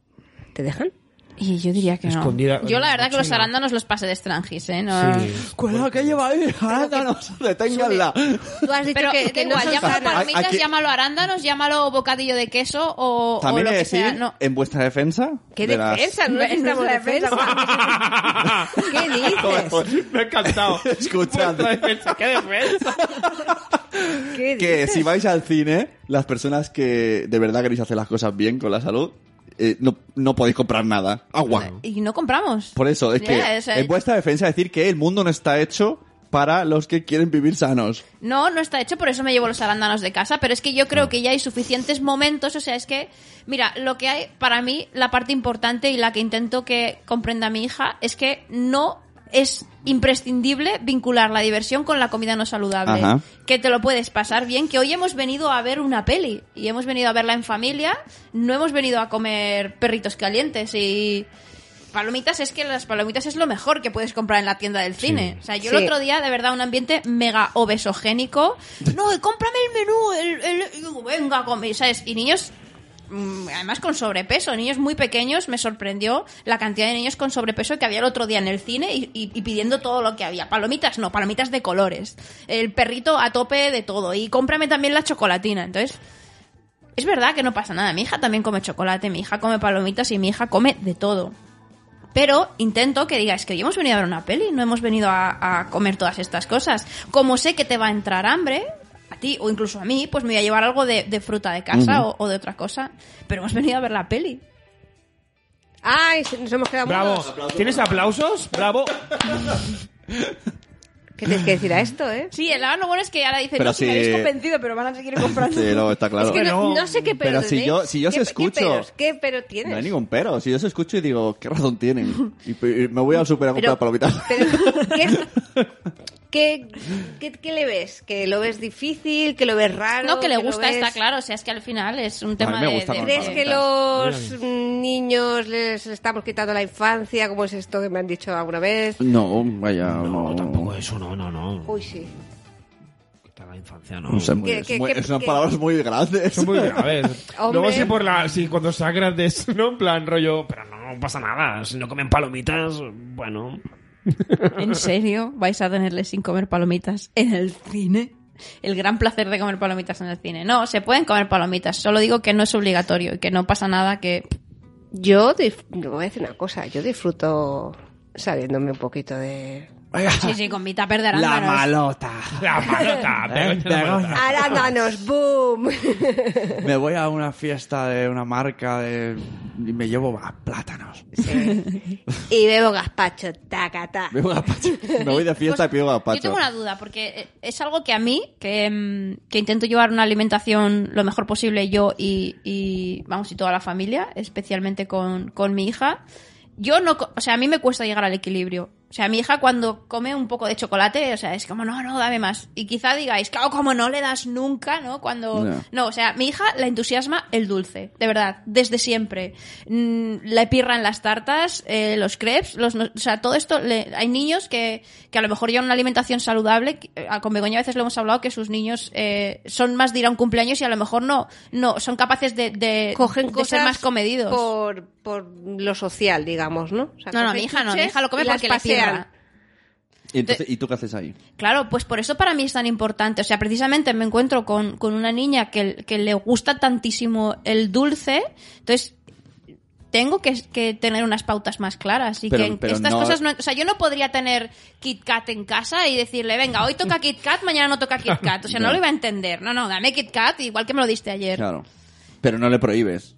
[SPEAKER 3] ¿Te dejan?
[SPEAKER 2] Y yo diría que no.
[SPEAKER 5] Escondida en
[SPEAKER 2] Yo la
[SPEAKER 5] la
[SPEAKER 2] verdad que los
[SPEAKER 5] mochila.
[SPEAKER 2] arándanos los pasé de estrangis, ¿eh? No-
[SPEAKER 6] Cuidado, que lleva ahí? Arándanos, deténganla.
[SPEAKER 3] Tú has dicho
[SPEAKER 2] Pero
[SPEAKER 3] que,
[SPEAKER 2] que,
[SPEAKER 3] que no
[SPEAKER 2] igual,
[SPEAKER 3] son
[SPEAKER 2] llámalo
[SPEAKER 3] sanas.
[SPEAKER 2] palomitas,
[SPEAKER 6] Aquí-
[SPEAKER 2] llámalo arándanos, llámalo bocadillo de queso o, o
[SPEAKER 6] También
[SPEAKER 2] lo
[SPEAKER 6] he
[SPEAKER 2] que
[SPEAKER 6] de
[SPEAKER 2] sea.
[SPEAKER 6] decir,
[SPEAKER 2] No.
[SPEAKER 6] en vuestra defensa...
[SPEAKER 3] ¿Qué
[SPEAKER 6] de las-
[SPEAKER 3] defensa? No necesitamos
[SPEAKER 2] Nuestra
[SPEAKER 3] defensa. ¿Qué dices?
[SPEAKER 5] Me ha encantado.
[SPEAKER 6] Escuchad.
[SPEAKER 5] Vuestra defensa, ¿Qué defensa?
[SPEAKER 3] ¿Qué
[SPEAKER 6] que
[SPEAKER 3] dices?
[SPEAKER 6] si vais al cine, las personas que de verdad queréis hacer las cosas bien con la salud, eh, no, no podéis comprar nada. Agua.
[SPEAKER 2] Y no compramos.
[SPEAKER 6] Por eso, es que
[SPEAKER 2] Ya, o sea,
[SPEAKER 6] en vuestra defensa decir que el mundo no está hecho para los que quieren vivir sanos.
[SPEAKER 2] No, no está hecho, por eso me llevo los arándanos de casa, pero es que yo creo que ya hay suficientes momentos, o sea, es que, mira, lo que hay para mí, la parte importante y la que intento que comprenda mi hija, es que no es imprescindible vincular la diversión con la comida no saludable.
[SPEAKER 6] Ajá.
[SPEAKER 2] Que te lo puedes pasar bien, que hoy hemos venido a ver una peli y hemos venido a verla en familia, no hemos venido a comer perritos calientes y... Palomitas es que las palomitas es lo mejor que puedes comprar en la tienda del cine. O sea, yo el
[SPEAKER 3] Sí.
[SPEAKER 2] otro día, de verdad, un ambiente mega obesogénico. No, y cómprame el menú, el, el- y digo, venga, come, ¿sabes? Y niños, mm, además con sobrepeso, niños muy pequeños, me sorprendió la cantidad de niños con sobrepeso que había el otro día en el cine y, y- y pidiendo todo lo que había. Palomitas, no, palomitas de colores. El perrito a tope de todo. Y cómprame también la chocolatina. Entonces, es verdad que no pasa nada. Mi hija también come chocolate, mi hija come palomitas y mi hija come de todo. Pero intento que digas que hoy hemos venido a ver una peli, no hemos venido a, a comer todas estas cosas. Como sé que te va a entrar hambre, a ti o incluso a mí, pues me voy a llevar algo de, de fruta de casa o, o de otra cosa. Pero hemos venido a ver la peli.
[SPEAKER 3] Ay, se- nos hemos quedado
[SPEAKER 5] Bravo.
[SPEAKER 3] mudos.
[SPEAKER 5] ¿Tienes aplausos? Bravo.
[SPEAKER 3] ¿Qué tienes que decir a esto, eh?
[SPEAKER 2] Sí, el lado bueno es que ahora dicen,
[SPEAKER 6] Pero
[SPEAKER 2] no,
[SPEAKER 6] si-
[SPEAKER 2] si me habéis convencido, pero van a seguir comprando.
[SPEAKER 6] Sí, no, está claro.
[SPEAKER 3] Es que no,
[SPEAKER 5] Bueno,
[SPEAKER 3] no sé qué pero
[SPEAKER 6] pero si
[SPEAKER 3] tenéis.
[SPEAKER 6] yo- si yo os
[SPEAKER 3] ¿Qué-
[SPEAKER 6] escucho-
[SPEAKER 3] ¿Qué peros? ¿Qué pero tienes?
[SPEAKER 6] No hay ningún pero. Si yo se escucho y digo, ¿qué razón tienen? Y, pe- y me voy al super a comprar
[SPEAKER 3] Pero-
[SPEAKER 6] palomitas.
[SPEAKER 3] Pero, ¿qué, qué, qué, qué le ves? ¿Que lo ves difícil? ¿Que lo ves raro?
[SPEAKER 2] No, que le
[SPEAKER 3] lo
[SPEAKER 2] gusta,
[SPEAKER 3] ves-
[SPEAKER 2] está claro. O sea, es que al final es un tema
[SPEAKER 6] mí me
[SPEAKER 2] de-
[SPEAKER 6] gusta
[SPEAKER 2] de-
[SPEAKER 6] con
[SPEAKER 3] ¿Crees
[SPEAKER 6] Vale,
[SPEAKER 2] de-
[SPEAKER 3] que
[SPEAKER 5] claro.
[SPEAKER 3] los niños les estamos quitando la infancia? ¿Cómo es esto que me han dicho alguna vez?
[SPEAKER 6] No, vaya.
[SPEAKER 5] No, tampoco Pues eso, no, no, no.
[SPEAKER 3] Uy, sí.
[SPEAKER 5] Quitar la infancia, no.
[SPEAKER 6] No sé, muy-
[SPEAKER 3] ¿Qué-
[SPEAKER 6] es
[SPEAKER 3] qué-
[SPEAKER 6] muy-
[SPEAKER 3] qué-
[SPEAKER 6] son
[SPEAKER 3] qué-
[SPEAKER 6] palabras muy grandes.
[SPEAKER 5] Son muy graves.
[SPEAKER 3] Hombre.
[SPEAKER 5] Luego si por la... Si cuando sean grandes, ¿no? En plan rollo... Pero no pasa nada. Si no comen palomitas, bueno...
[SPEAKER 2] ¿En serio vais a tenerle sin comer palomitas en el cine? El gran placer de comer palomitas en el cine. No, se pueden comer palomitas. Solo digo que no es obligatorio y que no pasa nada que...
[SPEAKER 3] Yo dif- no, voy a decir una cosa. Yo disfruto sabiéndome un poquito de...
[SPEAKER 2] Sí, sí, con mi tupper de arándanos.
[SPEAKER 6] malota.
[SPEAKER 5] La malota. Begoña, la malota.
[SPEAKER 3] ¡Arándanos! ¡Boom!
[SPEAKER 6] Me voy a una fiesta de una marca de... y me llevo más plátanos.
[SPEAKER 3] Sí. Y bebo gazpacho. Tacata.
[SPEAKER 6] Me voy, gazpacho. Me voy de fiesta y
[SPEAKER 2] Pues,
[SPEAKER 6] pido
[SPEAKER 2] Yo
[SPEAKER 6] gazpacho.
[SPEAKER 2] tengo una duda, porque eh, es algo que a mí, que, mm, que intento llevar una alimentación lo mejor posible yo y, y, vamos, y toda la familia, especialmente con, con mi hija. Yo no, co- o sea, a mí me cuesta llegar al equilibrio. O sea, mi hija cuando come un poco de chocolate, o sea, es como, no, no, dame más. Y quizá digáis, claro, como no le das nunca, ¿no? Cuando...
[SPEAKER 6] Ya.
[SPEAKER 2] No, o sea, mi hija la entusiasma el dulce, de verdad, desde siempre. Mm, la pirra en las tartas, eh, los crepes, los, no- o sea, todo esto. le- hay niños que, que a lo mejor llevan una alimentación saludable. que, eh, con Begoña a veces lo hemos hablado que sus niños eh, son más de ir a un cumpleaños y a lo mejor no, no son capaces de, de,
[SPEAKER 3] cogen
[SPEAKER 2] eh, de
[SPEAKER 3] cosas
[SPEAKER 2] ser más comedidos.
[SPEAKER 3] por por lo social digamos no O sea,
[SPEAKER 2] No, no,
[SPEAKER 3] cogen
[SPEAKER 2] mi hija no, mi
[SPEAKER 3] chuches
[SPEAKER 2] hija lo come
[SPEAKER 3] y las
[SPEAKER 2] porque le
[SPEAKER 3] pasean.
[SPEAKER 2] pirra.
[SPEAKER 6] Y, entonces, ¿Y tú qué haces ahí?
[SPEAKER 2] Claro, pues por eso para mí es tan importante. O sea, precisamente me encuentro con, con una niña que, que le gusta tantísimo el dulce. Entonces, tengo que, que tener unas pautas más claras. Y
[SPEAKER 6] Pero-
[SPEAKER 2] que en-
[SPEAKER 6] pero
[SPEAKER 2] estas
[SPEAKER 6] no-
[SPEAKER 2] cosas no. O sea, yo no podría tener Kit Kat en casa y decirle, venga, hoy toca Kit Kat, mañana no toca Kit Kat. O sea, no
[SPEAKER 6] Ya.
[SPEAKER 2] lo iba a entender. No, no, dame Kit Kat igual que me lo diste ayer.
[SPEAKER 6] Claro. Pero no le prohíbes.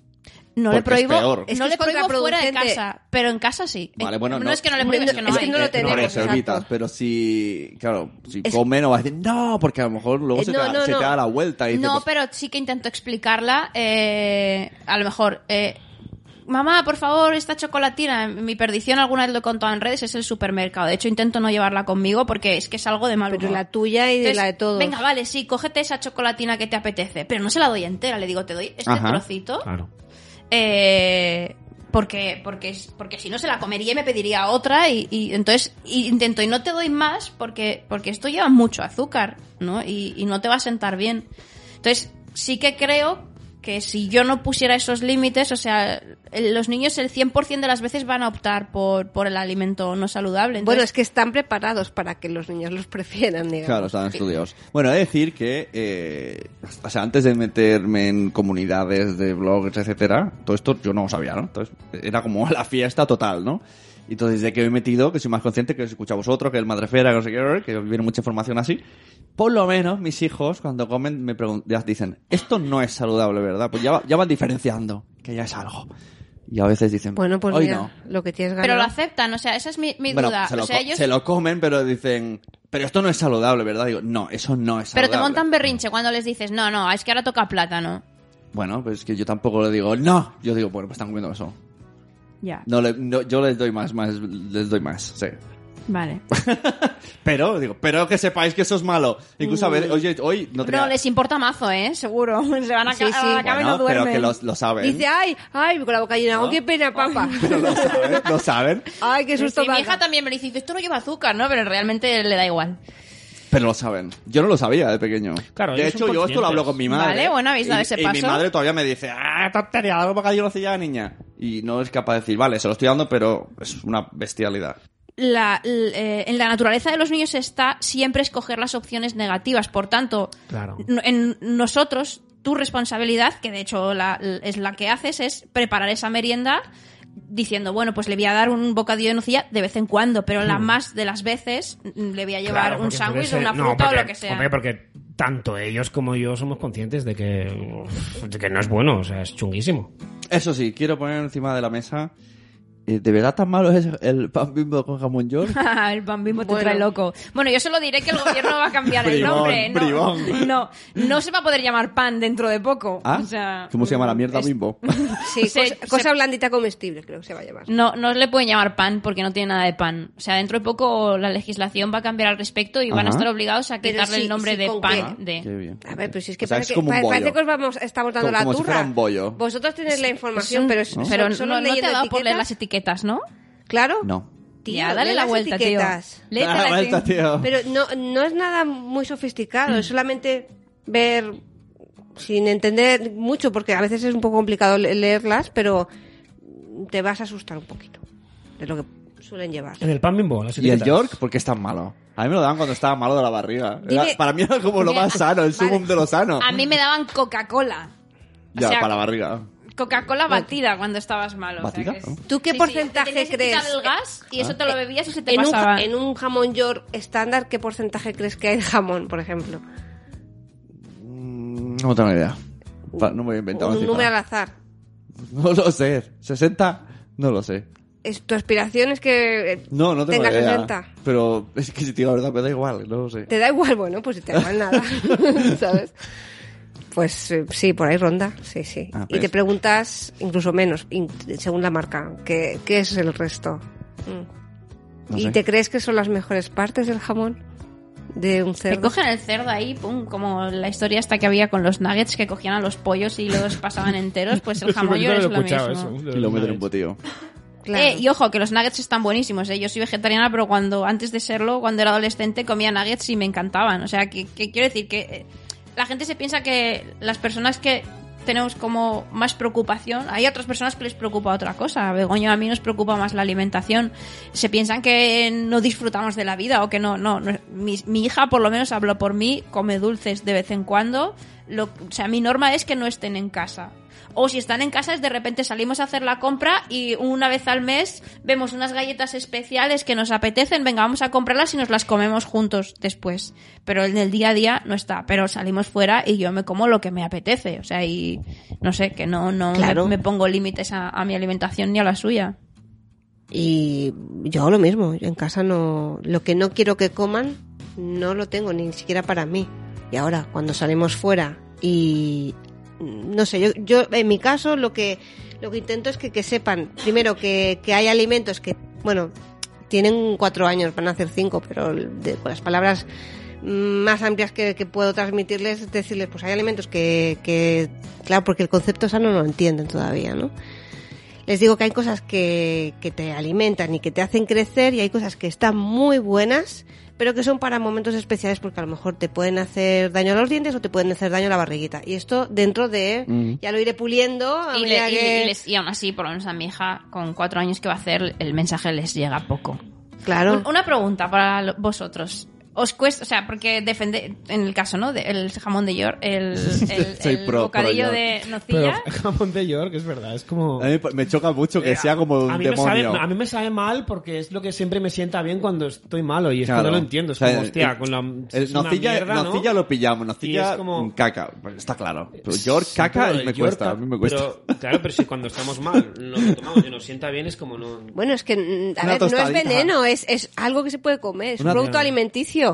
[SPEAKER 2] No le
[SPEAKER 6] Porque es
[SPEAKER 2] prohíbo,
[SPEAKER 6] peor.
[SPEAKER 3] Es
[SPEAKER 2] no
[SPEAKER 3] que
[SPEAKER 2] le
[SPEAKER 3] es
[SPEAKER 2] prohíbo fuera de
[SPEAKER 3] contraproducente.
[SPEAKER 2] casa, pero en casa sí.
[SPEAKER 6] Vale,
[SPEAKER 2] Eh,
[SPEAKER 6] bueno,
[SPEAKER 2] no,
[SPEAKER 6] no-
[SPEAKER 2] es que no le prohíbes, es que no,
[SPEAKER 3] es
[SPEAKER 2] hay.
[SPEAKER 3] que no lo
[SPEAKER 5] eh,
[SPEAKER 3] tenemos
[SPEAKER 5] no,
[SPEAKER 6] Reservitas,
[SPEAKER 3] exacto.
[SPEAKER 6] pero si, claro, si
[SPEAKER 3] Es-
[SPEAKER 6] come no vas a decir no, porque a lo mejor luego
[SPEAKER 3] Eh,
[SPEAKER 6] se,
[SPEAKER 3] no,
[SPEAKER 6] te,
[SPEAKER 3] no,
[SPEAKER 6] se
[SPEAKER 3] no.
[SPEAKER 6] te da la vuelta y dices,
[SPEAKER 2] No,
[SPEAKER 6] pues,
[SPEAKER 2] pero sí que intento explicarla. eh, a lo mejor eh, mamá, por favor, esta chocolatina, mi perdición alguna vez lo he contado en redes, es el supermercado. De hecho, intento no llevarla conmigo porque es que es algo de mal
[SPEAKER 3] Pero
[SPEAKER 2] humor.
[SPEAKER 3] la tuya y de
[SPEAKER 2] Entonces,
[SPEAKER 3] la de todos.
[SPEAKER 2] Venga, vale, sí, cógete esa chocolatina que te apetece, pero no se la doy entera, le digo, te doy este
[SPEAKER 4] Ajá.
[SPEAKER 2] trocito.
[SPEAKER 5] Claro.
[SPEAKER 2] Eh, porque, porque, porque si no se la comería y me pediría otra y, y entonces y intento y no te doy más porque, porque esto lleva mucho azúcar, ¿no? Y, y no te va a sentar bien. Entonces, sí que creo que si yo no pusiera esos límites, o sea, el- los niños el 100% de las veces van a optar por, por el alimento no saludable.
[SPEAKER 3] Bueno,
[SPEAKER 2] Entonces,
[SPEAKER 3] es que están preparados para que los niños los prefieran, digamos.
[SPEAKER 4] Claro, estaban estudiados. Bueno, he de decir que, eh, o sea, antes de meterme en comunidades de blogs, etcétera, todo esto yo no lo sabía, ¿no? Entonces, era como la fiesta total, ¿no? Y Entonces, desde que me he metido, que soy más consciente, que os escucho a vosotros, que el Madrefera, que no sé qué, que viene mucha información así, por lo menos mis hijos, cuando comen, me pregun- ya dicen, esto no es saludable, ¿verdad? Pues ya, va- ya van diferenciando, que ya es algo. Y a veces dicen,
[SPEAKER 3] Bueno, pues
[SPEAKER 4] hoy
[SPEAKER 3] mira,
[SPEAKER 4] no.
[SPEAKER 3] lo que tienes
[SPEAKER 2] pero lo
[SPEAKER 3] ganado.
[SPEAKER 2] aceptan, o sea, esa es mi, mi
[SPEAKER 4] Bueno,
[SPEAKER 2] duda.
[SPEAKER 4] se lo,
[SPEAKER 2] o sea,
[SPEAKER 4] co-
[SPEAKER 2] ellos
[SPEAKER 4] se lo comen, pero dicen, pero esto no es saludable, ¿verdad? Digo, no, eso no es
[SPEAKER 2] Pero
[SPEAKER 4] saludable.
[SPEAKER 2] te montan berrinche cuando les dices, no, no, es que ahora toca plátano.
[SPEAKER 4] Bueno, pues es que yo tampoco le digo, no. Yo digo, bueno, pues están comiendo eso.
[SPEAKER 2] Ya,
[SPEAKER 4] No, le- no, yo les doy más, más, les doy más, sí.
[SPEAKER 2] vale.
[SPEAKER 4] Pero, digo, pero que sepáis que eso es malo. Incluso a ver, oye, hoy no tenía...
[SPEAKER 2] Mm. No, les importa mazo, ¿eh? Seguro. Se van a,
[SPEAKER 3] Sí,
[SPEAKER 2] ca-
[SPEAKER 3] sí.
[SPEAKER 2] a la cama y no
[SPEAKER 4] Bueno, pero
[SPEAKER 2] duermen.
[SPEAKER 4] que lo, lo saben.
[SPEAKER 3] Dice, ay, ay, con la boca llena, oh, qué pena, papá.
[SPEAKER 4] Pero lo saben, lo saben,
[SPEAKER 3] Ay, qué susto.
[SPEAKER 2] Sí, mi
[SPEAKER 3] me ha
[SPEAKER 2] hija
[SPEAKER 3] dado.
[SPEAKER 2] también me dice, esto no lleva azúcar, ¿no? Pero realmente le da igual.
[SPEAKER 4] pero lo saben. Yo no lo sabía de pequeño.
[SPEAKER 5] Claro,
[SPEAKER 4] de
[SPEAKER 5] ellos
[SPEAKER 4] hecho,
[SPEAKER 5] son
[SPEAKER 4] yo esto lo hablo
[SPEAKER 5] conscientes.
[SPEAKER 4] con mi madre.
[SPEAKER 2] Vale, bueno, habéis dado
[SPEAKER 4] y,
[SPEAKER 2] ese
[SPEAKER 4] y mi
[SPEAKER 2] paso.
[SPEAKER 4] madre todavía me dice, ah, tontería, algo para que yo lo hacía, niña. Y no es capaz de decir, vale, se lo estoy dando, pero es una bestialidad.
[SPEAKER 2] La- l- eh, en la naturaleza de los niños está siempre escoger las opciones negativas. Por tanto,
[SPEAKER 5] Claro.
[SPEAKER 2] n- en nosotros, tu responsabilidad, que de hecho la- l- es la que haces, es preparar esa merienda diciendo, bueno, pues le voy a dar un bocadillo de nocilla de vez en cuando, pero la más de las veces mm, le voy a llevar
[SPEAKER 5] Hmm. Claro,
[SPEAKER 2] un
[SPEAKER 5] porque
[SPEAKER 2] sándwich o una
[SPEAKER 5] entonces, eh, no,
[SPEAKER 2] fruta o
[SPEAKER 5] porque-
[SPEAKER 2] lo que sea.
[SPEAKER 5] hombre, porque tanto ellos como yo somos conscientes de que, uf, de que no es bueno, o sea, es chunguísimo.
[SPEAKER 4] Eso sí, quiero poner encima de la mesa. eh, ¿De verdad tan malo es el pan bimbo con jamón york?
[SPEAKER 2] el pan bimbo te
[SPEAKER 3] Bueno.
[SPEAKER 2] trae loco. Bueno, yo solo diré que el gobierno va a cambiar el
[SPEAKER 4] Bribón,
[SPEAKER 2] nombre. No,
[SPEAKER 4] bribón.
[SPEAKER 2] no, no se va a poder llamar pan dentro de poco.
[SPEAKER 4] ¿Ah?
[SPEAKER 2] O sea,
[SPEAKER 4] ¿Cómo se llama la mierda
[SPEAKER 2] es-
[SPEAKER 4] bimbo?
[SPEAKER 3] Sí,
[SPEAKER 2] Se-
[SPEAKER 3] cosa, cosa blandita comestible, creo que se va a llamar.
[SPEAKER 2] No, no le pueden llamar pan porque no tiene nada de pan. O sea, dentro de poco la legislación va a cambiar al respecto y van a
[SPEAKER 4] Ajá.
[SPEAKER 2] estar obligados a
[SPEAKER 3] Pero
[SPEAKER 2] quitarle
[SPEAKER 3] sí,
[SPEAKER 2] el nombre
[SPEAKER 3] sí,
[SPEAKER 2] de
[SPEAKER 3] ¿con
[SPEAKER 2] pan.
[SPEAKER 3] qué?
[SPEAKER 2] De...
[SPEAKER 4] Qué bien.
[SPEAKER 3] A ver, pero si es que,
[SPEAKER 4] O sea,
[SPEAKER 3] parece,
[SPEAKER 4] es como un
[SPEAKER 3] que-
[SPEAKER 4] bollo.
[SPEAKER 3] parece que os vamos, estamos dando
[SPEAKER 4] Como-
[SPEAKER 3] la
[SPEAKER 4] como si
[SPEAKER 3] turra.
[SPEAKER 4] fuera un bollo.
[SPEAKER 3] Vosotros tenéis la
[SPEAKER 2] Es
[SPEAKER 3] información,
[SPEAKER 2] un-
[SPEAKER 3] pero, es- son-
[SPEAKER 2] pero
[SPEAKER 3] solo
[SPEAKER 2] no, no te
[SPEAKER 3] leyendo
[SPEAKER 2] ha dado por leer
[SPEAKER 3] etiquetas.
[SPEAKER 2] las etiquetas, ¿no?
[SPEAKER 3] Claro.
[SPEAKER 4] No.
[SPEAKER 2] ya, dale
[SPEAKER 3] lee
[SPEAKER 2] la
[SPEAKER 3] las
[SPEAKER 2] vuelta,
[SPEAKER 3] etiquetas.
[SPEAKER 2] tío. Léete
[SPEAKER 4] Dale la
[SPEAKER 2] la
[SPEAKER 4] vuelta,
[SPEAKER 2] eti-
[SPEAKER 4] tío.
[SPEAKER 3] Pero no, no es nada muy sofisticado,
[SPEAKER 4] Mm.
[SPEAKER 3] es solamente ver sin entender mucho, porque a veces es un poco complicado le- leerlas, pero te vas a asustar un poquito de lo que suelen llevar.
[SPEAKER 5] En el pan bimbo, las
[SPEAKER 4] ¿Y el
[SPEAKER 5] etiquetas.
[SPEAKER 4] York? ¿Por qué es tan malo? A mí me lo daban cuando estaba malo de la barriga. Era-
[SPEAKER 3] Dime-
[SPEAKER 4] para mí era como lo más sano, el sumum de lo sano.
[SPEAKER 2] A mí me daban Coca-Cola. O
[SPEAKER 4] ya,
[SPEAKER 2] sea,
[SPEAKER 4] para la barriga.
[SPEAKER 2] Coca-Cola batida cuando estabas malo. o sea
[SPEAKER 4] ¿Batida? Oh.
[SPEAKER 2] que es-
[SPEAKER 4] ¿No?
[SPEAKER 3] ¿Tú qué
[SPEAKER 2] Sí, sí,
[SPEAKER 3] porcentaje
[SPEAKER 2] te tenías que
[SPEAKER 3] crees? Ah.
[SPEAKER 2] quitar el gas y eso te lo bebías y se te
[SPEAKER 3] En un,
[SPEAKER 2] pasaba.
[SPEAKER 3] ja- en un jamón york estándar, ¿qué porcentaje crees que hay de jamón, por ejemplo?
[SPEAKER 4] Mm, No tengo ni idea. Pa- No me voy a inventar. una
[SPEAKER 3] Un
[SPEAKER 4] cifra.
[SPEAKER 3] número al azar.
[SPEAKER 4] No lo sé. ¿60? No lo sé.
[SPEAKER 3] Es- tu aspiración es que eh,
[SPEAKER 4] No, no tengo
[SPEAKER 3] tengas
[SPEAKER 4] ni idea.
[SPEAKER 3] 60.
[SPEAKER 4] Pero es que si te digo la verdad, me da igual. No lo sé.
[SPEAKER 3] Te da igual, bueno, pues si te da igual nada, ¿sabes? Pues eh, sí, por ahí ronda, sí, sí.
[SPEAKER 4] Ah,
[SPEAKER 3] y
[SPEAKER 4] pues.
[SPEAKER 3] te preguntas, incluso menos, in- según la marca, ¿qué, qué es el resto? Mm.
[SPEAKER 4] No
[SPEAKER 3] ¿Y
[SPEAKER 4] sé.
[SPEAKER 3] te crees que son las mejores partes del jamón? De un
[SPEAKER 2] Te
[SPEAKER 3] cerdo.
[SPEAKER 2] cogen el cerdo ahí, pum, como la historia esta que había con los nuggets que cogían a los pollos y los pasaban enteros, pues el jamón yo
[SPEAKER 5] Nunca
[SPEAKER 2] es
[SPEAKER 5] lo he
[SPEAKER 2] lo
[SPEAKER 5] escuchado
[SPEAKER 2] mismo.
[SPEAKER 5] eso.
[SPEAKER 4] Kilómetro embutido.
[SPEAKER 3] Claro.
[SPEAKER 2] Eh, y ojo, que los nuggets están buenísimos. ¿eh? Yo soy vegetariana, pero cuando antes de serlo, cuando era adolescente, comía nuggets y me encantaban. O sea, que, que quiero decir que eh, la gente se piensa que las personas que tenemos como más preocupación, hay otras personas que les preocupa otra cosa. A Begoña, a mí nos preocupa más la alimentación. Se piensan que no disfrutamos de la vida o que no. no, no. Mi, mi hija, por lo menos, habló por mí, come dulces de vez en cuando. Lo, o sea, mi norma es que no estén en casa. O si están en casa es de repente salimos a hacer la compra y una vez al mes vemos unas galletas especiales que nos apetecen, venga, vamos a comprarlas y nos las comemos juntos después. Pero en el día a día no está, pero salimos fuera y yo me como lo que me apetece. O sea, y no sé, que no, no me-
[SPEAKER 3] Claro.
[SPEAKER 2] me, pongo límites a, a mi alimentación ni a la suya.
[SPEAKER 3] Y yo hago lo mismo, yo en casa no, lo que no quiero que coman, no lo tengo ni siquiera para mí. Y ahora, cuando salimos fuera y, no sé, yo, yo en mi caso lo que, Lo que intento es que, que sepan, primero, que, que hay alimentos que, bueno, tienen cuatro años, van a hacer cinco, pero de- con las palabras más amplias que, que puedo transmitirles, decirles, pues hay alimentos que, que, claro, porque el concepto sano no lo entienden todavía, ¿no? Les digo que hay cosas que, que te alimentan y que te hacen crecer y hay cosas que están muy buenas, pero que son para momentos especiales porque a lo mejor te pueden hacer daño a los dientes o te pueden hacer daño a la barriguita. Y esto dentro de,
[SPEAKER 4] Mm.
[SPEAKER 3] ya lo iré puliendo. a
[SPEAKER 2] Y,
[SPEAKER 3] medida
[SPEAKER 2] le- y-
[SPEAKER 3] que-
[SPEAKER 2] y les- y aún así, por lo menos a mi hija, con cuatro años que va a hacer, el mensaje les llega poco.
[SPEAKER 3] Claro.
[SPEAKER 2] Un- Una pregunta para lo- vosotros. Os cuesta, o sea, porque defender, en el caso, ¿no? De- el jamón de York, el, el-
[SPEAKER 4] Soy
[SPEAKER 2] el
[SPEAKER 4] pro-
[SPEAKER 2] bocadillo
[SPEAKER 4] pro
[SPEAKER 2] de
[SPEAKER 5] Pero
[SPEAKER 2] nocilla.
[SPEAKER 5] jamón de York, es verdad, es como...
[SPEAKER 4] A mí me choca mucho que sea como un
[SPEAKER 5] a mí Me
[SPEAKER 4] demonio.
[SPEAKER 5] sabe, a mí me sabe mal porque es lo que siempre me sienta bien cuando estoy malo y es
[SPEAKER 4] Claro.
[SPEAKER 5] cuando lo entiendo.
[SPEAKER 4] O
[SPEAKER 5] Es
[SPEAKER 4] sea,
[SPEAKER 5] como,
[SPEAKER 4] el-
[SPEAKER 5] hostia,
[SPEAKER 4] el-
[SPEAKER 5] con la.
[SPEAKER 4] el
[SPEAKER 5] es una
[SPEAKER 4] nocilla,
[SPEAKER 5] mierda, ¿no?
[SPEAKER 4] nocilla lo pillamos, nocilla
[SPEAKER 5] es como-
[SPEAKER 4] caca, está claro. Pero York
[SPEAKER 5] Sí,
[SPEAKER 4] caca
[SPEAKER 5] pero
[SPEAKER 4] me
[SPEAKER 5] el
[SPEAKER 4] cuesta,
[SPEAKER 5] York
[SPEAKER 4] a mí
[SPEAKER 5] caca-
[SPEAKER 4] me cuesta.
[SPEAKER 5] Pero, claro, pero si cuando estamos mal lo que tomamos y nos sienta bien es como no.
[SPEAKER 3] Bueno, es que mm, a
[SPEAKER 4] Una
[SPEAKER 3] ver, no es
[SPEAKER 4] tostadita.
[SPEAKER 3] veneno, es, es algo que se puede comer, es
[SPEAKER 4] Una-
[SPEAKER 3] un producto alimenticio.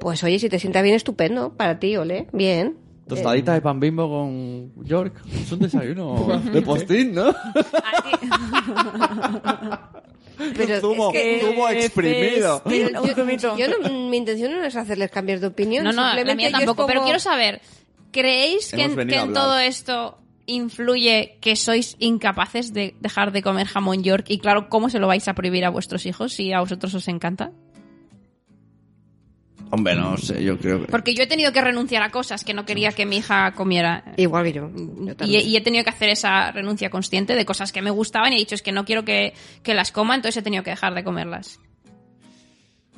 [SPEAKER 3] Pues oye, si te sienta bien, estupendo, para ti, ole, bien.
[SPEAKER 4] Tostadita de pan bimbo con York. Es un desayuno de postín, ¿no?
[SPEAKER 3] Pero es
[SPEAKER 4] zumo,
[SPEAKER 3] que-
[SPEAKER 4] zumo exprimido.
[SPEAKER 3] Pero yo, Este, yo no- mi intención no es hacerles cambiar de opinión.
[SPEAKER 2] No, no, la
[SPEAKER 3] simplemente
[SPEAKER 2] mía
[SPEAKER 3] yo es
[SPEAKER 2] tampoco. Pero
[SPEAKER 3] como-
[SPEAKER 2] quiero saber, ¿creéis que,
[SPEAKER 4] Hemos
[SPEAKER 2] en,
[SPEAKER 4] venido
[SPEAKER 2] que
[SPEAKER 4] a
[SPEAKER 2] en
[SPEAKER 4] hablar.
[SPEAKER 2] todo esto influye que sois incapaces de dejar de comer jamón York? Y claro, ¿cómo se lo vais a prohibir a vuestros hijos si a vosotros os encanta?
[SPEAKER 4] Hombre, no sé, yo creo que...
[SPEAKER 2] Porque yo he tenido que renunciar a cosas que no quería que mi hija comiera.
[SPEAKER 3] Igual que yo. yo
[SPEAKER 2] Y, he-
[SPEAKER 3] también.
[SPEAKER 2] y he tenido que hacer esa renuncia consciente de cosas que me gustaban y he dicho es que no quiero que, que las coma, entonces he tenido que dejar de comerlas.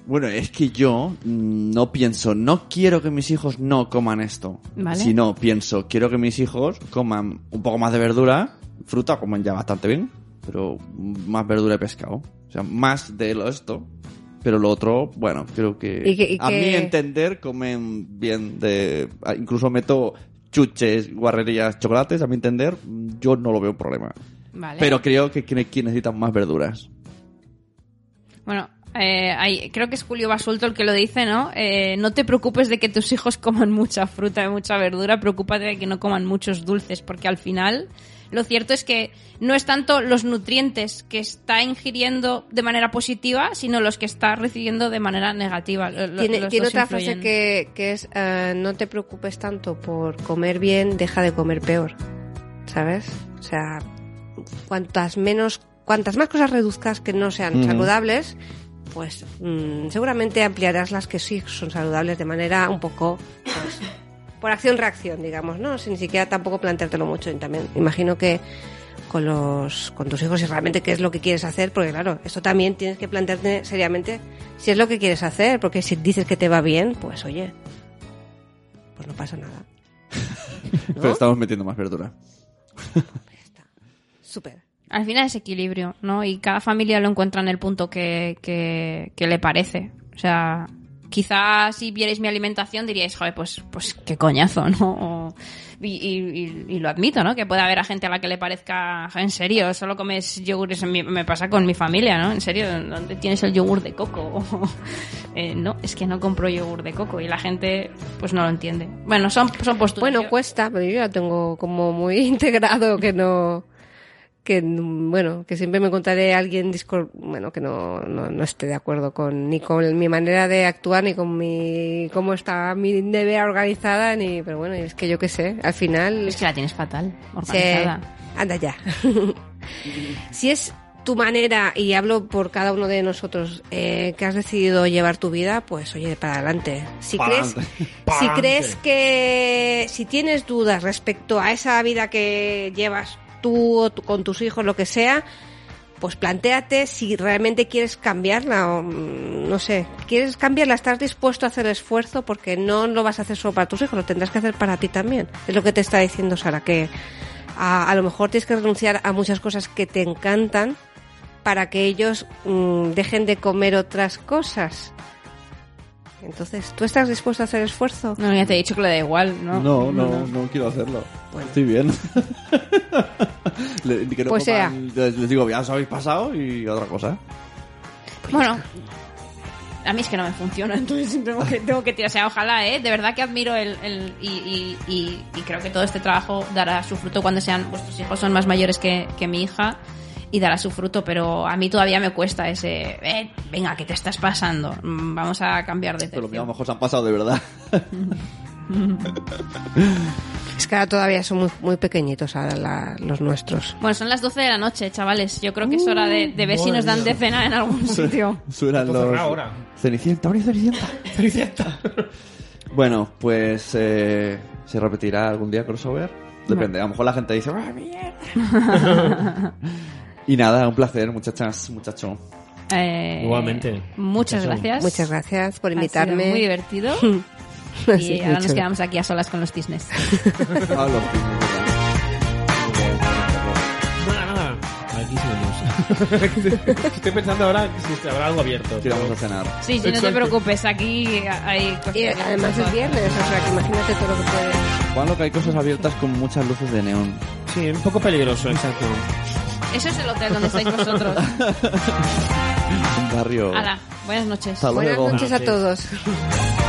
[SPEAKER 4] Bueno, es que yo mm, no pienso, no quiero que mis hijos no coman esto.
[SPEAKER 2] Vale.
[SPEAKER 4] Sino pienso, quiero que mis hijos coman un poco más de verdura, fruta, comen ya bastante bien, pero más verdura y pescado. O sea, más de lo esto. Pero lo otro, bueno, creo que,
[SPEAKER 3] Y que- y
[SPEAKER 4] a
[SPEAKER 3] que-
[SPEAKER 4] mi entender comen bien de... ah, Incluso meto chuches, guarrerías, chocolates, a mi entender, mm, yo no lo veo un problema.
[SPEAKER 2] Vale.
[SPEAKER 4] Pero creo que, que que necesitan más verduras.
[SPEAKER 2] Bueno, eh, hay- creo que es Julio Basulto el que lo dice, ¿no? Eh, no te preocupes de que tus hijos coman mucha fruta y mucha verdura, preocúpate de que no coman muchos dulces, porque al final lo cierto es que no es tanto los nutrientes que está ingiriendo de manera positiva, sino los que está recibiendo de manera negativa. Lo- lo-
[SPEAKER 3] Tiene,
[SPEAKER 2] los
[SPEAKER 3] tiene
[SPEAKER 2] dos
[SPEAKER 3] otra
[SPEAKER 2] influyen.
[SPEAKER 3] frase que, que es, eh, no te preocupes tanto por comer bien, deja de comer peor. ¿Sabes? O sea, cuantas menos, cuantas más cosas reduzcas que no sean saludables, pues mm, seguramente ampliarás las que sí son saludables de manera un poco pues, por acción-reacción, digamos, ¿no? Sin ni siquiera tampoco planteártelo mucho. Y también imagino que con los con tus hijos si realmente qué es lo que quieres hacer, porque claro, esto también tienes que plantearte seriamente si es lo que quieres hacer, porque si dices que te va bien, pues oye, pues no pasa nada. ¿No?
[SPEAKER 4] Pero estamos metiendo más verdura.
[SPEAKER 3] Súper.
[SPEAKER 2] Al final es equilibrio, ¿no? Y cada familia lo encuentra en el punto que, que- que le parece. O sea, quizás si vierais mi alimentación diríais, joder, pues, pues qué coñazo, ¿no? O- y, y- y- y lo admito, ¿no? Que puede haber a gente a la que le parezca, en serio, solo comes yogures, en mi- me pasa con mi familia, ¿no? En serio, ¿dónde tienes el yogur de coco? O, eh, no, es que no compro yogur de coco y la gente pues no lo entiende. Bueno, son, son posturas.
[SPEAKER 3] Bueno,
[SPEAKER 2] Yo-
[SPEAKER 3] cuesta, pero yo ya tengo como muy integrado que no que n- bueno, que siempre me encontraré a alguien discor- bueno, que no, no, no esté de acuerdo con ni con mi manera de actuar ni con mi cómo está mi nevera organizada ni pero bueno, es que yo qué sé, al final
[SPEAKER 2] Es que la tienes fatal,
[SPEAKER 3] Sí.
[SPEAKER 2] organizada.
[SPEAKER 3] Anda ya. si es tu manera, y hablo por cada uno de nosotros, eh, que has decidido llevar tu vida, pues oye, para adelante. Si
[SPEAKER 5] Para
[SPEAKER 3] crees,
[SPEAKER 5] adelante.
[SPEAKER 3] si
[SPEAKER 5] Para
[SPEAKER 3] crees
[SPEAKER 5] adelante.
[SPEAKER 3] que, si tienes dudas respecto a esa vida que llevas tú o tu- con tus hijos, lo que sea, pues planteate si realmente quieres cambiarla o mm, no sé, quieres cambiarla, estás dispuesto a hacer el esfuerzo porque no lo vas a hacer solo para tus hijos, lo tendrás que hacer para ti también. Es lo que te está diciendo Sara, que a, a lo mejor tienes que renunciar a muchas cosas que te encantan para que ellos mm, dejen de comer otras cosas. Entonces, ¿tú estás dispuesto a hacer esfuerzo?
[SPEAKER 2] No, ya te he dicho que le da igual, ¿no?
[SPEAKER 4] No, no, no quiero hacerlo. Estoy bien. Le- que no
[SPEAKER 3] Pues sea.
[SPEAKER 4] ¿eh? coman- les les digo, ya os habéis pasado y otra cosa.
[SPEAKER 2] Bueno, A mí es que no me funciona, entonces tengo que, tengo que tirar. O sea, ojalá, ¿eh? De verdad que admiro el... el- y, y- y- y creo que todo este trabajo dará su fruto cuando sean... Vuestros hijos son más mayores que, que mi hija y dará su fruto, pero a mí todavía me cuesta ese... "Eh, venga, que te estás pasando. Mm, Vamos a cambiar de
[SPEAKER 4] Pero lo mío a lo
[SPEAKER 2] tercio.
[SPEAKER 4] mejor se han pasado de verdad.
[SPEAKER 3] Es que ahora todavía son muy, muy pequeñitos ahora la- los nuestros.
[SPEAKER 2] Bueno, son las 12 de la noche, chavales. Yo creo que es hora de, de ver si nos dan de cena en algún sitio.
[SPEAKER 4] Suenan
[SPEAKER 5] Entonces,
[SPEAKER 4] los...
[SPEAKER 5] ahora.
[SPEAKER 4] Cenicienta, abre Cenicienta. bueno, pues eh, se repetirá algún día crossover. Depende, a lo mejor la gente dice... "Ah, mierda". y nada, un placer, muchachas, muchacho.
[SPEAKER 2] Eh,
[SPEAKER 5] Igualmente.
[SPEAKER 2] Muchas gracias.
[SPEAKER 3] Muchas gracias por
[SPEAKER 2] Ha
[SPEAKER 3] invitarme.
[SPEAKER 2] sido muy divertido.
[SPEAKER 3] Ha
[SPEAKER 2] Y
[SPEAKER 3] sido
[SPEAKER 2] ahora
[SPEAKER 3] mucho-
[SPEAKER 2] nos quedamos aquí a solas con los cisnes.
[SPEAKER 4] Pablo.
[SPEAKER 5] Nada, nada. Aquí seguimos. Estoy pensando ahora si habrá algo abierto.
[SPEAKER 4] Que vamos a cenar.
[SPEAKER 2] Sí, sí, no te
[SPEAKER 5] Exacto.
[SPEAKER 2] preocupes, aquí hay cosas
[SPEAKER 3] Y
[SPEAKER 2] que
[SPEAKER 3] además es
[SPEAKER 2] son-
[SPEAKER 3] viernes, o sea que imagínate todo lo que puede.
[SPEAKER 4] Juan, lo que hay cosas abiertas con muchas luces de neón.
[SPEAKER 5] Sí, un poco peligroso, exacto.
[SPEAKER 2] Eso es el hotel donde estáis vosotros.
[SPEAKER 4] Un barrio...
[SPEAKER 2] Hala, buenas noches.
[SPEAKER 4] Hasta
[SPEAKER 3] Buenas
[SPEAKER 4] luego.
[SPEAKER 3] noches a todos.